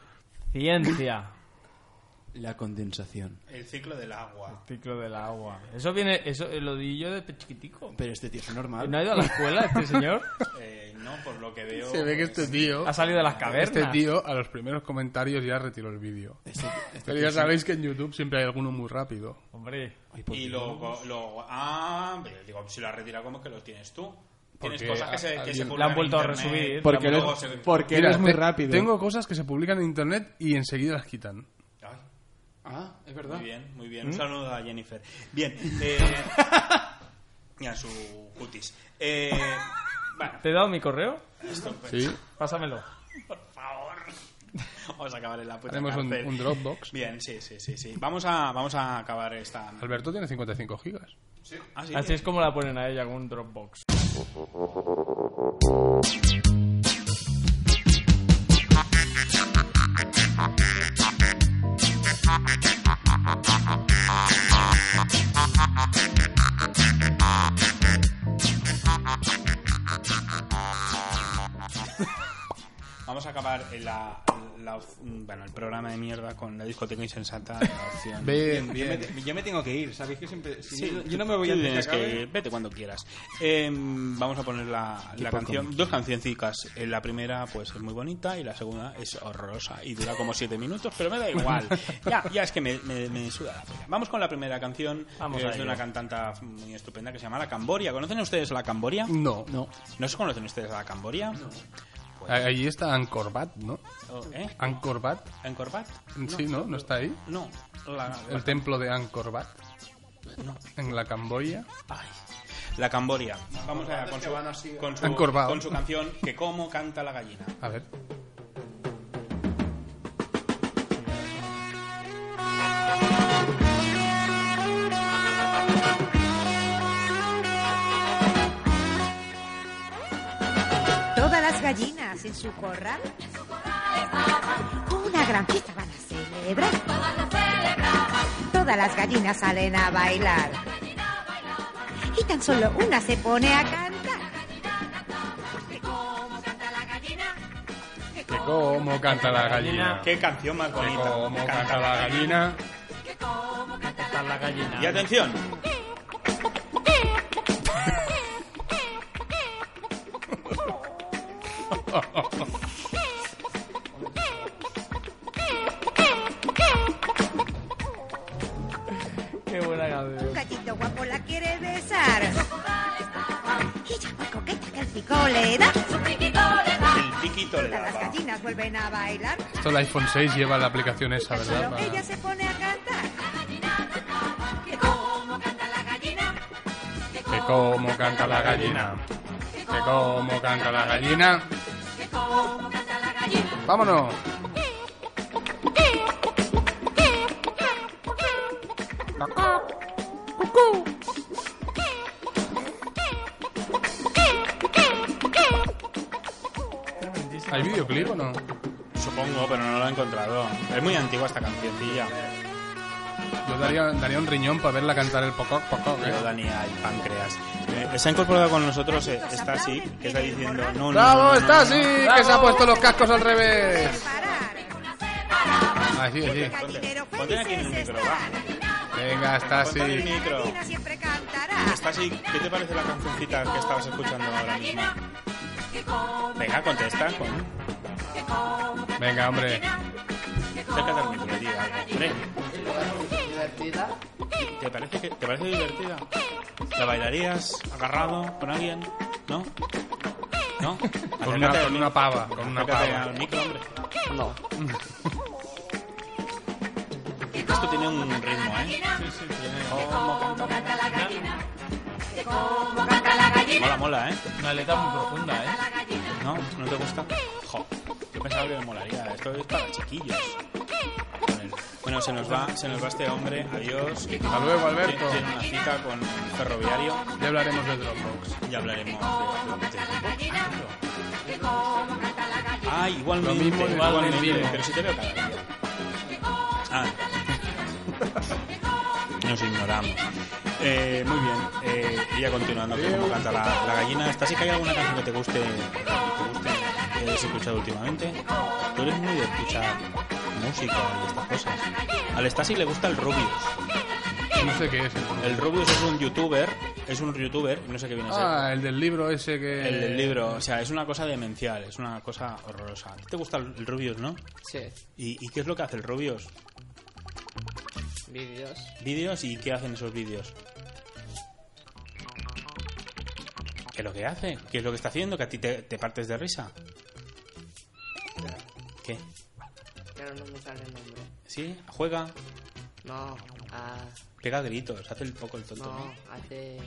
S3: Ciencia.
S6: La condensación.
S1: El ciclo del agua.
S3: Ciclo del agua. Eso viene. Eso eh, lo di yo de chiquitico.
S6: Pero este tío es normal.
S3: ¿No ha ido a la escuela este señor?
S1: Eh, no, por lo que veo. pues,
S2: Se ve que este tío...
S3: Ha salido de las cavernas.
S2: Este tío a los primeros comentarios ya retiró el vídeo.
S6: Este- este
S2: Pero
S6: tío
S2: ya
S6: es-
S2: sabéis que en YouTube siempre hay alguno muy rápido.
S3: Hombre.
S6: Ay, por
S1: Y
S6: Dios.
S1: luego. luego- ah, pero digo, si lo has retirado, ¿cómo que lo tienes tú? Tienes
S2: Porque
S1: cosas que se, que
S2: alguien-
S1: se
S2: Le
S3: han
S1: publican en
S3: vuelto a
S1: internet,
S3: resubir.
S6: Porque,
S1: luego
S6: eres,
S1: se-
S6: porque
S2: Mira,
S6: eres muy
S2: te-
S6: rápido.
S2: Tengo cosas que se publican en internet y enseguida las quitan.
S1: Ay.
S6: Ah, es verdad.
S1: Muy bien, muy
S2: ¿Mm?
S1: bien. Un saludo a Jennifer. Bien. Eh, y a su cutis. Eh,
S3: ¿Te he dado mi correo?
S2: Sí.
S3: Pásamelo.
S1: Por favor. Vamos a acabar en la puta
S2: Haremos un-
S1: cárcel.
S2: un Dropbox.
S1: Bien, sí, sí, sí, sí. Vamos a, vamos a acabar esta...
S2: Alberto tiene 55 gigas.
S1: Ah, sí,
S3: Así es como la ponen a ella con un Dropbox.
S1: Vamos a acabar en la, la op- bueno, el programa de mierda con la discoteca insensata. de la opción.
S2: Bien,
S1: Yo me-
S4: Yo, me, yo me tengo que ir, ¿sabéis que siempre... si
S1: Sí,
S4: yo, yo no me voy a
S1: tú
S4: antes que
S1: tienes
S4: acabe.
S1: que Vete cuando quieras. Eh, vamos a poner la,
S4: Qué
S1: la
S4: poco.
S1: canción. Dos cancioncicas. Eh, La primera pues es muy bonita y la segunda es horrorosa y dura como siete minutos, pero me da igual. ya, ya es que me, me- me suda la polla. Vamos con la primera canción.
S3: Vamos
S1: que
S3: a
S1: es de
S3: ello.
S1: una cantanta muy estupenda que se llama La Camboria. ¿Conocen ustedes La Camboria?
S2: No. No.
S1: ¿No se conocen ustedes a La Camboria? No.
S2: Ahí está Ancorbat, ¿no?
S1: ¿Eh?
S2: Ancorbat.
S1: ¿Ancorbat?
S2: Sí, ¿no? ¿No está ahí?
S1: No. La,
S2: El templo de Ancorbat. En la Camboya.
S1: La Camboria. Vamos allá con
S6: que
S1: su,
S6: van así,
S1: con su-
S2: encorvado.
S1: con su canción Que como canta la gallina.
S2: A ver.
S17: Todas las gallinas en su corral. Una gran fiesta van a celebrar. Todas las gallinas salen a bailar. Y tan solo una se pone a cantar.
S2: Que cómo canta la gallina.
S1: Qué canción más bonita.
S2: Que cómo canta la gallina.
S3: Está la gallina.
S1: Y atención.
S3: Qué buena
S17: Un
S3: canción.
S17: gallito guapo la quiere besar. Ella muy coqueta que el pico le da.
S1: El piquito le
S17: Las
S2: daba.
S17: gallinas vuelven a bailar.
S2: Esto el iPhone 6 lleva la aplicación esa, ¿verdad?
S17: Solo
S2: Para-
S17: ella se pone a cantar.
S2: Que cómo canta la gallina. Que cómo canta la gallina. Vámonos. ¿Hay videoclip o no?
S1: Supongo, pero no lo he encontrado. Es muy antigua esta cancioncilla.
S2: Yo daría, daría un riñón para verla cantar el pococ pococ, ¿eh?
S1: Yo daría el páncreas. Eh, se ha incorporado con nosotros eh, está así, que está diciendo no, no,
S2: ¡Bravo!
S1: no, no,
S2: ¡Está
S1: no,
S2: así!
S1: no, no.
S2: ¡Que se ha puesto los cascos al revés! Así, así.
S1: Ponte aquí en el micro, va.
S2: Venga, está así.
S1: Ponte en el micro. Está así. ¿Qué te parece la cancioncita que estabas escuchando ahora mismo? Venga, contesta. Con...
S2: Venga, hombre.
S1: Acércate al micro, tío. Hombre,
S6: Divertida.
S1: ¿te parece, que, ¿te parece divertida? ¿La bailarías agarrado con alguien? ¿No? ¿No?
S2: Con una-
S1: Acércate al
S2: con
S1: mi-
S2: una pava, con una
S1: acércate
S2: pava.
S1: al micro, hombre.
S4: No.
S1: Esto tiene un ritmo, ¿eh? ¿Cómo canta la gallina? Mola, mola, ¿eh?
S3: Una letra muy profunda, ¿eh?
S1: ¿No? ¿No te gusta? Jo, yo pensaba que me molaría. Esto es para chiquillos. Bueno, se nos va, se nos va este hombre. Adiós.
S2: Hasta luego, Alberto.
S1: Tiene una cita con el ferroviario.
S2: Ya hablaremos de Dropbox.
S1: Ya hablaremos de, de- de- Ah, igualmente.
S2: Lo mismo,
S1: igualmente.
S2: igualmente.
S1: Pero si te veo cada día. Ah. Nos ignoramos. Eh, muy bien. Eh, y ya continuando, que como canta la, la gallina. ¿Está sí que hay alguna canción que te guste, que te guste, que hayas escuchado últimamente? Tú eres muy de escuchar música y estas cosas. Al Stasi le gusta el Rubius.
S2: No sé qué es.
S1: El Rubius es un youtuber, es un youtuber, no sé qué viene a ser.
S2: Ah, el del libro ese que...
S1: El
S18: Eh,
S1: del libro, o sea, es una cosa demencial, es una cosa horrorosa. ¿A ti ¿Te gusta el el Rubius, no?
S4: Sí.
S1: ¿Y, y qué es lo que hace el Rubius?
S4: Vídeos.
S1: ¿Vídeos y qué hacen esos vídeos? ¿Qué es lo que hace? ¿Qué es lo que está haciendo? ¿Que a ti te, te partes de risa? ¿Qué?
S18: Claro, no me sale el nombre.
S1: ¿Sí? ¿Juega?
S18: No, ah,
S1: ¿Pega gritos? ¿Hace el poco el tonto?
S18: no, hace.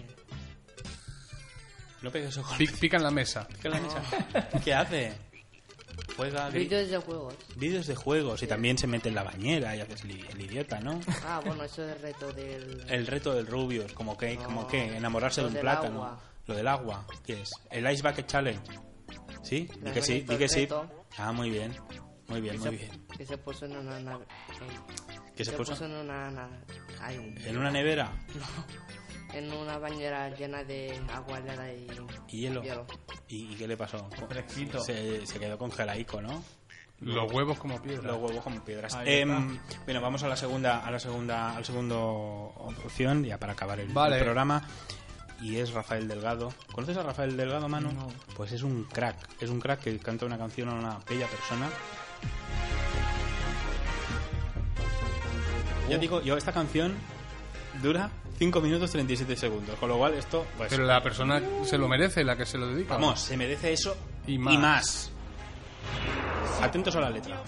S1: No pegues ojos.
S2: Pi- Pica en la mesa.
S1: ¿Qué, le han hecho? ¿Qué hace? Juega gri-
S18: Vídeos de juegos.
S1: vídeos de juegos y también se mete en la bañera y haces li- el idiota, ¿no?
S18: Ah, bueno, eso es el reto del...
S1: El reto del Rubius, como que, como que enamorarse
S18: lo
S1: de un
S18: del
S1: plátano.
S18: agua.
S1: Lo del agua, ¿qué es? El Ice Bucket Challenge. ¿Sí? Di que sí,
S18: bonito
S1: di que
S18: el
S1: sí.
S18: reto.
S1: Ah, muy bien. Muy bien, muy bien.
S18: Que se puso en una nave.
S1: ¿Que se puso?
S18: en una nave. Hay un-
S1: ¿En una nevera?
S18: En una bañera llena de agua helada y.
S1: ¿Y hielo? ¿Y, y qué le pasó?
S3: Fresquito.
S1: Se, se quedó congelaico, ¿no?
S2: Los huevos como piedras.
S1: Los huevos como piedras.
S2: Ahí está.
S1: Em, bueno, vamos a la segunda, a la segunda, al segundo opción, ya para acabar el,
S2: Vale.
S1: el programa. Y es Rafael Delgado. ¿Conoces a Rafael Delgado, Manu? Pues es un crack. Es un crack que canta una canción a una bella persona. Yo
S2: Oh.
S1: digo, yo esta canción dura 5 minutos 37 segundos, con lo cual esto... Pues,
S2: Pero la persona se lo merece, la que se lo dedica.
S1: Vamos, se merece eso
S2: Y
S1: y
S2: más.
S1: más. Atentos a la letra.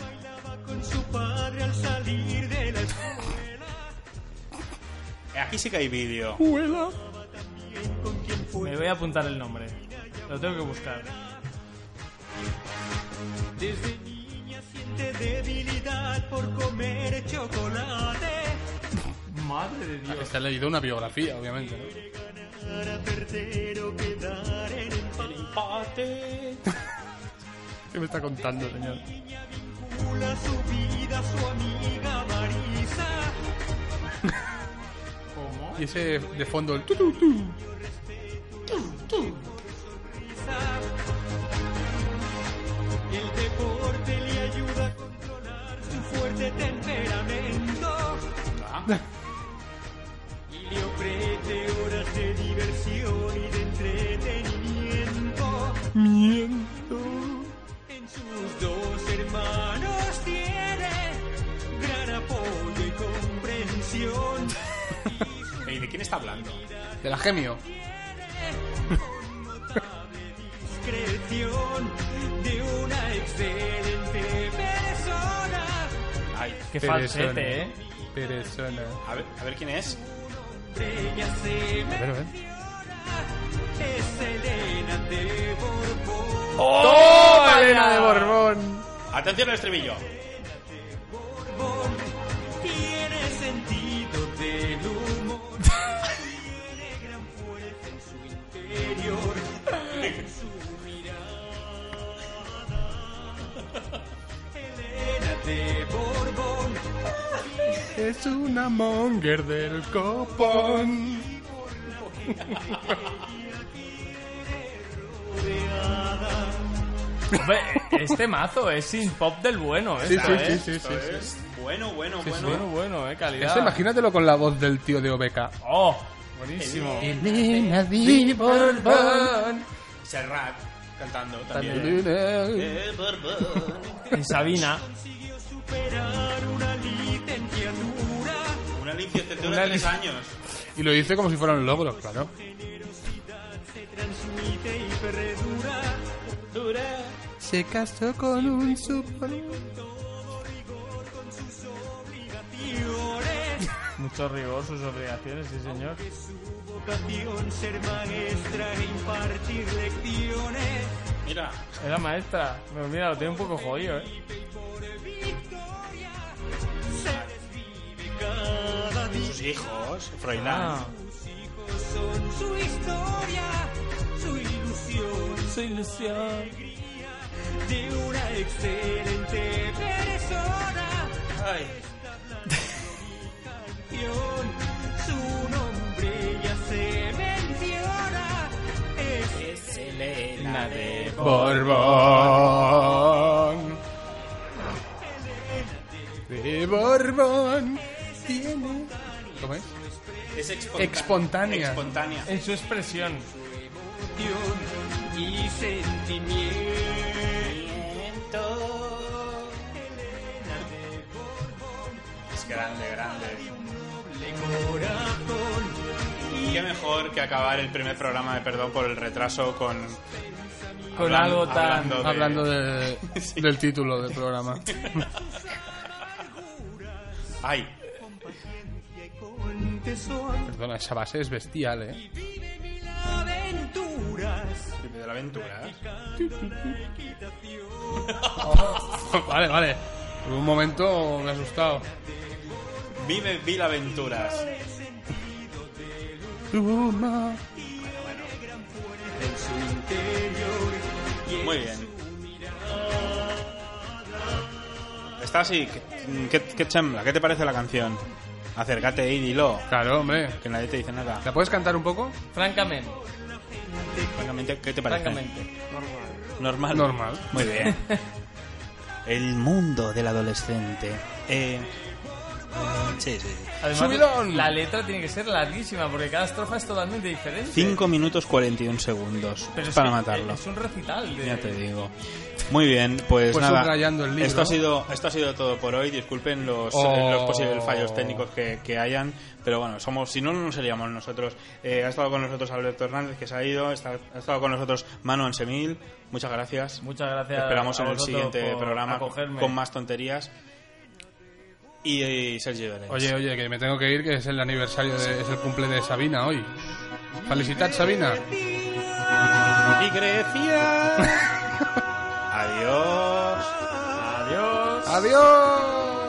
S7: Con su padre al salir de la
S1: Aquí sí que hay vídeo.
S3: Me voy a apuntar el nombre. Lo tengo que buscar.
S7: Desde niña siente debilidad por comer chocolate.
S3: Madre de Dios.
S2: Está leído una biografía, obviamente. ¿no?
S7: Para perder o quedar en el empate.
S2: ¿Qué me está contando, señor?
S7: Pula su vida a su amiga Marisa.
S3: ¿Cómo?
S2: Y ese de fondo, el tu, tu, tu.
S7: El deporte le ayuda a controlar su fuerte temperamento.
S2: Ah.
S7: Y le ofrece horas de diversión y de entretenimiento. En sus dos hermanos tiene gran apoyo y comprensión.
S1: ¿Y de quién está hablando?
S2: De la gemio.
S7: Discreción de una excelente persona.
S1: Ay,
S3: Qué falsete, ¿eh?
S2: Persona.
S1: A ver, a ver quién es.
S7: Ella se
S2: A ver, a ver.
S7: es Elena de Borbón.
S1: ¡Oh,
S2: Elena de Borbón!
S1: Atención al estribillo.
S7: Tiene sentido del humor. Tiene gran fuerza en su interior. Su mirada. Elena de Borbón.
S2: Es una monger del copón.
S3: Hombre, este mazo es sin pop del bueno, ¿eh?
S2: Sí, sí,
S3: ¿eh?
S2: sí, sí, sí, sí.
S1: Bueno, bueno, bueno.
S3: Bueno, bueno, ¿eh? Calidad.
S2: Eso imagínatelo con la voz del tío de Obeca.
S3: ¡Oh! Buenísimo.
S2: Elena de Borbón.
S1: Serrat cantando también.
S2: También.
S1: Eh, Borbón.
S3: Y Sabina.
S7: Superar una licenciatura.
S1: Una licenciatura
S2: Una
S1: de tres
S2: lic-
S1: años.
S2: Y lo dice como si fueran logros, claro.
S7: Se transmite y perdura.
S2: Se casó con un super...
S7: Fiores.
S3: Mucho rigor, sus obligaciones, sí, señor.
S7: Vocación ser maestra e impartir lecciones.
S1: Mira,
S3: Era maestra. Pero mira, lo tiene un poco jodido, ¿eh?
S7: Cada día
S1: sus hijos, Froilán.
S3: Ah.
S7: son su historia, su ilusión.
S3: Su ilusión.
S7: de una excelente persona.
S1: Ay,
S7: Guión, Su nombre ya se menciona. Es
S1: es Elena de
S2: Borbón. De Borbón. Tiene... ¿Cómo es?
S1: Es
S2: Expontánea.
S1: Expontánea.
S3: En su expresión.
S7: emoción y sentimiento.
S1: Es grande, grande.
S7: Le corazón.
S1: Y qué mejor que acabar el primer programa de Perdón por el retraso con...
S3: Con
S1: hablan-
S3: algo tan-
S1: de-
S2: Hablando de- del título del programa.
S1: Ay,
S7: Con tesón.
S2: Perdona, esa base es bestial, ¿eh?
S7: Vive mil aventuras.
S1: de la aventura.
S2: vale, vale. Por un momento me he asustado.
S1: Vive Vil Aventuras. Muy bien. Está así. ¿Qué, qué, qué chambla? ¿Qué te parece la canción? Acércate y dilo.
S2: Claro, hombre.
S1: Que nadie te dice nada.
S2: ¿La puedes cantar un poco?
S3: Francamente.
S1: Francamente, ¿qué te parece?
S3: Francamente.
S1: Normal.
S2: Normal.
S1: Muy bien. El mundo del adolescente. Eh, sí, sí, sí.
S3: Además,
S2: ¡Subidón!
S3: la letra tiene que ser larguísima porque cada estrofa es totalmente diferente.
S1: 5 minutos 41 segundos
S3: Pero es
S1: para
S3: que
S1: matarlo.
S3: Es un recital. De...
S1: Ya te digo. Muy bien, pues,
S2: Pues
S1: nada.
S2: subrayando el libro.
S1: Esto ha sido esto ha sido todo por hoy. Disculpen los,
S2: Oh.
S1: eh, los posibles fallos técnicos que, que hayan, pero bueno, somos si no no seríamos nosotros. Eh, ha estado con nosotros Alberto Hernández que se ha ido, está- ha estado con nosotros Manu Ansemil. Muchas gracias.
S3: Muchas gracias.
S1: Te esperamos
S3: a
S1: en el
S3: vosotros
S1: siguiente
S3: por
S1: programa
S3: acogerme.
S1: con más tonterías. Y, eh, Sergio Vélez.
S2: Oye, oye, que me tengo que ir, que es el aniversario, de, es el cumple de Sabina hoy. Felicitad, Sabina.
S1: Y Grecia. Adiós.
S3: Adiós.
S2: Adiós.